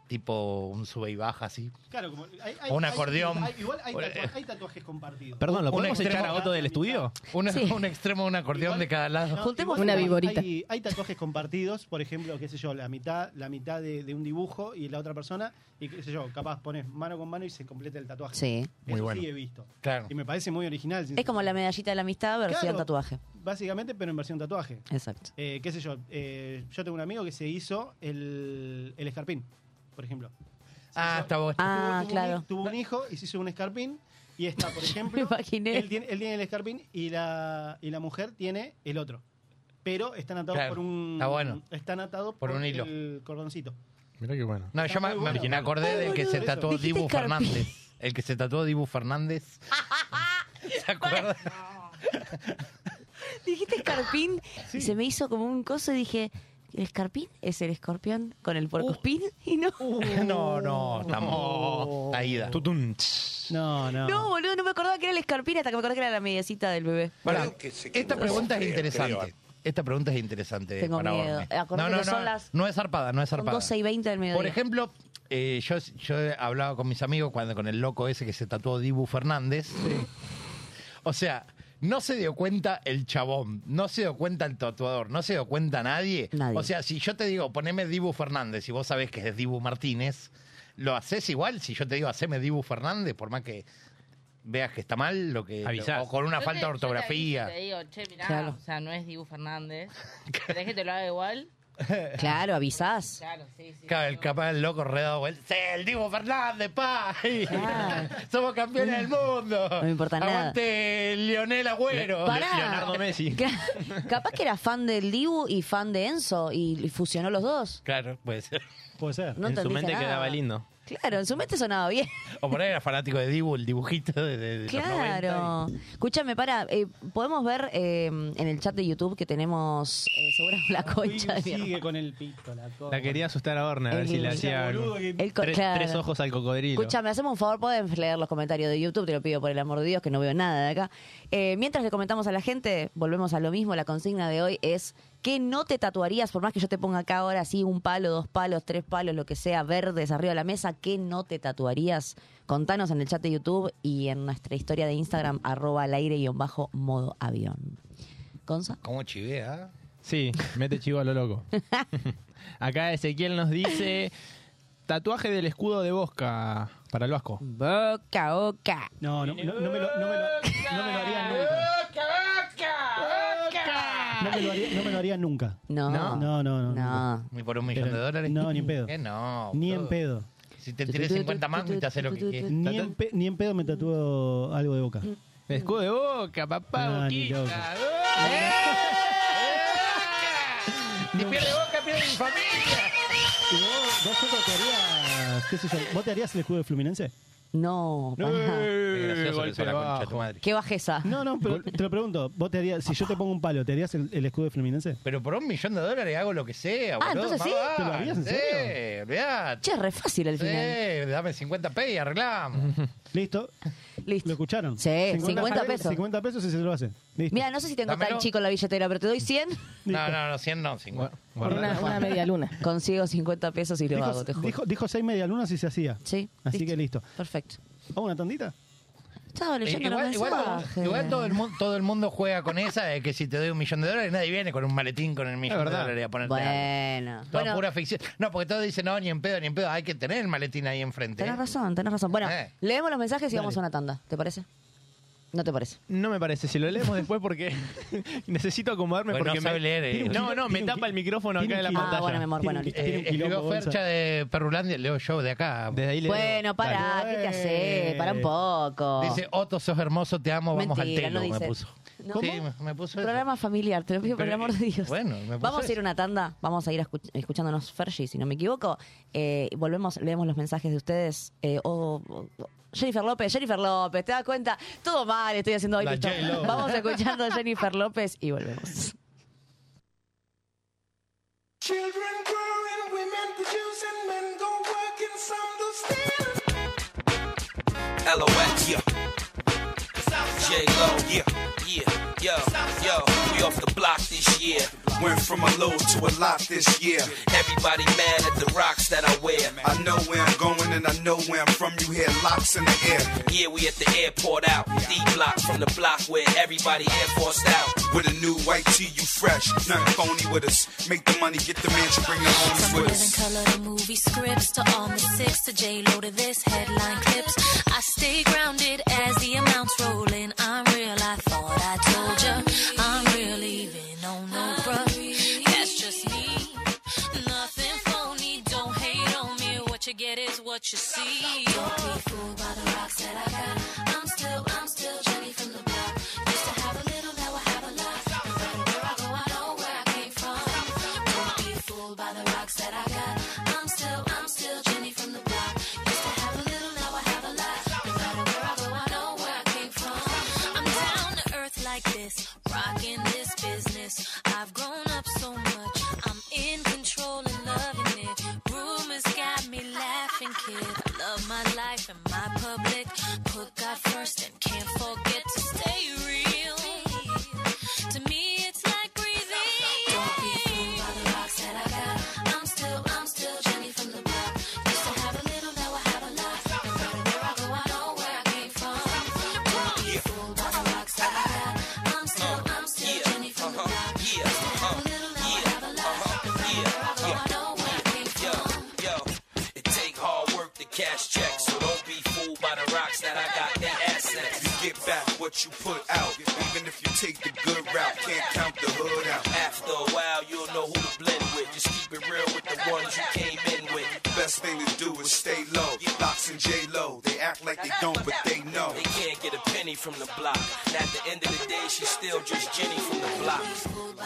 L: Tipo un sube y baja así.
F: Claro, como. Hay, hay-
L: O un
F: hay-
L: acordeón.
F: hay- igual hay,
L: O-
F: tatua- hay tatuajes compartidos.
E: Perdón, ¿lo
L: Un
E: podemos
L: extremo-
E: echar a Otto del estudio?
L: Un,
D: Sí.
L: un extremo, un acordeón
F: Igual-
L: de cada lado.
F: No,
D: Juntemos
F: igual
G: una
F: hay-
G: viborita.
F: Hay, hay tatuajes compartidos, por ejemplo, qué sé yo, la mitad, la mitad de, de un dibujo y la otra persona, y qué sé yo, capaz pones mano con mano y se completa el tatuaje.
D: Sí.
F: Eso
L: Muy bueno.
F: sí he visto.
L: Claro.
F: Y me parece muy original.
D: Es como la
F: sinceramente.
D: medallita de la amistad versión
F: Claro,
D: tatuaje.
F: Básicamente, pero en versión tatuaje.
D: Exacto.
F: Eh, qué sé yo, eh, yo tengo un amigo que se hizo el, el escarpín, por ejemplo.
L: Ah, está bueno.
F: Tuvo- tuvo
D: Ah,
F: un
D: claro.
F: hi- tuvo un hijo y se hizo un escarpín. Y está, por
D: (laughs) me
F: ejemplo,
D: imaginé.
F: Él, tiene, él tiene el escarpín y la, y la mujer tiene el otro. Pero están atados
L: Claro,
F: por un.
L: está bueno.
F: Están atados
L: Por un hilo.
F: El cordoncito.
E: Mirá qué bueno.
L: No, yo
F: Está
L: me,
F: muy bueno.
L: me acordé del que se
F: boludo.
L: tatuó
D: Dijiste
L: Dibu
D: Carpi.
L: Fernández. El que se tatuó Dibu
D: (laughs)
L: Fernández. ¿Se acuerdan?
D: Dijiste escarpín y se me hizo como un coso y dije, ¿el escarpín es el escorpión con el porcospín? Y no.
L: (laughs)
F: Uh,
L: No, no, estamos. Aida.
E: Tutum, tss.
F: Oh. No, no.
D: No, boludo, no me acordaba que era el escarpín hasta que me acordé que era la mediecita del bebé.
L: Pará,
A: que se
L: esta
A: equivocó,
L: pregunta es
A: creo,
L: interesante.
A: creo.
L: Esta pregunta es interesante.
D: Tengo
L: para
D: miedo.
L: Orne.
D: Acordate
L: No, no,
D: que son
L: no,
D: las-
L: no es zarpada, no es
D: Son
L: zarpada.
D: 12 y 20 del mediodía.
L: Por ejemplo, eh, yo, yo hablaba con mis amigos cuando con el loco ese que se tatuó Dibu Fernández. O sea, no se dio cuenta el chabón, no se dio cuenta el tatuador, no se dio cuenta nadie.
D: Nadie.
L: O sea, si yo te digo, poneme Dibu Fernández y vos sabés que es Dibu Martínez, lo haces igual si yo te digo, haceme Dibu Fernández, por más que veas que está mal, lo que
E: Avisás.
L: o con una
H: Yo
L: falta
H: te- yo
L: de
H: te
L: ortografía.
H: aviso y Te digo, che, mirá,
D: Claro.
H: o sea, no es Dibu
L: (laughs)
H: Fernández. ¿Querés que te lo haga igual?
D: Claro, (laughs) avisás.
H: Claro, sí, sí.
L: Claro, el
H: sí.
L: capaz el loco redado vuelta. "Sí, el Dibu Fernández, pa.
D: Claro.
L: Somos campeones del mundo.
D: No me importa nada.
L: Aguante Lionel Agüero.
D: Pará. (laughs)
E: Leonardo Messi.
D: Ca- Capaz que era fan del Dibu y fan de Enzo y y fusionó los dos.
L: Claro, puede ser.
F: Puede ser.
D: No
E: en su
D: entendiste
E: mente
D: nada.
E: quedaba lindo.
D: Claro, en su mente sonaba bien.
L: O por ahí era fanático de Dibu, el dibujito de, de- de los 90 y-
D: Claro. Escúchame, para, eh, podemos ver eh, en el chat de YouTube que tenemos eh, seguro la concha
F: Uy,
D: de mi
F: sigue
D: hermano.
F: con el pito, la cosa.
E: La quería asustar a Orne, Ah, a ver si le
D: El-
E: hacía algo.
F: boludo que-
D: El co-
E: Tres,
D: claro.
E: tres ojos al cocodrilo.
D: Escúchame, hacemos un favor, pueden leer los comentarios de YouTube, te lo pido por el amor de Dios, que no veo nada de acá. Eh, mientras le comentamos a la gente, volvemos a lo mismo, la consigna de hoy es que no te tatuarías, por más que yo te ponga acá ahora así un palo, dos palos, tres palos, lo que sea, verdes arriba de la mesa, que no te tatuarías? Contanos en el chat de YouTube y en nuestra historia de Instagram, arroba al aire guión bajo modo avión. ¿Gonza?
L: ¿Cómo chivea?
E: Sí, mete chivo a lo
D: (laughs)
E: loco. Acá Ezequiel nos dice: Tatuaje del escudo de Bosca para el Vasco.
D: Boca, boca.
F: No, no, no, no me lo, no, me lo, no me lo haría nunca. No me lo haría, no me lo haría nunca.
D: No.
F: No, no, no. nunca.
D: Ah. No.
L: ¿Ni por un millón
F: Pero-
L: de dólares?
F: No, ni en pedo.
L: ¿Qué no?
F: Ni en
L: boludo.
F: pedo.
L: Si te tiré 50 mangos y te hace lo que quieras.
F: Ni en, pe- ni en pedo me tatuó algo de boca.
E: El escudo de Boca, papá,
F: No, ni
E: Boquita.
F: loco.
L: Ni pierde boca, pierde mi familia.
F: ¿Y vos, vos Soto, te harías, qué sé yo, vos te harías el escudo de Fluminense?
D: No, pará.
E: Eh,
L: Qué gracioso que
E: golpe
L: sos la concha de tu
E: bajo.
L: madre.
D: Qué bajeza.
F: No, no, pero te lo pregunto, vos te harías, si yo te pongo un palo, ¿te harías el, el escudo de Fluminense?
L: Pero por un millón de dólares hago lo que sea,
D: Ah,
L: boludo.
D: entonces sí.
L: Más
F: ¿Te lo
L: vale.
F: harías en
L: Sí,
F: serio?
L: olvidate.
D: Che, es re fácil el final.
L: Sí, dame 50 p y arreglamos.
F: Listo,
D: Listo.
F: ¿lo escucharon?
D: Sí, 50 pesos.
F: 50 pesos y se lo hacen. Listo.
D: Mira, no sé si tengo
L: Dámelo.
D: tan chico en la billetera, pero te doy
L: (laughs)
D: 100,
L: No, no, no, 100 no, 50.
G: Por una, una media luna.
D: consigo 50 pesos y lo hago,
F: dijo,
D: te juro.
F: dijo, dijo seis media lunas y se hacía.
D: sí.
F: Así que listo.
D: Perfecto.
F: ¿Vamos una tandita?
D: Estaba
L: Eh,
D: leyendo
L: Igual,
D: los
L: igual todo,
D: mensajes.
L: igual todo el mundo, todo el mundo juega con esa de que si te doy un millón de dólares nadie viene con un maletín con el millón de
E: verdad.
L: dólares a ponerte algo.
D: Bueno.
L: Toda
D: Bueno,
L: pura ficción. No, porque todos dicen, no, ni en pedo, ni en pedo. Hay que tener el maletín ahí enfrente.
D: tenés
L: ¿eh?
D: razón, tenés razón. Bueno,
L: Eh.
D: leemos los mensajes y
F: Dale.
D: vamos a una tanda, ¿te parece? No te parece.
E: No me parece. Si lo leemos después porque (laughs) necesito acomodarme
L: Bueno,
E: porque
L: sabe
E: me...
L: leer, eh.
E: No, no, me tapa el micrófono acá de
D: Ah,
E: la pantalla.
L: Eh, escribió Fercha de Perrulandia, leo yo de acá. Desde
E: ahí
D: Bueno, pará, ¿qué te hace? Pará un poco.
L: Dice, Otto, sos hermoso, te amo, vamos
D: Mentira,
L: al
D: no
L: telo, me
D: dice.
L: puso.
D: No.
L: Sí,
D: ¿Cómo?
L: me- me puso eso.
D: Programa familiar, te lo pido por el
L: Pero, eh,
D: amor de Dios.
L: Bueno, me puso
D: Vamos a
L: eso.
D: ir a una tanda, vamos a ir escu- escuchándonos Fergie, si no me equivoco. Eh, volvemos, leemos los mensajes de ustedes. Eh, o- o- o- Jennifer López, Jennifer López, ¿te das cuenta? Todo mal estoy haciendo hoy.
L: La
D: listo.
L: J-Lo.
D: Vamos escuchando a Jennifer López y volvemos.
C: Children growing, women producing, men go working, some do stealing.
M: LOX, yeah. J Lo, yeah, yeah, yo, yo. We off the block this year. Went from a low to a lot this year. Everybody mad at the rocks that I wear.
N: I know where I'm going and I know where I'm from. You hear locks in the air
M: Yeah, we at the airport out. D block from the block where everybody air forced out.
N: with a new white tee, you fresh. Nothing phony with us. Make the money, get the mansion, bring the homies with us.
O: Living color to movie scripts to on the six to J Lo to this headline clips. I stay grounded as the amounts roll in. I'm real. I thought I told ya. I'm real even on no bruh. That's just me. Nothing phony. Don't hate on me. What you get is what you see. Don't be fooled by the rocks that I got. I'm still, I'm still Jenny from the block. Used to have a little, now I have a lot. No matter where I go, I know where I came from. Don't be fooled by the rocks that I got. I'm still, I'm still Jenny from the block. Used to have a little, now I have a lot. No matter where I go, I know where I came from. I'm down to earth like this, rocking this business. I've grown up so much. I'm in control and loving it. Rumors got me laughing, kid. I love my life and my public. Put God first and can't forget to stay real. To me, it's like breathing. Don't be fooled by the rocks that I got. I'm still, I'm still Jenny from the block. Used to have a little, now I have a lot. No matter where I go, I know where I came from. Don't be fooled by the rocks that I got. I'm still, I'm still Jenny from the block. Used to have a little, now I have a lot. No matter where I go, I know where I came
M: Yo, yo, it take hard work to cash checks, so don't be fooled by the rocks that I got that assets.
N: You get back what you put out, even if you take the good route. Can't count the hood out.
M: After a while, you'll know who to blend with. Just keep it real with the ones you came in with.
N: Best thing to do is stay low. Locks and J Lo, they act like they don't, but they know.
M: They can't get a penny from the block. And at the end of the day, she's still just Jenny from the block.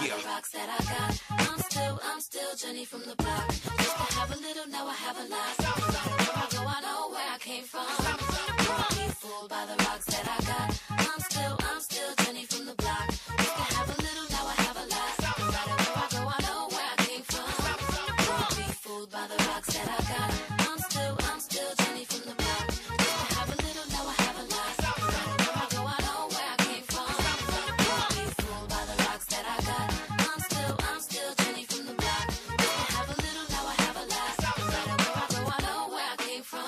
M: Yeah.
O: rocks that I got. I'm still, I'm still Jenny from the block. Used to have a little, now I have a lot. No matter where I go, I know where I came from. Don't be fooled by the rocks that I got. I'm still, I'm still Jenny from the block. Used to have a little, now I have a lot. No matter where I go, I know where I came from. Don't be fooled by the rocks that I got. I'm still, I'm still Jenny from the block. Used to have a little, now I have a lot. No matter where I go, I know where I came from. Don't be fooled by the rocks that I got. I'm still, I'm still Jenny from the block. Used to have a little, now I have a lot. No matter where I go, I know where I came from.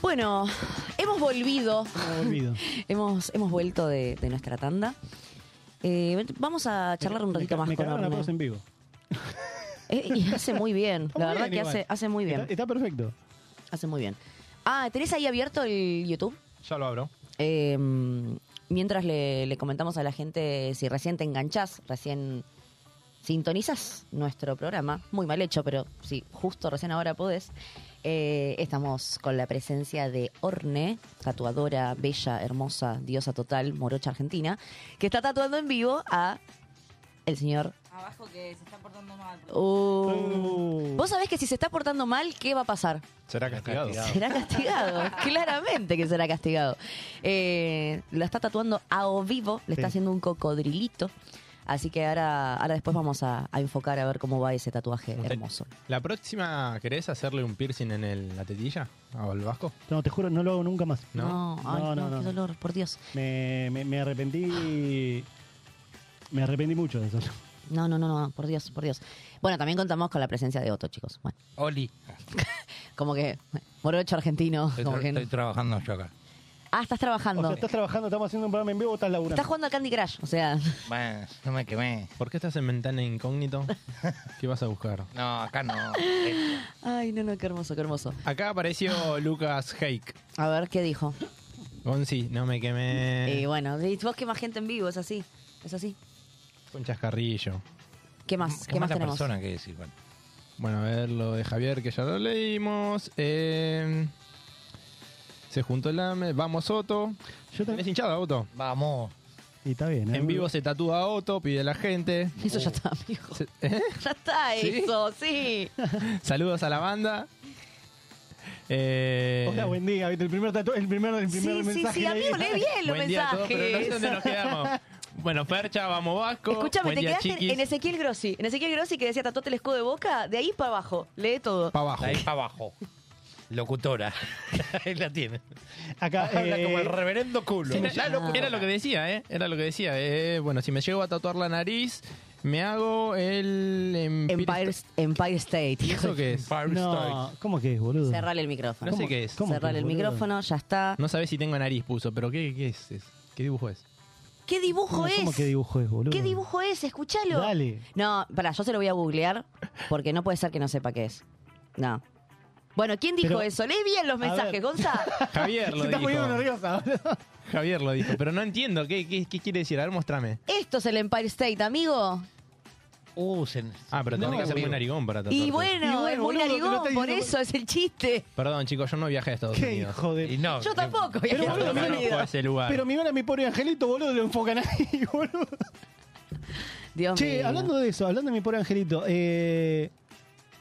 D: Bueno, hemos volvido.
F: volvido.
D: hemos, hemos vuelto de, de nuestra tanda. Eh, vamos a charlar un
F: Me
D: ratito
F: ca-
D: más
F: me
D: con
F: cagaron la
D: Orne.
F: pausa en vivo.
D: Eh,
F: (laughs)
D: y hace muy bien.
F: Está
D: La
F: muy
D: verdad
F: bien
D: que
F: igual.
D: hace, hace muy bien.
F: Está, eh. está perfecto.
D: Hace muy bien. Ah, ¿tenés ahí abierto el YouTube? Em,
E: Ya lo abro.
D: Eh, mientras le, le comentamos a la gente si recién te enganchás, recién sintonizás nuestro programa, muy mal hecho, pero si justo recién ahora podés, eh, estamos con la presencia de Orne, tatuadora, bella, hermosa, diosa total, morocha argentina, que está tatuando en vivo a el señor
H: Abajo que se está portando mal.
D: Uh. Vos sabés que si se está portando mal, ¿qué va a pasar?
E: Será castigado.
D: Será castigado, (laughs) claramente que será castigado. Eh, la está tatuando a o vivo, le está
E: Sí.
D: haciendo un cocodrilito. Así que ahora, ahora después vamos a, a enfocar a ver cómo va ese tatuaje hermoso.
E: ¿La próxima querés hacerle un piercing en el- la tetilla? ¿O el vasco?
F: No, te juro, no lo hago nunca más.
E: No.
D: No, ay, no, qué dolor, por Dios.
F: Me, me- me arrepentí. Me arrepentí mucho de eso.
D: No, no, no, no, por Dios, por Dios. Bueno, también contamos con la presencia de Otto, chicos. Bueno,
L: Oli.
D: como que, bueno, morocho argentino.
L: Estoy,
D: como
L: tra-
D: que-
L: estoy trabajando yo acá.
D: ah, estás trabajando.
F: O sea, estás trabajando, estamos haciendo un programa en vivo o estás laburando.
D: Estás jugando al Candy Crush, o sea.
L: Bueno, no me quemé.
E: ¿Por qué estás en ventana
L: (laughs)
E: incógnito? ¿Qué vas a buscar?
L: No, acá no.
D: Ay, no, no, qué hermoso, qué hermoso.
E: Acá apareció Lucas Hake.
D: A ver, ¿qué dijo?
E: Gonzi, no me quemé.
L: Eh,
D: Y Eh, bueno, y vos que más gente en vivo, es así, es así.
E: Un chascarrillo.
D: ¿Qué más? ¿Qué, más
E: mala
D: tenemos?
E: persona
L: que decir, bueno.
E: Bueno, a ver, lo de Javier, que ya lo leímos. Eh, se juntó el AME. Vamos, Otto. ¿Tenés hinchada, Otto?
L: Vamos.
F: Y está bien. ¿eh?
E: En vivo se tatúa Otto, pide a la gente.
D: Eso ya está, amigo.
E: ¿Eh?
D: (laughs) Ya está
E: ¿Sí?
D: eso, sí.
E: Saludos a la banda. Eh,
F: Hola, buen día. ¿viste? El primer, tatu- el primer, el primer
D: Sí, sí,
F: mensaje.
D: sí,
F: de ahí.
D: amigo, lee bien los
E: Buen día a todos, pero no sé
D: mensajes.
E: dónde nos quedamos. Bueno, Percha, vamos Vasco.
D: Escúchame,
E: Buen
D: te
E: día,
D: quedaste
E: chiquis.
D: en Ezequiel Grossi. En Ezequiel Grossi que decía tatuate el escudo de boca, de ahí para abajo. Lee todo.
E: Para abajo.
L: Ahí para abajo. Locutora. (laughs) Ahí la tiene.
F: (laughs) Acá,
L: Habla
F: eh,
L: como el reverendo culo.
E: Era, era lo que decía, ¿eh? Era lo que decía. Eh, bueno, si me llego a tatuar la nariz, me hago el...
D: Empire, Empire State.
E: ¿Y eso qué es?
F: No, ¿cómo que es, boludo?
D: Cerrale el micrófono.
E: No sé qué es. ¿Cómo
D: Cerrale
E: que,
D: el
E: boludo?
D: micrófono, ya está.
E: No sabés si tengo nariz, puso, pero ¿qué, qué es? es? ¿Qué
F: (laughs)
E: dibujo es?
D: ¿Qué dibujo
F: ¿Cómo,
D: es?
F: cómo qué dibujo es, boludo?
D: ¿Qué dibujo es? Escúchalo.
F: Dale.
D: No, pará, yo se lo voy a googlear porque no puede ser que no sepa qué es. No. Bueno, ¿quién dijo
E: Pero-
D: eso? Lee bien los
E: ver.
D: mensajes,
F: (laughs)
D: Gonza.
E: Javier lo
F: Se está
E: dijo.
F: poniendo nerviosa, boludo.
E: Javier lo dijo, pero no entiendo. ¿Qué, qué, qué quiere decir? A ver, mostrame.
D: Esto es el Empire State, amigo.
L: Uh,
E: Ah, pero tenés
L: No,
E: que hacer
L: boludo.
E: muy narigón para tatuarte.
D: Y bueno, es muy
F: boludo, te lo
D: narigón,
F: está
D: por
F: diciendo-
D: eso es el chiste.
E: Perdón, chicos, yo no viajé a Estados
F: ¿Qué
E: Unidos.
F: hijo de...?
L: no, eh,
D: Yo tampoco. voy
F: Pero,
D: a hacer
F: boludo,
D: nada.
F: mira,
E: conozco
L: pues,
E: ese lugar.
F: Pero mi gana, mi pobre angelito, boludo, lo enfocan ahí, (laughs) boludo.
D: Dios
F: Che,
D: mío.
F: hablando de eso, hablando de mi pobre angelito, eh,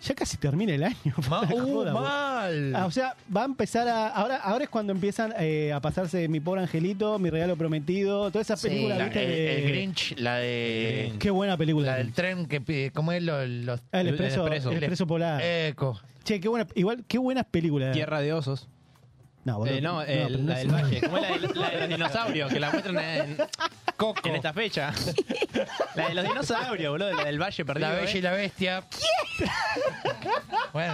F: ya casi termina el año. (laughs)
L: Ma-
F: puta
L: uh,
F: joda, boludo.
L: mal.
F: Ah, o sea, va a empezar a. Ahora, ahora es cuando empiezan eh, a pasarse mi pobre angelito, mi regalo prometido, todas esas
D: Sí.
F: películas,
L: La- el,
F: ¿viste? de-
L: el Grinch, la de.
F: Qué buena película.
L: La del tren que pide. ¿Cómo es lo, los-
F: Ah, el expreso, el expreso, polar.
L: Eco.
F: Che, qué buena, igual, qué buenas películas.
E: Tierra de osos.
F: No, boludo.
E: Eh, no, eh,
F: pero
E: la
F: es-
E: del valle. ¿Cómo es la, de- la de los dinosaurios? Que la muestran en,
L: Coco.
E: en esta fecha. La de los dinosaurios, boludo. La del valle perdido.
L: La Bella y
E: eh.
L: la Bestia. (laughs) Bueno,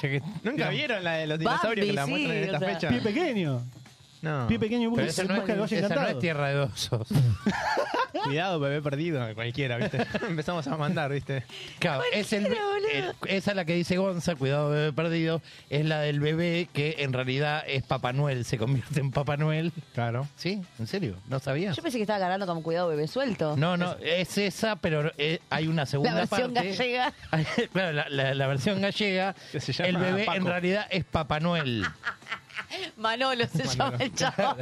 L: che- che-
E: ¿Nunca
L: no.
E: vieron la de los dinosaurios que la
D: Bambi,
E: muestran en
D: sí,
E: esta
D: o sea.
E: fecha?
F: Pie pequeño.
E: No.
F: Pie pequeño,
L: Ah. Pero
F: busca,
L: esa no,
F: busca el
L: es,
F: valle
L: esa no
F: encantado.
L: es tierra
D: (laughs)
L: de osos.
E: Cuidado, bebé perdido. Cualquiera, ¿viste? (laughs) Empezamos a mandar, ¿viste?
L: Claro, es el, el- esa es la que dice Gonza, cuidado bebé perdido, es la del bebé que en realidad es Papá Noel, se convierte en Papá Noel.
E: Claro.
L: ¿Sí? ¿En serio? ¿No sabías?
D: Yo pensé que estaba ganando como cuidado bebé suelto.
L: No, no, es esa, pero eh, hay una segunda
D: La versión
L: parte.
D: gallega.
L: (laughs) Claro, la, la- la versión gallega,
E: Que se llama
L: el bebé en
E: Paco.
L: realidad es Papá
D: (laughs)
L: Noel.
D: Manolo se llama el chavo.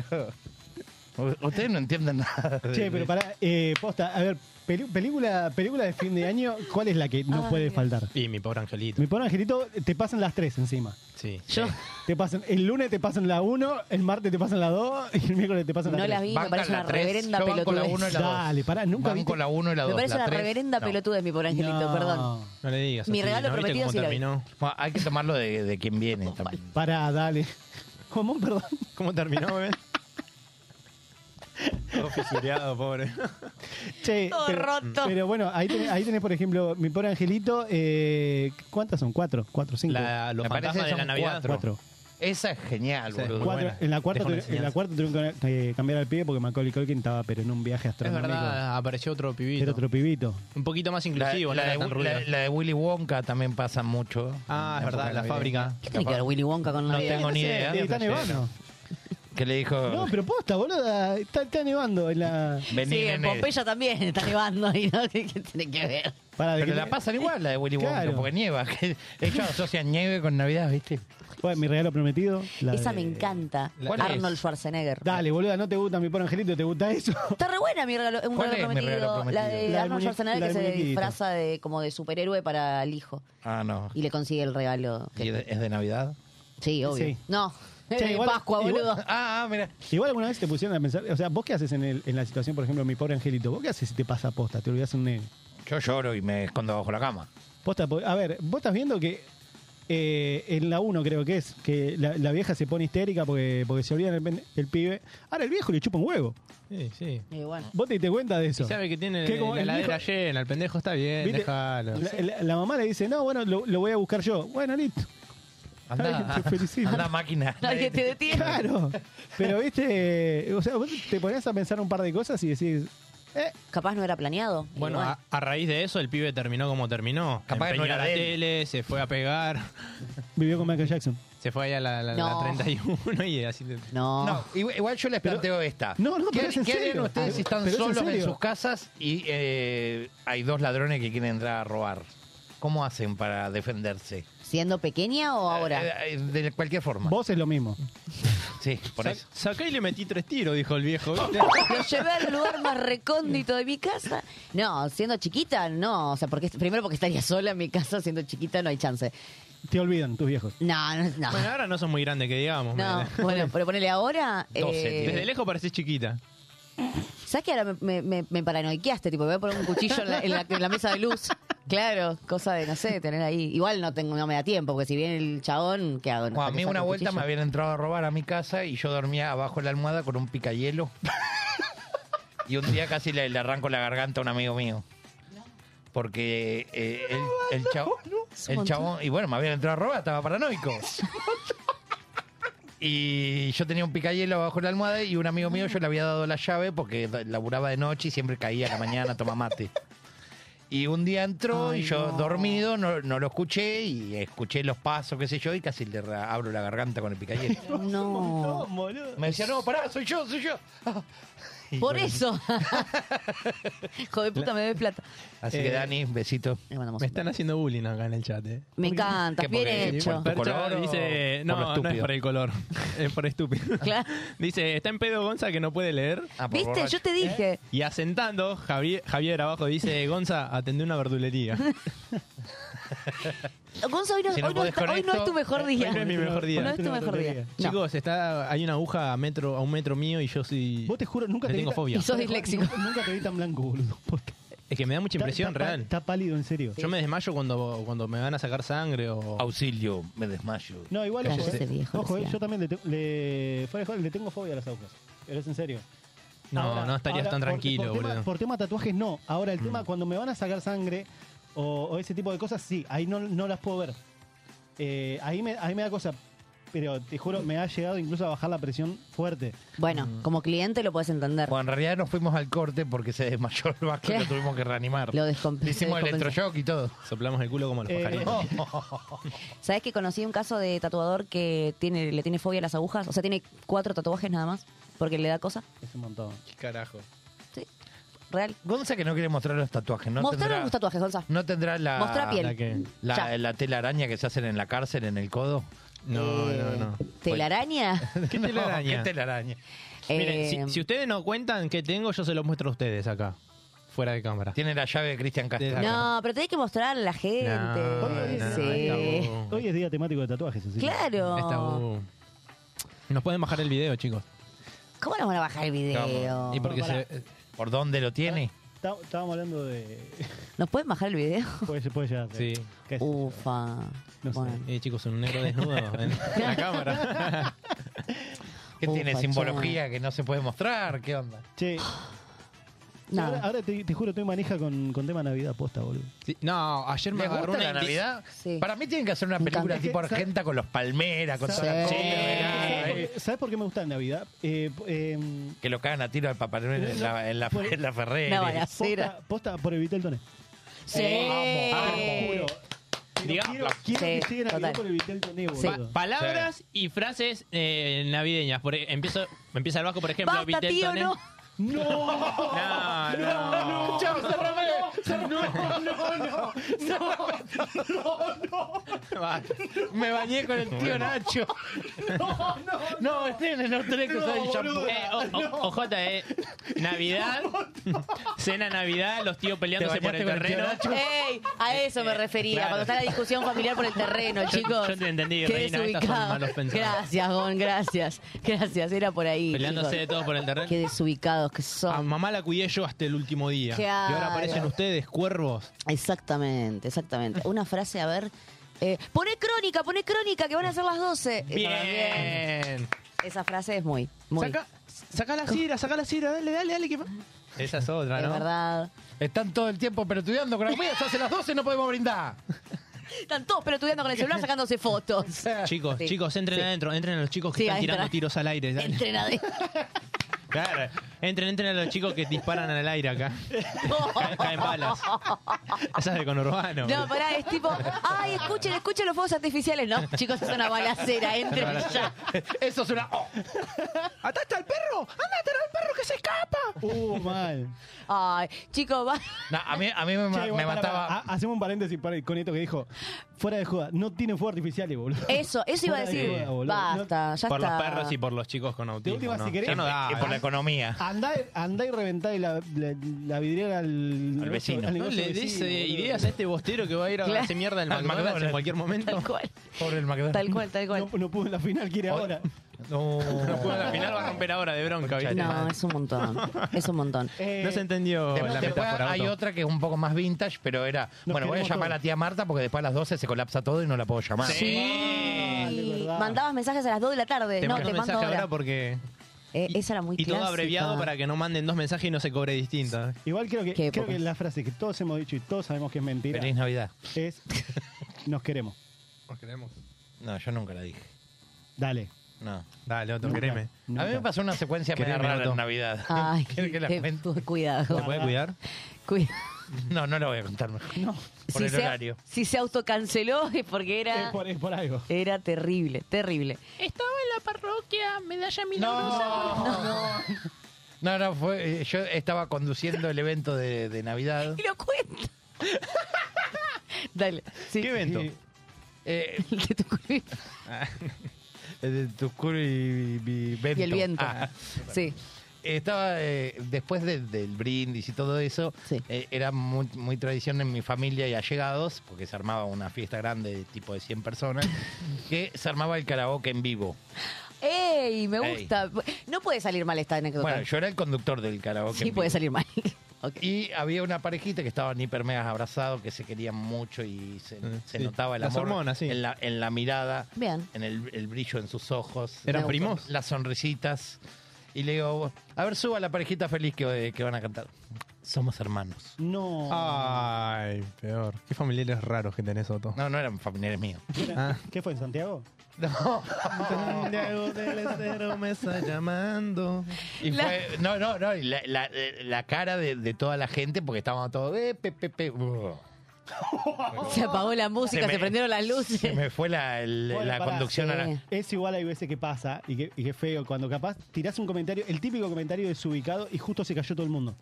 L: U- Ustedes no entienden nada. de-
F: Che, pero pará, eh, posta, a ver, peli- película, película de fin de año, ¿cuál es la que no
D: Ay,
F: puede
D: Dios.
F: faltar?
E: Y mi pobre angelito.
F: Mi pobre angelito, te pasan las tres encima.
E: Sí.
D: Yo
F: Te pasan, el lunes te pasan la 1, el martes te pasan la 2 y el miércoles te pasan la
D: No
F: 3.
D: las vi, me
L: Banca
D: parece
L: la
D: una
L: tres,
D: reverenda
L: yo banco la
D: pelotudez.
L: uno y la dos.
F: Dale, pará, nunca
L: Banco
F: viste-
L: la 1 y la 2.
D: Me parece una reverenda pelotudez, mi pobre angelito, perdón.
E: No le digas.
D: Mi
E: así,
D: regalo
E: ¿no? ¿Viste
D: prometido
E: cómo
D: sí lo vi.
E: terminó?
L: Hay que tomarlo de, de quien viene también.
F: Pará, dale. ¿Cómo? Perdón.
E: ¿Cómo terminó, bebé? Todo fisurado, pobre.
F: Che,
D: Todo
F: pero,
D: roto.
F: pero bueno, ahí tenés, ahí tenés, por ejemplo, mi pobre angelito, eh, ¿cuántas son? ¿Cuatro? ¿Cuatro? ¿Cinco?
E: La, los
L: Me parece
E: fantasmas
L: que
E: de la
L: son
E: Navidad.
F: cuatro.
L: Esa es genial,
E: Sí,
L: boludo.
E: muy
F: Cuatro.
E: buena.
F: En la cuarta,
E: Deja una
F: tuvi- en la
E: enseñanza.
F: cuarta tuvieron que eh, cambiar al pibe porque Macaulay Culkin estaba pero en un viaje
E: Es
F: astronómico.
E: verdad, apareció otro pibito.
F: Era otro pibito.
E: Un poquito más
L: La,
E: inclusivo,
L: la
E: no
L: de,
E: era tan
L: Wi-
E: rubio.
L: la- la de Willy Wonka también pasa mucho.
E: ah, es
L: En
E: verdad,
L: época
E: la
L: navideña.
E: fábrica.
D: ¿Qué tiene que ver Willy Wonka con
L: No
D: Navidad?
L: tengo ni
E: Sí,
L: idea.
E: sí,
F: está
E: flashero.
F: nevado.
L: que le dijo,
F: No, pero posta, boluda. Está, está nevando en la.
L: vení,
D: Sí, en
L: nene.
D: Pompeya también está nevando y no, (laughs) ¿qué, qué tiene que ver?
L: Pero la pasan igual la de Willy Wonka,
F: Claro.
L: porque nieva. (laughs) que Ellos asocian nieve con Navidad, ¿viste?
F: Bueno, mi regalo prometido. la
D: Esa
F: de-
D: me encanta.
F: la- ¿Cuál
D: Arnold
F: es?
D: Schwarzenegger.
F: Dale, boluda, no te gusta mi pobre angelito, ¿te gusta eso? (laughs)
D: Está re buena mi regalo, un
F: ¿Cuál
D: regalo
F: es mi
D: prometido.
F: regalo prometido?
D: La de
F: La del
D: Arnold
F: muñe-
D: Schwarzenegger
F: la
D: que
F: del
D: se
F: muñequito.
D: disfraza de, como de superhéroe para el hijo.
L: Ah, no.
D: Y le consigue el regalo.
L: ¿Y de- ¿Es de Navidad?
D: Sí, obvio.
F: Sí.
D: No, es
F: Che,
D: (laughs) de
F: igual-
D: Pascua,
F: igual-
D: boludo.
L: Ah, mira.
F: Igual alguna vez te pusieron a pensar, o sea, vos qué haces en, el- en la situación, por ejemplo, mi pobre angelito, vos qué haces si te pasa posta, te olvidás un nene.
L: Yo lloro y me escondo bajo la cama.
F: Posta, po- a ver, vos estás viendo que eh, en la 1 creo que es, que la, la vieja se pone histérica porque, porque se olvida el, pen- el pibe. Ahora el viejo le chupa un huevo.
E: Sí, sí.
F: Vos te diste cuenta de eso.
E: Y sabe que tiene
F: Que como
E: la
F: el
E: heladera
F: viejo-
E: llena, el pendejo está bien,
F: ¿viste?
E: déjalo.
F: La, la- la mamá le dice, no, bueno, lo, lo voy a buscar yo. Bueno, listo.
L: Anda,
F: Ay, te felicito.
L: anda máquina.
D: (laughs) Nadie te
F: (laughs)
D: detiene.
F: Claro. Pero viste, eh, o sea, vos te ponías a pensar un par de cosas y decís,
D: Capaz no era planeado. Y
E: Bueno,
F: ah,
E: a, a raíz de eso el pibe terminó como terminó.
L: Capaz que no
E: Empeñó
L: era
E: la
L: de él.
E: tele, se fue a pegar, (laughs)
F: vivió con Michael Jackson.
E: se fue allá a la, la- la
F: No.
E: 31 y así. te-
L: No, igual igual yo les planteo esta.
E: No, no,
L: ¿Qué,
E: pero es en
L: qué harían
E: serio.
L: ustedes si están
E: Pero es en
L: solos en
E: serio.
L: sus casas y eh, hay dos ladrones que quieren entrar a robar? ¿Cómo hacen para defenderse?
D: ¿Siendo pequeña o ahora?
L: Eh, eh, De cualquier forma.
F: Vos es lo mismo.
L: Sí, por eso.
E: Sacá y le metí tres tiros, dijo el viejo.
L: (laughs)
E: ¿viste?
D: Lo llevé al lugar más recóndito de mi casa. No, siendo chiquita, no. O sea, porque primero porque estaría sola en mi casa, siendo chiquita no hay chance.
F: Te olvidan tus viejos.
D: No, no, no.
E: Bueno, ahora no son muy grandes, que digamos.
D: No,
E: Mela.
D: bueno, pero ponele ahora. eh,
E: Desde lejos pareces chiquita.
D: ¿Sabes que ahora me, me, me- me paranoiqueaste? Tipo, me voy a poner un cuchillo en la, en la- en la mesa de luz. Claro, cosa de, no sé, tener ahí. Igual no tengo, no me da tiempo, porque si viene el chabón, ¿qué hago?
L: Bueno, a mí una vuelta me habían entrado a robar a mi casa y yo dormía abajo de la almohada con
E: (laughs)
L: un picayelo. y un día casi le, le arranco la garganta a un amigo mío. Porque eh, el, el chabón, el chabón- y bueno, me habían entrado a robar, estaba
D: (laughs)
L: paranoico. Y yo tenía un picayelo abajo de la almohada y un amigo mío yo le había dado la llave porque laburaba de noche y siempre caía a la mañana a tomar mate. Y un día entró y yo dormido no, no lo escuché y escuché los pasos, qué sé yo, y casi le ra- abro la garganta con el picayelo.
D: (laughs) No.
L: Me decía, no, pará, soy yo,
D: (laughs)
L: soy yo. Y
D: Por
L: bueno,
D: eso. (laughs) Joder, puta, me debes plata.
L: Así que
E: Eh,
L: Dani, besito.
E: Me están haciendo bullying acá en el chat. eh.
D: Me encanta,
L: ¿Qué,
D: bien
L: porque-
D: hecho.
L: ¿Por tu
E: Percha
L: color o
E: dice,
L: por lo
E: no, no es
L: estúpido?
E: por el color, (laughs) es por estúpido. Dice, está en pedo Gonza que no puede leer.
L: Ah,
D: por ¿Viste? borracho. Yo te dije.
E: Y asentando, Javier, Javier abajo dice, Gonza, atendé una verdulería.
D: Gonzo, hoy no,
E: Si no
D: hoy no
E: podés
D: está-
E: con
D: hoy no
E: esto, eh,
D: es tu mejor día.
E: Hoy no es mi mejor día.
D: No es tu mejor día. No.
E: Chicos, está, hay una aguja a, metro, a un metro mío y yo sí... Vos
F: te juro, nunca te
E: tengo
F: vi-
E: fobia.
F: Y sos disléxico. (laughs)
E: Nunca
F: te vi tan blanco, boludo.
E: Es que me da mucha impresión
F: Está- está-
E: real.
F: Está pálido, en serio.
E: Yo me desmayo cuando, cuando me van a sacar sangre o...
L: Auxilio, me desmayo.
F: No, igual
E: Cállese,
F: ojo, eh.
E: viejo,
F: Ojo, eh,
E: decía.
F: yo también le, te- le- fuera de joda, le tengo fobia a las agujas. Pero es en serio.
E: No, no estarías tan
F: por-
E: tranquilo,
F: por, tema-
E: boludo. Mm.
F: por tema tatuajes, no. Ahora, el tema cuando me van a sacar sangre o, o ese tipo de cosas, sí, ahí no, no las puedo ver. Eh, ahí, me, ahí me da cosa. Pero te juro, me ha llegado incluso a bajar la presión fuerte.
D: Bueno, como cliente lo puedes entender.
L: Bueno, en realidad nos fuimos al corte porque se desmayó el vasco y lo tuvimos que reanimar.
D: Lo
L: Le Hicimos
D: se descompensó.
L: electroshock y todo. Eh, oh,
E: Soplamos el culo como los pajaritos.
D: ¿Sabes que conocí un caso de tatuador que tiene, le tiene fobia a las agujas? O sea, tiene cuatro tatuajes nada más porque le da cosa.
F: Es un montón.
E: Carajo.
D: Real.
L: oh. Gonza que no quiere mostrar los tatuajes, ¿no?
D: Mostrar
L: tendrá,
D: los tatuajes, Gonza.
L: No tendrá la,
D: Mostrá piel.
E: ¿La qué?
L: la-
D: Ya.
L: la telaraña que se hacen en la cárcel, en el codo.
E: No, no, no.
D: ¿Telaraña?
E: ¿Qué telaraña?
L: ¿Qué telaraña?
E: Miren,
D: Eh,
E: si, si ustedes no cuentan qué tengo, yo se los muestro a ustedes acá, fuera de cámara.
L: Tiene la llave de Cristian Castro.
D: No, pero tenés que mostrar a la gente. sí.
E: Oh.
F: Hoy es día temático de tatuajes. así que-
D: Claro.
E: Es tabú. Uh. Nos pueden bajar el video, chicos.
D: ¿Cómo nos van a bajar el video?
E: Y porque
F: Pará.
E: se- eh,
L: ¿Por dónde lo tiene?
F: Está- Estábamos hablando de. (laughs)
D: ¿Nos pueden bajar el video?
F: Puede, puede llegar.
E: Sí.
D: Ufa. Bueno.
E: Eh, chicos, un negro desnudo (laughs) en la cámara.
L: (laughs) ¿Qué tiene
E: Ufa,
L: simbología que no se puede mostrar? ¿Qué onda?
D: (gasps)
F: Che.
D: Nada.
F: Ahora, ahora te, te juro, estoy manija con, con tema Navidad posta, boludo.
E: Sí, No, ayer me
L: ¿Les
E: agarró
L: gusta
E: una
L: la
E: inti- (laughs)
L: Navidad?
D: Sí.
L: Para mí tienen que hacer una película tipo Argenta con los palmeras, con toda la
F: Sí.
L: comida, ¿verdad?
F: ¿Sabes por- ¿Sabes por qué me gusta Navidad? Eh, eh,
L: eh, Que lo cagan a tiro al papá Noel en la, en la, en la Ferreri.
F: posta, posta por evitar el tono.
D: Sí.
F: Vamos, vamos. Eh, Te juro. Quiero, quiero, quiero que
D: Sí,
F: lleguen a
D: total.
F: video con el Vitel Toné,
D: Sí.
F: boludo.
P: Palabras y frases eh, navideñas. Por, e- empiezo, empieza el vasco, por ejemplo.
D: Basta,
P: Vitel
D: tío,
P: Toné.
D: no.
P: No, no.
C: Chao, cerrame.
L: No,
C: no, no. No, no.
L: Va, Me bañé con el tío
P: Bueno.
L: Nacho. No, no. No, estoy en el hotel que usaba el shampoo.
P: Eh, o- o- Ojota, eh. Navidad, cena Navidad, los tíos peleándose por el
L: bañaste con el tío
P: terreno.
D: ¡Ey! A eso me refería,
P: Eh, claro.
D: cuando está la discusión familiar por el terreno,
P: (laughs) Yo-
D: chicos.
P: yo te entendí,
D: Qué
P: Reina, estas son
D: desubicado.
P: malos pensados.
D: Gracias, Gon, gracias. Gracias, era por ahí.
E: Peleándose de
D: chicos.
E: todos por el terreno.
D: Qué desubicados que son.
P: Ah,
E: A mamá la cuidé yo hasta el último día.
D: Claro.
E: Y ahora aparecen ustedes, cuervos.
D: Exactamente, exactamente. Una frase, a ver. Eh, poné crónica, poné crónica, que van a ser las 12. Eso también.
E: Bien.
D: Esa frase es muy, muy.
E: Saca- saca la cira, saca la cira, dale, dale, dale. Que... Esa es otra,
D: Es
E: ¿no?
D: verdad.
L: Están todo el tiempo perturbando con la comida. Se hace las 12 y no podemos brindar.
D: Están todos pelotudeando con el celular sacándose fotos.
E: (laughs) Chicos,
D: Sí.
E: chicos, entren adentro, entren a los chicos que
D: Sí,
E: están
D: adentro.
E: tirando tiros al aire. dale.
D: Entren
P: (laughs)
D: adentro.
E: Claro. Entren, entren a los chicos que disparan al aire acá. Caen, caen balas. Esa es de conurbano.
D: No, pará, es tipo, ay, escuchen, escuchen los fuegos artificiales. No, chicos, es una
E: (laughs)
D: balacera, entren ya.
L: Eso es una. oh.
E: ¡Ataste al perro! ¡Andate al perro que se escapa!
F: Uh, (laughs) mal.
D: Ay, chicos, va.
L: No, a mí, a mí me, ma-
F: Che,
L: me
F: igual, pará,
L: mataba.
F: pará. Ha- Hacemos un paréntesis para con esto que dijo. Fuera de joda, no tienen fuego artificiales, boludo.
D: Eso, eso iba a
F: Fuera de
D: decir.
F: joda, boludo.
D: Basta, ya
E: por
D: está.
E: los perros y por los chicos con autismo.
F: última,
E: ¿no?
F: si querés-
E: Ya no da. ¿eh?
F: Y por la
L: economía.
F: Andá, andá y reventá la, la, la vidriera al, negocio- al
E: No
F: negocio
E: le des
F: vecino,
E: eh,
F: boludo.
E: ideas a este bostero que va a ir a
F: Claro.
E: hacer mierda al
F: Al
E: McDonald's, en
F: McDonald's.
E: cualquier momento.
L: Pobre el McDonald's.
D: Tal cual, tal cual.
F: No, no pudo en la final, quiere ahora.
L: No.
E: No puedo, al final va a romper ahora de bronca, ¿viste?
D: No, es un montón. Es un montón.
E: No se entendió
L: Después
E: la
L: después
E: metáfora.
L: hay
E: Otto.
L: otra que es un poco más vintage, pero era. bueno, voy a
E: queremos
L: llamar a la tía Marta porque después a las 12 se colapsa todo y no la puedo llamar.
F: Ah,
D: Sí. Mandabas mensajes a las 2 de la tarde.
E: Te
D: no,
E: mando
D: te
E: un
D: mando
E: mensaje
D: ahora.
E: ahora porque...
D: Eh, esa era muy
E: Y todo
D: clásica.
E: abreviado para que no manden dos mensajes y no se cobre distinto.
F: Igual creo que,
E: Qué
F: creo que
E: épocas.
F: la frase que todos hemos dicho y todos sabemos que es mentira.
L: Feliz Navidad.
F: Es. Nos queremos.
L: No, yo nunca la dije.
F: Dale.
L: No.
E: Dale, Otto, créeme.
L: A mí me pasó una secuencia media
E: Quereme,
L: rara
E: Otto.
L: en (laughs) Navidad.
D: Ay,
L: ¿Quieres que la
D: qué-
L: cuente?
D: cuidado.
L: ¿Se puede cuidar?
D: Cuidado.
L: No, no la voy a contar mejor. Por el
D: se-
L: horario.
D: si se autocanceló es porque era.
L: Es
E: pues.
L: por-
F: algo.
D: Era terrible, terrible.
P: Estaba en la parroquia, medalla milagrosa.
L: No, No, no, fue. eh, Yo estaba conduciendo el evento de, de Navidad.
D: Y (laughs) lo cuento. Dale. ¿Qué
E: evento?
F: Eh,
D: (laughs) el de tu
L: El eh, de tu culo y,
D: Y el viento.
L: Ah.
D: Sí.
L: Estaba, eh, después de- del brindis y todo eso, eh, era muy, muy tradición en mi familia y allegados, porque se armaba una fiesta grande de tipo de 100 personas, que se armaba el karaoke en vivo.
D: ¡Ey! Me
L: Ey.
D: gusta. No puede salir mal esta anécdota.
L: Bueno, yo era el conductor del karaoke.
D: sí, puede salir mal. (laughs)
L: Y había una parejita que estaban hiper megas abrazados, que se querían mucho y se, se
E: Eh, sí.
L: notaba el
E: Las
L: amor
E: hormonas, sí.
L: en, la, en la mirada,
D: Bien.
L: en el, el brillo en sus ojos.
E: ¿Eran
L: Me
E: primos?
L: gustó. Las sonrisitas. Y le digo, a ver, suba la parejita feliz que, que van a cantar. Somos hermanos.
F: No.
E: Oh. Ah. Ay, peor. Qué familiares raros que tenés, Otto.
L: (laughs)
E: Ah.
L: No, no eran
E: (laughs)
L: familiares míos.
F: ¿Qué fue en Santiago?
L: No.
E: Santiago del Estero me está llamando.
L: Y fue, no, no, no, y la, la- eh, la cara de, de toda la gente, porque estábamos todos, eh, pe, pe, pe, uh.
D: Se apagó la música, se,
L: me-
D: prendieron las luces.
L: Se me fue la, el-
F: Bueno,
L: la
F: pará,
L: conducción a la-
F: sí. Es igual hay veces que pasa y que, y que feo cuando capaz tirás un comentario, el típico comentario desubicado y justo se cayó todo el mundo.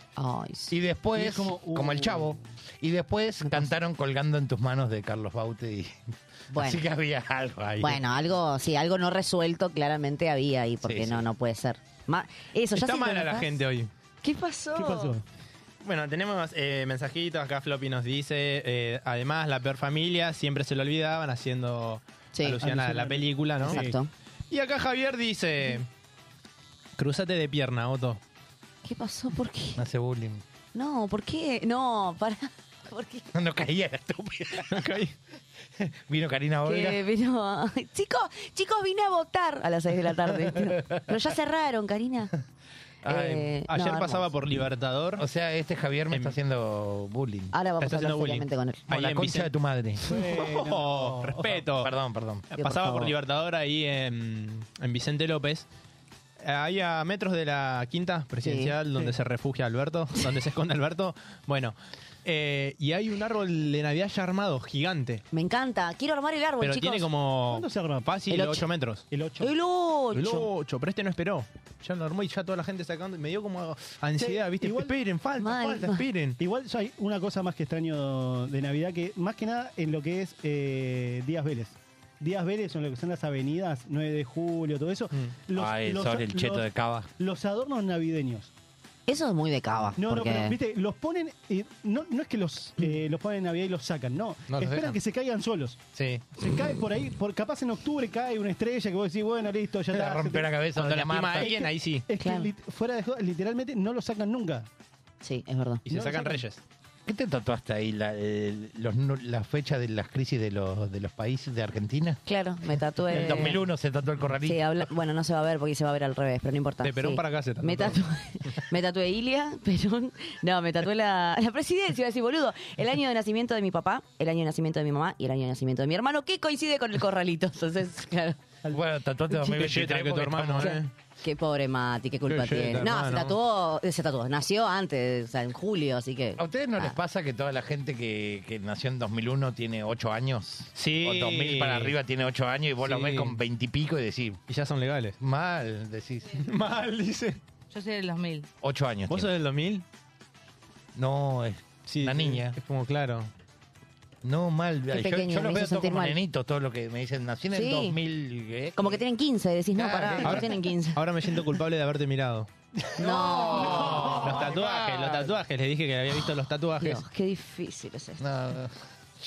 L: Y después,
F: Y es
L: como,
F: como, uh.
L: el chavo, y después cantaron Colgando en tus manos de Carlos Baute. y- (laughs)
D: Bueno.
L: Así que había algo ahí.
D: Bueno, algo, sí, algo no resuelto claramente había ahí, porque
L: Sí,
D: no, no puede ser. Ma- eso, ya
E: Está
D: si
E: mala la
D: colocás-
E: gente hoy.
D: ¿Qué pasó?
E: Bueno, tenemos eh, mensajitos. Acá Floppy nos dice. eh, además, la peor familia siempre se lo olvidaban haciendo
D: Sí.
E: alusión a la
D: Alusión.
E: película, ¿no?
D: Exacto.
E: Y acá Javier dice. Cruzate de pierna, Otto.
D: ¿Qué pasó? ¿Por qué?
L: Me hace bullying.
D: No, ¿por qué? No, para. (laughs) ¿Por qué?
L: No caía,
D: (laughs)
L: era estúpida. (laughs) Vino Karina Olga.
D: Que vino a- (laughs) Chicos, chicos, vine a votar a las 6 de la tarde. Pero ya cerraron,
E: (laughs)
D: Karina.
L: Ay,
D: Eh, no,
E: Ayer
D: hermoso.
E: pasaba por Libertador.
L: O sea, este Javier me está haciendo bullying.
D: Em. Ahora vamos
E: Está
D: a hablar
E: haciendo bullying.
D: seriamente con él.
E: Ahí
L: la
E: en
L: concha
E: Vicen-
L: de tu madre.
F: Eh,
E: Oh, respeto.
L: Perdón, perdón.
E: eh, Pasaba por,
L: favor.
E: Libertador ahí en, en Vicente López. Ahí a metros de la quinta presidencial
L: Sí.
E: donde
L: Sí.
E: se refugia Alberto, donde se esconde Alberto. Bueno, Eh, y hay un árbol de Navidad ya armado, gigante.
D: Me encanta. Quiero armar el árbol,
E: pero
D: chicos.
E: tiene como fácil
D: El
E: 8.
D: ocho.
E: metros. El 8.
D: El ocho.
E: El 8, pero este no esperó. Ya lo armó y ya toda la gente sacando. y Me dio como ansiedad, ¿viste? esperen, falta, falta, esperen.
F: Igual so, hay una cosa más que extraño de Navidad que, más que nada, en lo que es eh, Díaz Vélez. Díaz Vélez, en lo que son las avenidas, 9 de julio, todo eso. Los,
L: Mm. Ay,
F: los-
L: sobre el cheto
F: los-
L: de cava.
F: Los adornos navideños.
D: Eso es muy de cava.
F: No,
D: porque-
F: no, pero viste, los ponen, eh, no, no es que los, eh, los ponen en Navidad y los sacan, no.
E: No, los
F: Esperan
E: dejan.
F: que se caigan solos.
E: Sí.
F: Se cae por ahí, por capaz en octubre cae una estrella que vos decís, bueno, listo, ya
L: Le
F: está.
L: rompe la cabeza Cuando doña lastima a Marta. alguien, ahí sí.
F: Es que lit- fuera de joda, literalmente no lo sacan nunca.
D: Sí, es verdad.
L: Y se sacan reyes. ¿Qué te tatuaste ahí? ¿La, el- los nu- la fecha de las crisis de los, de los países de Argentina?
D: Claro, me tatué.
L: En el 2001 se tatuó el corralito.
D: Sí, habla- bueno, no se va a ver porque se va a ver al revés, pero no importa.
L: De Perón
D: Sí.
L: para acá se tatuó
D: Me
L: todo.
D: tatué, me tatué (laughs) Ilia, Perón. No, me tatué la, la presidencia, iba a decir, boludo. El año de nacimiento de mi papá, el año de nacimiento de mi mamá y el año de nacimiento de mi hermano, que coincide con el corralito. Entonces, claro.
L: Bueno, tatuaste
D: ah. Sí.
L: 2023
E: Que tu
L: porque
E: hermano,
L: estamos-
E: ¿eh?
D: Qué pobre Mati, qué culpa
L: Qué
D: tiene.
L: yeta,
D: No, se
L: hermano.
D: tatuó, eh, se tatuó, nació antes, o sea, en julio, así que.
L: ¿A ustedes no les pasa que toda la gente que, que nació en 2001 tiene 8 años?
E: Sí.
L: O 2000 para arriba tiene 8 años y vos los
E: Sí.
L: ves con 20 y pico y decís...
E: Y ya son legales.
L: Mal, decís.
E: (laughs) Mal, dice.
H: Yo soy del 2000.
L: 8 años.
E: ¿Vos sos del 2000?
L: No, es
E: la
L: niña.
E: Es como claro.
L: No, mal. Yo,
D: pequeño, me hizo
L: yo los veo todos
D: sentir
L: como
D: mal.
L: nenitos, todo lo que me dicen. Nací en el
D: Sí.
L: 2000... ¿eh?
D: Como que tienen 15, decís,
L: Ah,
D: no, pará, no tienen 15.
E: Ahora me siento culpable de haberte mirado.
D: (laughs) No.
E: Los tatuajes, los tatuajes. Le dije que había visto los tatuajes.
D: Dios, qué difícil es esto.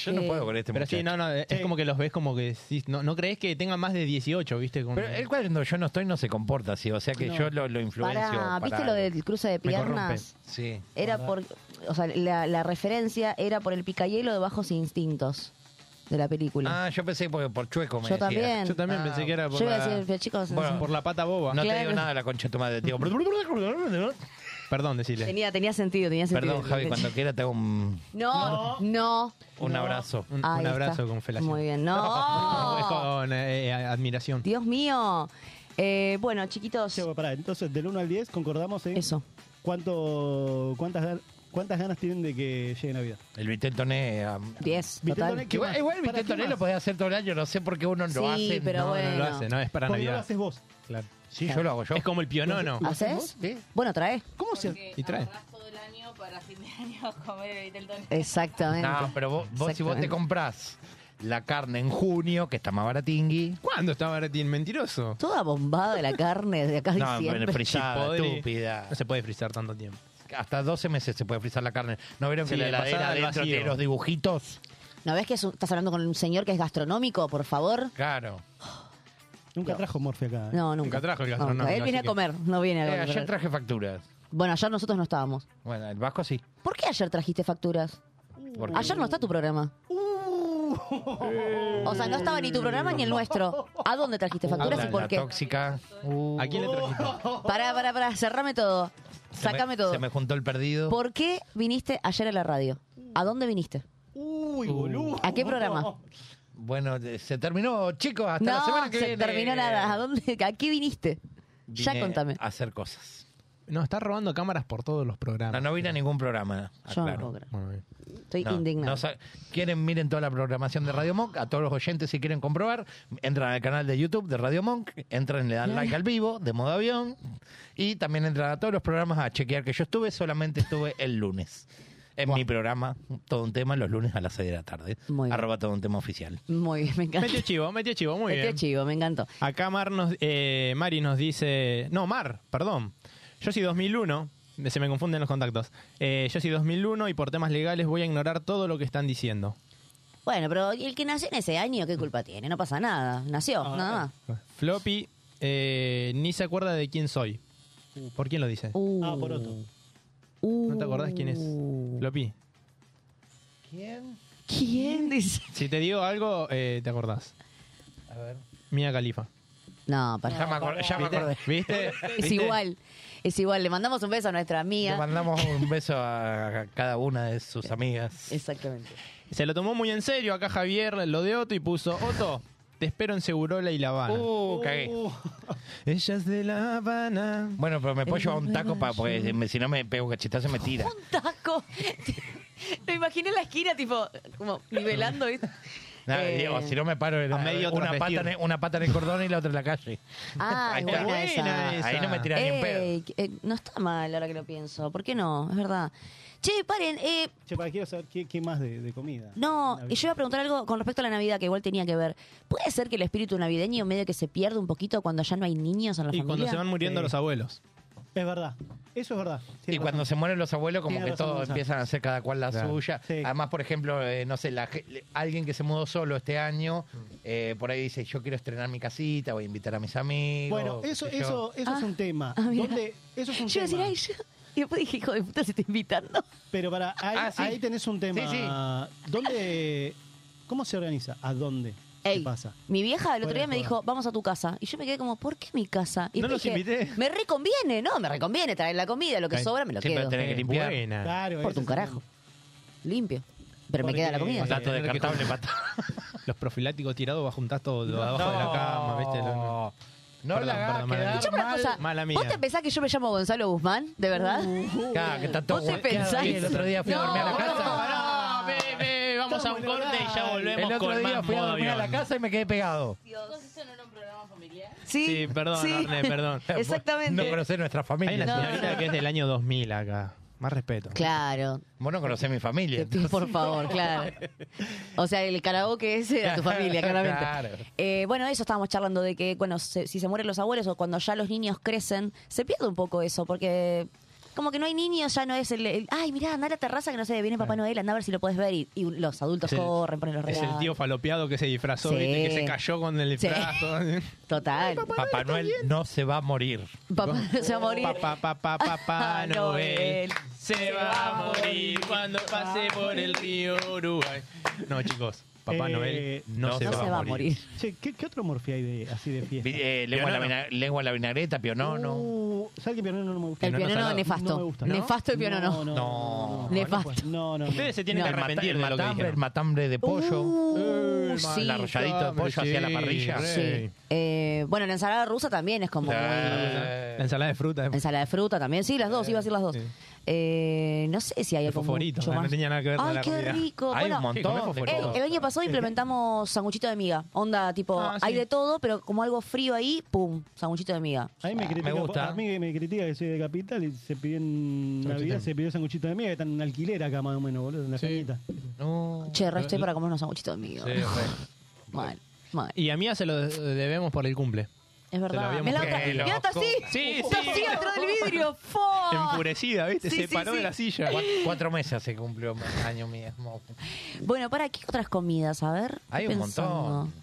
L: Yo no puedo con este
E: Pero sí,
L: muchacho.
E: no, eh, no, es como que los ves como que... sí, no, no crees que tenga más de 18, ¿viste? Como-
L: Pero él cuando yo no estoy no se comporta así, o sea que
E: No.
L: yo lo, lo influencio.
D: Pará,
L: para
D: ¿viste lo
L: algo.
D: del cruce de
L: Me corrompe.
D: piernas?
L: Sí.
D: Era por, o sea, la, la referencia era por el picayelo de Bajos Instintos de la película.
L: Ah, yo pensé porque por chueco me
D: Yo
L: decía.
D: también. Yo también
E: pensé que era
D: por Yo iba a la- decir, pero chicos,
L: Bueno,
D: no sé.
E: por la pata boba.
L: No te
D: Claro.
L: digo nada la concha de tu madre, tío.
E: Perdón, decirle.
D: tenía, tenía sentido, tenía sentido.
L: Perdón, Javi, cuando quiera te hago un,
D: No, no.
L: un abrazo. Ah.
E: Un,
D: Ahí
E: un abrazo
D: está.
E: con felación.
D: Muy bien, no.
E: Es con eh, eh, admiración.
D: Dios mío. Eh, bueno, chiquitos.
F: pará, entonces del 1 al 10 concordamos en
D: Eso.
F: cuánto cuántas gan- cuántas ganas tienen de que llegue Navidad.
L: El Viteltoné. um,
D: 10,
F: Viteltoné,
D: total.
F: ¿qué
L: Igual,
F: más?
L: igual el
F: ¿Para qué
L: Viteltoné
F: más?
L: lo podés hacer todo el año, no sé por qué uno no
D: Sí,
L: lo hace.
D: pero
L: no,
D: bueno.
E: No lo hace, no, es para
F: Porque no lo
E: Navidad.
F: haces vos.
E: Claro.
L: Sí, yo lo hago yo.
E: Es como el pionono.
D: ¿Haces? Bueno, trae.
F: ¿Cómo
H: se...?
E: Y trae.
H: todo el año para fin de año (laughs) comer el Viteltoné.
G: Eh.
D: Exactamente.
L: No, pero vos, vos si vos te
D: Exactamente.
L: comprás la carne en junio, que está más baratingui.
E: ¿Cuándo está baratín? Mentiroso.
D: Toda bombada de la carne de acá a
L: No,
D: diciembre.
L: bueno, frisada,
E: Chipodri.
L: estúpida.
E: No se puede frizar tanto tiempo.
L: Hasta 12 meses se puede frizar la carne. ¿No vieron
E: Se
L: que la
E: la pasaba
L: heladera
E: al
L: adentro
E: vacío.
L: tiene los dibujitos?
D: ¿No ves que es un- estás hablando con un señor que es gastronómico, por favor?
L: Claro.
F: Nunca trajo Morfe acá. ¿eh?
D: No, nunca.
E: Nunca trajo el
D: No,
E: gastronómico,
D: Él viene a
E: así que-
D: comer, no viene
L: Eh,
D: a
L: ayer
D: comer.
L: traje facturas.
D: Bueno, ayer nosotros no estábamos.
L: Bueno, el Vasco sí.
D: ¿Por qué ayer trajiste facturas?
L: Porque- Uh.
D: Ayer no está tu programa. O sea, no estaba ni tu programa ni el nuestro. ¿A dónde trajiste facturas
L: Eh. La-
D: y por
L: la
D: qué?
L: tóxica. uh,
E: ¿A quién le
D: (laughs)
E: trajiste?
D: Pará, pará, pará, cerrame todo.
L: Se me-
D: Sácame todo.
L: Se me juntó el perdido.
D: ¿Por qué viniste ayer a la radio? ¿A dónde viniste?
F: Uy,
E: Uh,
F: boludo.
D: ¿A qué programa?
L: Bueno, de- se terminó, chicos. Hasta la semana
D: No,
L: que
D: se
L: viene.
D: terminó nada. ¿A dónde? ¿A qué viniste? Ya
L: Vine
D: contame.
L: A hacer cosas.
E: No, está robando cámaras por todos los
L: No,
E: programas.
L: no vine a ningún programa.
D: Yo no
L: aclaro.
D: puedo creer.
E: Muy bien.
D: Estoy
L: No,
D: indignada.
L: no sa- quieren, miren toda la programación de Radio Monk. A todos los oyentes, si quieren comprobar, entran al canal de YouTube de Radio Monk, entran, le dan like al vivo de modo avión. Y también entran a todos los programas a chequear que yo estuve. Solamente estuve el lunes. En mi programa, todo un tema, los lunes a las 6 de la tarde.
D: Muy bien.
L: Arroba todo un tema oficial.
D: Muy bien, me encanta.
E: Metió chivo, metió chivo, muy
D: Metió
E: bien.
D: chivo, me encantó.
E: Acá Mar nos, eh, Mari nos dice... No, Mar, perdón. Yo soy 2001, me- se me confunden los contactos. Eh, yo soy 2001 y por temas legales voy a ignorar todo lo que están diciendo.
D: Bueno, pero el que nació en ese año, ¿qué culpa tiene? No pasa nada. Nació,
L: Ah,
D: nada más.
E: Floppy eh, ni se acuerda de quién soy. Uh, ¿Por quién lo dice?
F: Ah, por otro.
D: Uh.
E: ¿No te acordás quién es? Floppy.
L: ¿Quién?
D: ¿Quién dice?
E: Si te digo algo, eh, te acordás.
L: A ver.
E: Mía Califa.
D: No, para.
L: Ya me acor- ya me acordé.
E: ¿Viste?
D: Es igual, es igual. Le mandamos un beso a nuestra
L: Le
D: amiga.
L: mandamos un beso a cada una de sus amigas.
D: Exactamente.
E: Se lo tomó muy en serio acá Javier, lo de Otto y puso, Otto, te espero en Segurola y La Habana.
L: Uh, cagué.
E: Ella es de La Habana. Eh.
L: Bueno, pero me puedo llevar un taco para, porque me- si no me pego cachetazo me tira.
D: Taco. (laughs) Lo imaginé en la esquina, tipo, como nivelando.
L: (laughs)
D: ¿viste?
L: Nah,
D: Eh,
L: Diego, si no me paro en-
E: medio
L: una,
E: transvestir.
L: pata en, el- una pata en el cordón y la otra en la calle.
D: Ah,
L: Ahí
D: es
L: está.
D: buena esa.
L: Ahí no me tiran ni en pedo.
D: Ey, eh, no está mal ahora que lo pienso. ¿Por qué no? Es verdad. Che, paren. Eh,
F: Che, para, quiero saber qué, qué más de, de comida.
D: no,
F: Navidad.
D: y yo iba a preguntar algo con respecto a la Navidad que igual tenía que ver. ¿Puede ser que el espíritu navideño medio que se pierde un poquito cuando ya no hay niños en la
E: Y
D: familia?
E: cuando se van muriendo
D: Sí.
E: los abuelos.
F: Es verdad. Eso es verdad.
L: y cuando se mueren los abuelos, como
F: Tiene
L: que
F: razón,
L: todos
F: Gonzalo.
L: empiezan a hacer cada cual la
F: Claro.
L: suya. Además, por ejemplo, eh, no sé, la ge- le- alguien que se mudó solo este año, eh, por ahí dice, yo quiero estrenar mi casita, voy a invitar a mis amigos.
F: Bueno,
L: qué
F: eso,
L: sé yo.
F: eso, eso es un tema. ¿Dónde- eso es un
D: Ah. Yo iba a decir,
F: tema.
D: ay, yo- Y después dije, hijo de puta, se está invitando.
F: Pero para, ahí,
D: Ah, sí.
F: ahí tenés un tema.
D: Sí,
F: ¿Dónde, ¿Cómo se organiza? ¿A dónde?
D: Ey,
F: ¿Qué pasa?
D: Mi vieja el otro
F: Fuera
D: día me
F: de
D: dijo, vamos a tu casa. Y yo me quedé como, ¿por qué mi casa? Y
F: No
D: después
F: los
D: dije,
F: invité.
D: Me reconviene, no, me reconviene traer la comida, lo que
F: Ay,
D: sobra me lo
L: siempre
D: quedo.
L: tenés que limpiar. Buena.
F: Claro,
D: Por
F: ese
D: un
F: es el
D: carajo. Limpio. Pero me
E: Porque-
D: queda la comida.
L: Dato
E: Eh,
L: descartable,
E: que-
L: (laughs) pata.
E: Los profiláticos tirados bajo un tasto de abajo de
L: No.
E: la cama, ¿viste? No,
L: No la hagas
E: mala
L: quedar
E: mía.
D: Escuchame una cosa,
E: Mala
D: ¿Vos
E: mía.
D: te pensás que yo me llamo Gonzalo Guzmán? ¿De verdad?
L: Claro, que está todo
D: ¿Vos te
L: guateado.
D: pensás?
L: Y el otro día uh. fui a dormir a la casa.
P: No, ve, ve, vamos a un corte y ya volvemos
L: El otro
P: con
L: día
P: más
L: fui a
P: modo
L: dormir a la
P: avión.
L: casa y me quedé pegado.
D: Sí,
E: Sí, perdón,
L: sí.
E: Arne, perdón.
D: Exactamente.
L: No conocés nuestra familia.
E: Hay una
L: No.
E: señorita que es del año 2000 acá. Más respeto.
D: Claro.
L: Vos no conocés mi familia. entonces.
D: Por favor, claro. O sea, el karaoke ese era tu familia, claramente.
L: (laughs) Claro.
D: Eh, bueno, eso estábamos charlando de que, bueno, se- si se mueren los abuelos o cuando ya los niños crecen, se pierde un poco eso, porque como que no hay niños, ya no es el, el, ay, mirá, anda a la terraza que no sé, viene Papá Noel, anda a ver si lo puedes ver. Y, y los adultos
E: Es el-
D: corren, ponen los
E: Es el
D: regalos.
E: tío falopeado que se disfrazó,
D: Sí.
E: ¿viste? que se cayó con el
D: Sí. (laughs)
E: disfraz. todo.
D: Total.
L: Papá Noel no se va a morir.
D: Papá se va a morir.
E: Papá, papá,
D: Ah,
E: papá Noel.
P: Se va a morir cuando pase por el río Uruguay.
E: No, chicos, Papá
F: Eh,
E: Noel no, se, va, a morir.
F: Che, ¿qué, qué otro morfi hay de, así de fiesta?
L: Eh, lengua, a la vina- lengua a la vinagreta, pionono.
F: Uh, ¿Sabes que pionono no me gusta?
D: El Pionono pionono salado. nefasto.
F: No me gusta.
D: Nefasto el pionono.
F: No, no.
L: No.
D: Nefasto.
F: no, no.
E: Ustedes se tienen que
L: El mata-
E: arrepentir
L: el
E: de lo que
L: matambre,
E: dijeron.
L: el matambre de pollo.
D: Uh, sí.
L: el arrolladito de pollo
E: Sí,
L: hacia la parrilla.
E: rey.
D: Eh, bueno, la ensalada rusa también es como muy...
L: Eh.
E: La ensalada de fruta.
D: Ensalada de fruta también, sí, las dos, iba a decir las dos. Eh, no sé si hay algo
E: Fosforito,
D: mucho
E: no
D: más.
E: tenía nada que ver con
D: Ay,
E: la
D: qué
E: comida.
D: rico.
E: Hay
D: Bueno,
E: un montón de
D: Ey,
E: cosas.
D: el año pasado implementamos sanguchito de miga. Onda, tipo,
E: Ah, sí.
D: hay de todo, pero como algo frío ahí, pum, sanguchito de miga.
F: A mí me, critica,
L: Ah, gusta.
F: A mí me critica que soy de Capital y se pidió en Navidad, se pidió sanguchito de miga que están en alquiler acá más o menos, boludo, en la cañita.
L: No.
D: Che, re estoy para comer unos sanguchitos de miga.
E: Sí, re.
D: Mal, mal.
E: Y a Mía se lo debemos por el cumple.
D: Es
E: lo
D: verdad.
E: habíamos
D: Me la otra.
E: pedido.
D: Mirá, está así.
E: Sí,
D: Está
E: sí.
D: así atrás del vidrio.
E: (laughs)
D: Fua.
E: (laughs) Enfurecida, ¿viste?
D: Sí,
E: se
D: sí,
E: paró
D: sí.
E: de la silla.
L: Cuatro, cuatro meses se cumplió el año mismo.
D: Bueno, para qué otras comidas, a ver.
L: Hay
D: Estoy
L: un
D: pensando.
L: montón.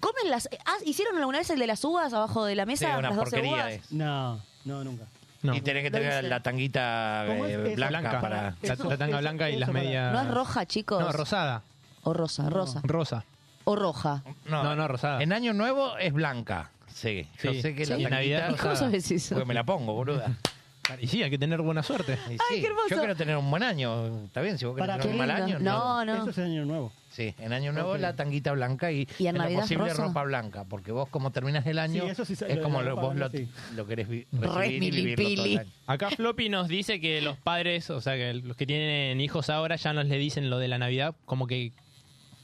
D: ¿Comen las. ah, ¿Hicieron alguna vez el de las uvas abajo de la
L: Sí,
D: mesa?
L: una
D: las 12
L: porquería.
D: uvas.
L: es.
F: No, no, nunca.
L: Y tenés que
D: Lo
L: tener
D: hice.
L: la tanguita
F: ¿Cómo
L: eh,
F: es eso?
L: blanca
E: Blanca.
L: para.
E: La, la tanga blanca y las medias.
D: No es roja, chicos.
E: No, rosada.
D: O rosa, rosa.
E: Rosa.
D: O roja.
L: No, no,
E: rosada.
L: En año nuevo es blanca. Sí. Yo
E: Sí,
L: sé que
E: sí.
L: la
E: Y en
L: tanguita
E: Navidad es ¿Y cómo rosada. sabes eso?
L: Porque me la
E: (laughs)
L: pongo, boluda.
E: Y sí, hay que tener buena suerte.
L: Y sí, Yo quiero tener un buen año. Está bien, si vos querés
D: Para
L: tener un
D: qué
L: mal
D: lindo. No,
L: año.
D: no. Eso
F: es año nuevo.
L: Sí, en año nuevo
F: Ok.
L: la tanguita blanca y,
D: Y en
L: en lo
D: Navidad es
L: posible
D: rosa.
L: ropa blanca. Porque vos, como terminas el año,
F: Sí, eso sí, lo
L: es
F: de
L: como
F: la
L: lo-
F: ropa
L: vos lo,
F: blanca, sí.
L: lo querés vi-
D: Re
L: recibir y vivirlo todo el año.
E: Acá Floppy nos dice que los padres, o sea, que los que tienen hijos ahora ya nos le dicen lo de la Navidad, como que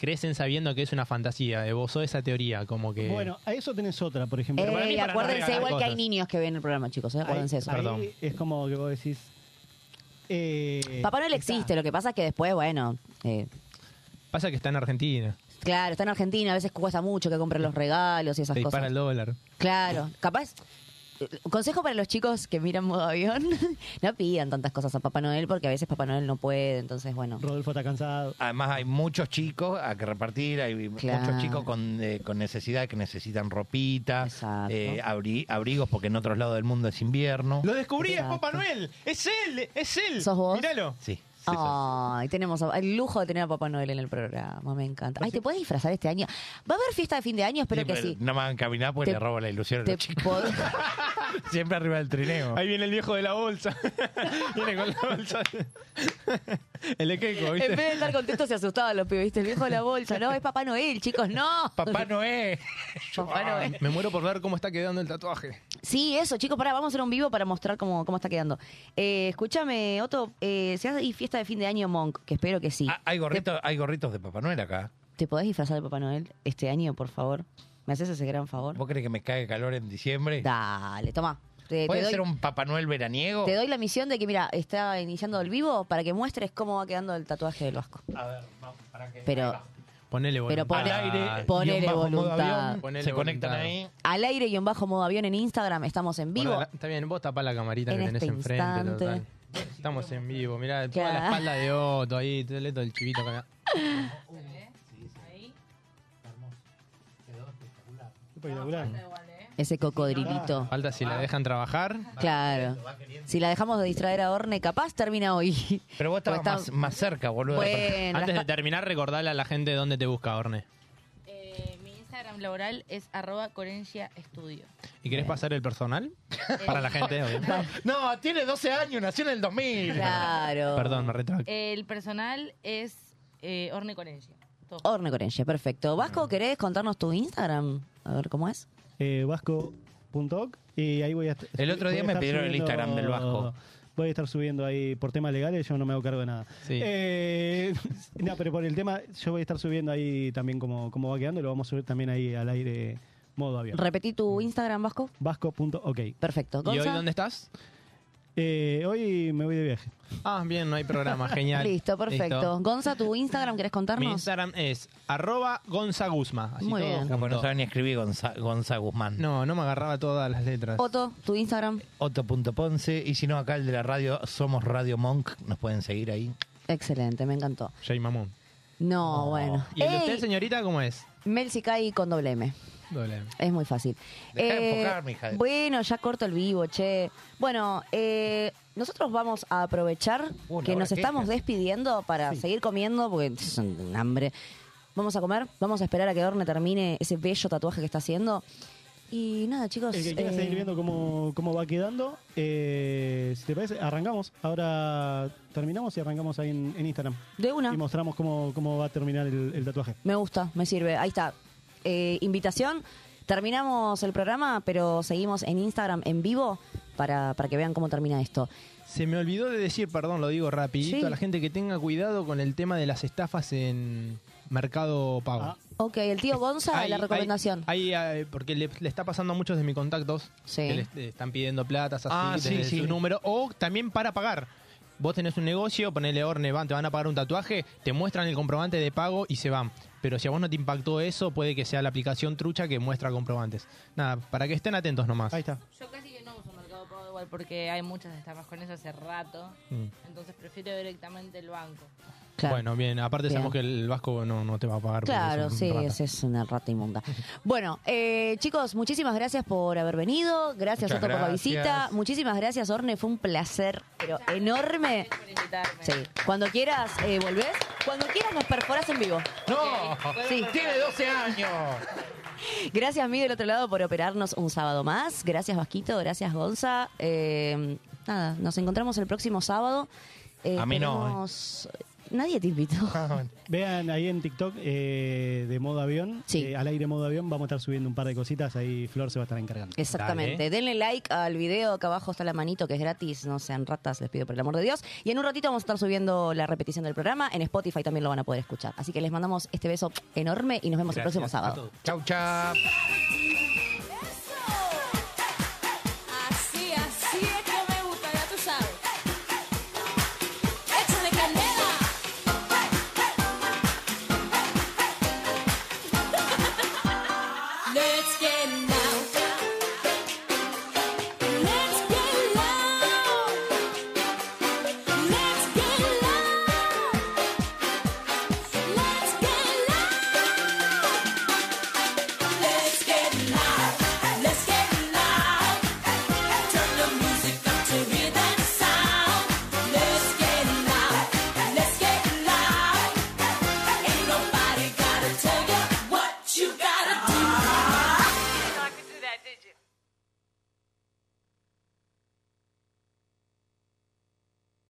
E: crecen sabiendo que es una fantasía. Esbozó esa teoría, como que.
F: Bueno, a eso tenés otra, por ejemplo.
E: Pero para mí
D: Ey,
E: para no
D: Eh, acuérdense,
E: regalar
D: igual que hay
E: cosas.
D: niños que ven el programa, chicos. eh, acuérdense
F: Ahí-
D: eso.
F: ahí es como que vos decís. eh,
D: Papá Noel existe, lo que pasa es que después, bueno, eh,
E: Pasa que está en Argentina.
D: claro, está en Argentina, a veces cuesta mucho que compren los regalos y esas
E: Se dispara
D: cosas.
E: el dólar.
D: Claro, capaz. eh, Consejo para los chicos que miran modo avión: (laughs) no pidan tantas cosas a Papá Noel porque a veces Papá Noel no puede, entonces, bueno.
F: Rodolfo está cansado.
L: Además hay muchos chicos a que repartir, hay
D: Claro.
L: muchos chicos con, eh, con necesidad que necesitan ropita, eh, abri- abrigos porque en otros lados del mundo es invierno.
E: Lo descubrí, es Papá Noel. Es él, es él.
D: ¿Sos vos?
E: Míralo.
L: Sí.
D: Ay, tenemos a- el lujo de tener a Papá Noel en el programa, me encanta. Ay, ¿te puedes disfrazar este año? ¿Va a haber fiesta de fin de año? Espero
L: Sí,
D: que
L: pero
D: sí.
L: No me van a caminar
D: Te-
L: porque le robo la ilusión
E: (laughs)
L: a
D: Te
L: los chicos.
D: pod-
L: Siempre arriba del trineo.
E: Ahí viene el viejo de la bolsa.
L: (laughs)
E: viene con la bolsa. el equeco, ¿viste?
D: En vez de estar contento se asustaban los pibes, ¿viste? El viejo de la bolsa, no, es Papá Noel, chicos, no.
L: Papá Noel.
D: Papá Noel.
E: Me muero por ver cómo está quedando el tatuaje.
D: Sí, eso, chicos, pará, vamos a hacer un vivo para mostrar cómo, cómo está quedando. Eh, escúchame, Otto, eh, ¿se hace fiesta de fin de año Monk? Que espero que sí.
L: Ah, Hay gorritos, hay gorritos de Papá Noel acá.
D: ¿Te podés disfrazar de Papá Noel este año, por favor? ¿Me haces ese gran favor?
L: ¿Vos crees que me cae calor en diciembre?
D: Dale, toma. Te, te
L: ¿Puede
D: doy,
L: ser un Papá Noel veraniego?
D: te doy la misión de que, mira, está iniciando el vivo para que muestres cómo va quedando el tatuaje del Vasco.
L: A ver, vamos, para que.
D: Pero
E: Ponele Ah,
D: Pero
E: voluntad.
D: pone- ponele voluntad.
E: Ponele
L: Se conectan
E: voluntad.
L: ahí.
D: al aire y en bajo modo avión en Instagram, estamos en vivo.
E: Ponela- está bien, vos tapá la camarita
D: En
E: que tenés
D: este
E: enfrente.
D: instante.
E: total. Estamos en vivo. Mirá, toda
D: Claro.
E: la espalda de Otto ahí, todo el- todo el chivito acá.
D: Ese cocodrilito.
E: Falta si la dejan trabajar.
D: Claro. Si la dejamos de distraer a Orne, capaz termina hoy. (laughs)
L: Pero vos
D: estabas Pues está- más-
L: cerca, boludo.
D: Bueno,
E: Antes
D: las
E: de terminar, recordarle a la gente dónde te busca, Orne.
H: Eh, Mi Instagram laboral es arroba corencia estudio.
E: ¿Y
D: Eh.
E: querés pasar el personal? (laughs) Para
D: Oh.
E: la gente, obvio.
L: No, tiene 12 años, nació en el 2000.
D: Claro.
E: Perdón, me retracto.
H: El personal es eh, Orne Corencia. Todo.
G: Oh.
D: Orne Corenche, perfecto. Vasco, ¿querés contarnos tu Instagram? A ver cómo es.
F: eh, vasco.org y ahí voy a est-
L: El otro día
F: voy a
L: me
F: estar
L: pidieron el Instagram del Vasco.
F: Voy a estar subiendo ahí por temas legales, yo no me hago cargo de nada.
E: Sí.
F: Eh, (laughs) no, pero por el tema, yo voy a estar subiendo ahí también como, como va quedando, lo vamos a subir también ahí al aire modo avión.
D: Repetí tu Instagram, Vasco.
F: Vasco.ok.
D: Perfecto.
E: ¿Y hoy
D: Gonza.
E: dónde estás?
F: Eh, hoy me voy de viaje.
E: Ah, bien, no hay programa,
D: (laughs)
E: genial.
D: Listo, perfecto.
E: Listo.
D: Gonza, tu Instagram, ¿querés
E: Mi
D: contarnos?
E: Instagram es arroba Gonza Guzma. Así
D: Muy
E: todo
D: bien.
E: junto.
L: No, pues no sabe ni escribir Gonza, Gonza Guzmán.
E: No, no me agarraba todas las letras.
D: Otto, tu Instagram.
L: Otto.ponce. Y si no, acá el de la radio, somos Radio Monk. Nos pueden seguir ahí.
D: Excelente, me encantó.
E: Jay Mamón.
D: No, bueno.
E: ¿Y el de
D: Ey,
E: usted, señorita, cómo es?
D: Mel Sicay con doble M.
E: Doble.
D: Es muy fácil. Eh,
E: Dejá de enfocarme, hija de-
D: Bueno, ya corto el vivo, che. Bueno, eh, nosotros vamos a aprovechar
B: Una
D: que
B: hora
D: nos
B: que
D: estamos
B: es.
D: despidiendo para seguir comiendo, porque es un hambre. Vamos a comer, vamos a esperar a que Orne termine ese bello tatuaje que está haciendo. Y nada, chicos.
F: El que quiera
D: eh,
F: seguir viendo cómo, cómo va quedando, eh, si te parece, arrancamos. Ahora terminamos y arrancamos ahí en, en Instagram.
D: De una.
F: Y mostramos cómo, cómo va a terminar el, el tatuaje.
D: Me gusta, me sirve. Ahí está. Eh, invitación. Terminamos el programa, pero seguimos en Instagram en vivo para, para que vean cómo termina esto.
E: Se me olvidó de decir, perdón, lo digo rapidito,
D: Sí.
E: a la gente que tenga cuidado con el tema de las estafas en Mercado Pago.
D: Ok, el tío Gonza,
E: Eh, Hay-
D: la recomendación.
E: hay- hay, eh, porque le, le está pasando a muchos de mis contactos que les- le están pidiendo platas así,
L: Ah, sí,
E: desde
L: sí.
E: su número. O también para pagar. Vos tenés un negocio, ponele Orne, van, te van a pagar un tatuaje, te muestran el comprobante de pago y se van. Pero si a vos no te impactó eso, puede que sea la aplicación trucha que muestra comprobantes. Nada, para que estén atentos nomás. Ahí
F: está.
H: Yo casi que no uso Mercado Pago igual porque hay muchas estafas con eso hace rato.
E: Mm.
H: Entonces prefiero directamente el banco.
E: Bueno, bien, aparte
D: Bien.
E: sabemos que el Vasco no, no te va a pagar. porque
D: Claro,
E: es un
D: sí,
E: rata.
D: esa es una rata inmunda. Bueno, eh, chicos, muchísimas gracias por haber venido. Gracias,
E: Muchas
D: Otto, por la
E: gracias.
D: visita. Muchísimas gracias, Orne. Fue un placer, pero enorme. Sí. Cuando quieras, eh, volvés. Cuando quieras, nos perforás en vivo.
L: ¡No!
D: Sí.
L: ¡Tiene 12 años!
D: Gracias, mí del otro lado, por operarnos un sábado más. Gracias, Vasquito. Gracias, Gonza. Eh, nada, nos encontramos el próximo sábado. Eh,
F: A mí no,
D: tenemos- Nadie te invitó.
E: Ah,
F: Vean ahí en TikTok eh, de modo avión, eh, al aire modo avión, vamos a estar subiendo un par de cositas, ahí Flor se va a estar encargando.
D: Exactamente. Denle like al video, acá abajo está la manito que es gratis, no sean ratas, les pido por el amor de Dios. Y en un ratito vamos a estar subiendo la repetición del programa, en Spotify también lo van a poder escuchar. Así que les mandamos este beso enorme y nos vemos el próximo sábado.
L: Chau, chau.
O: Así, así es que me gusta, ya tú sabes. Échale canela. Let's get down.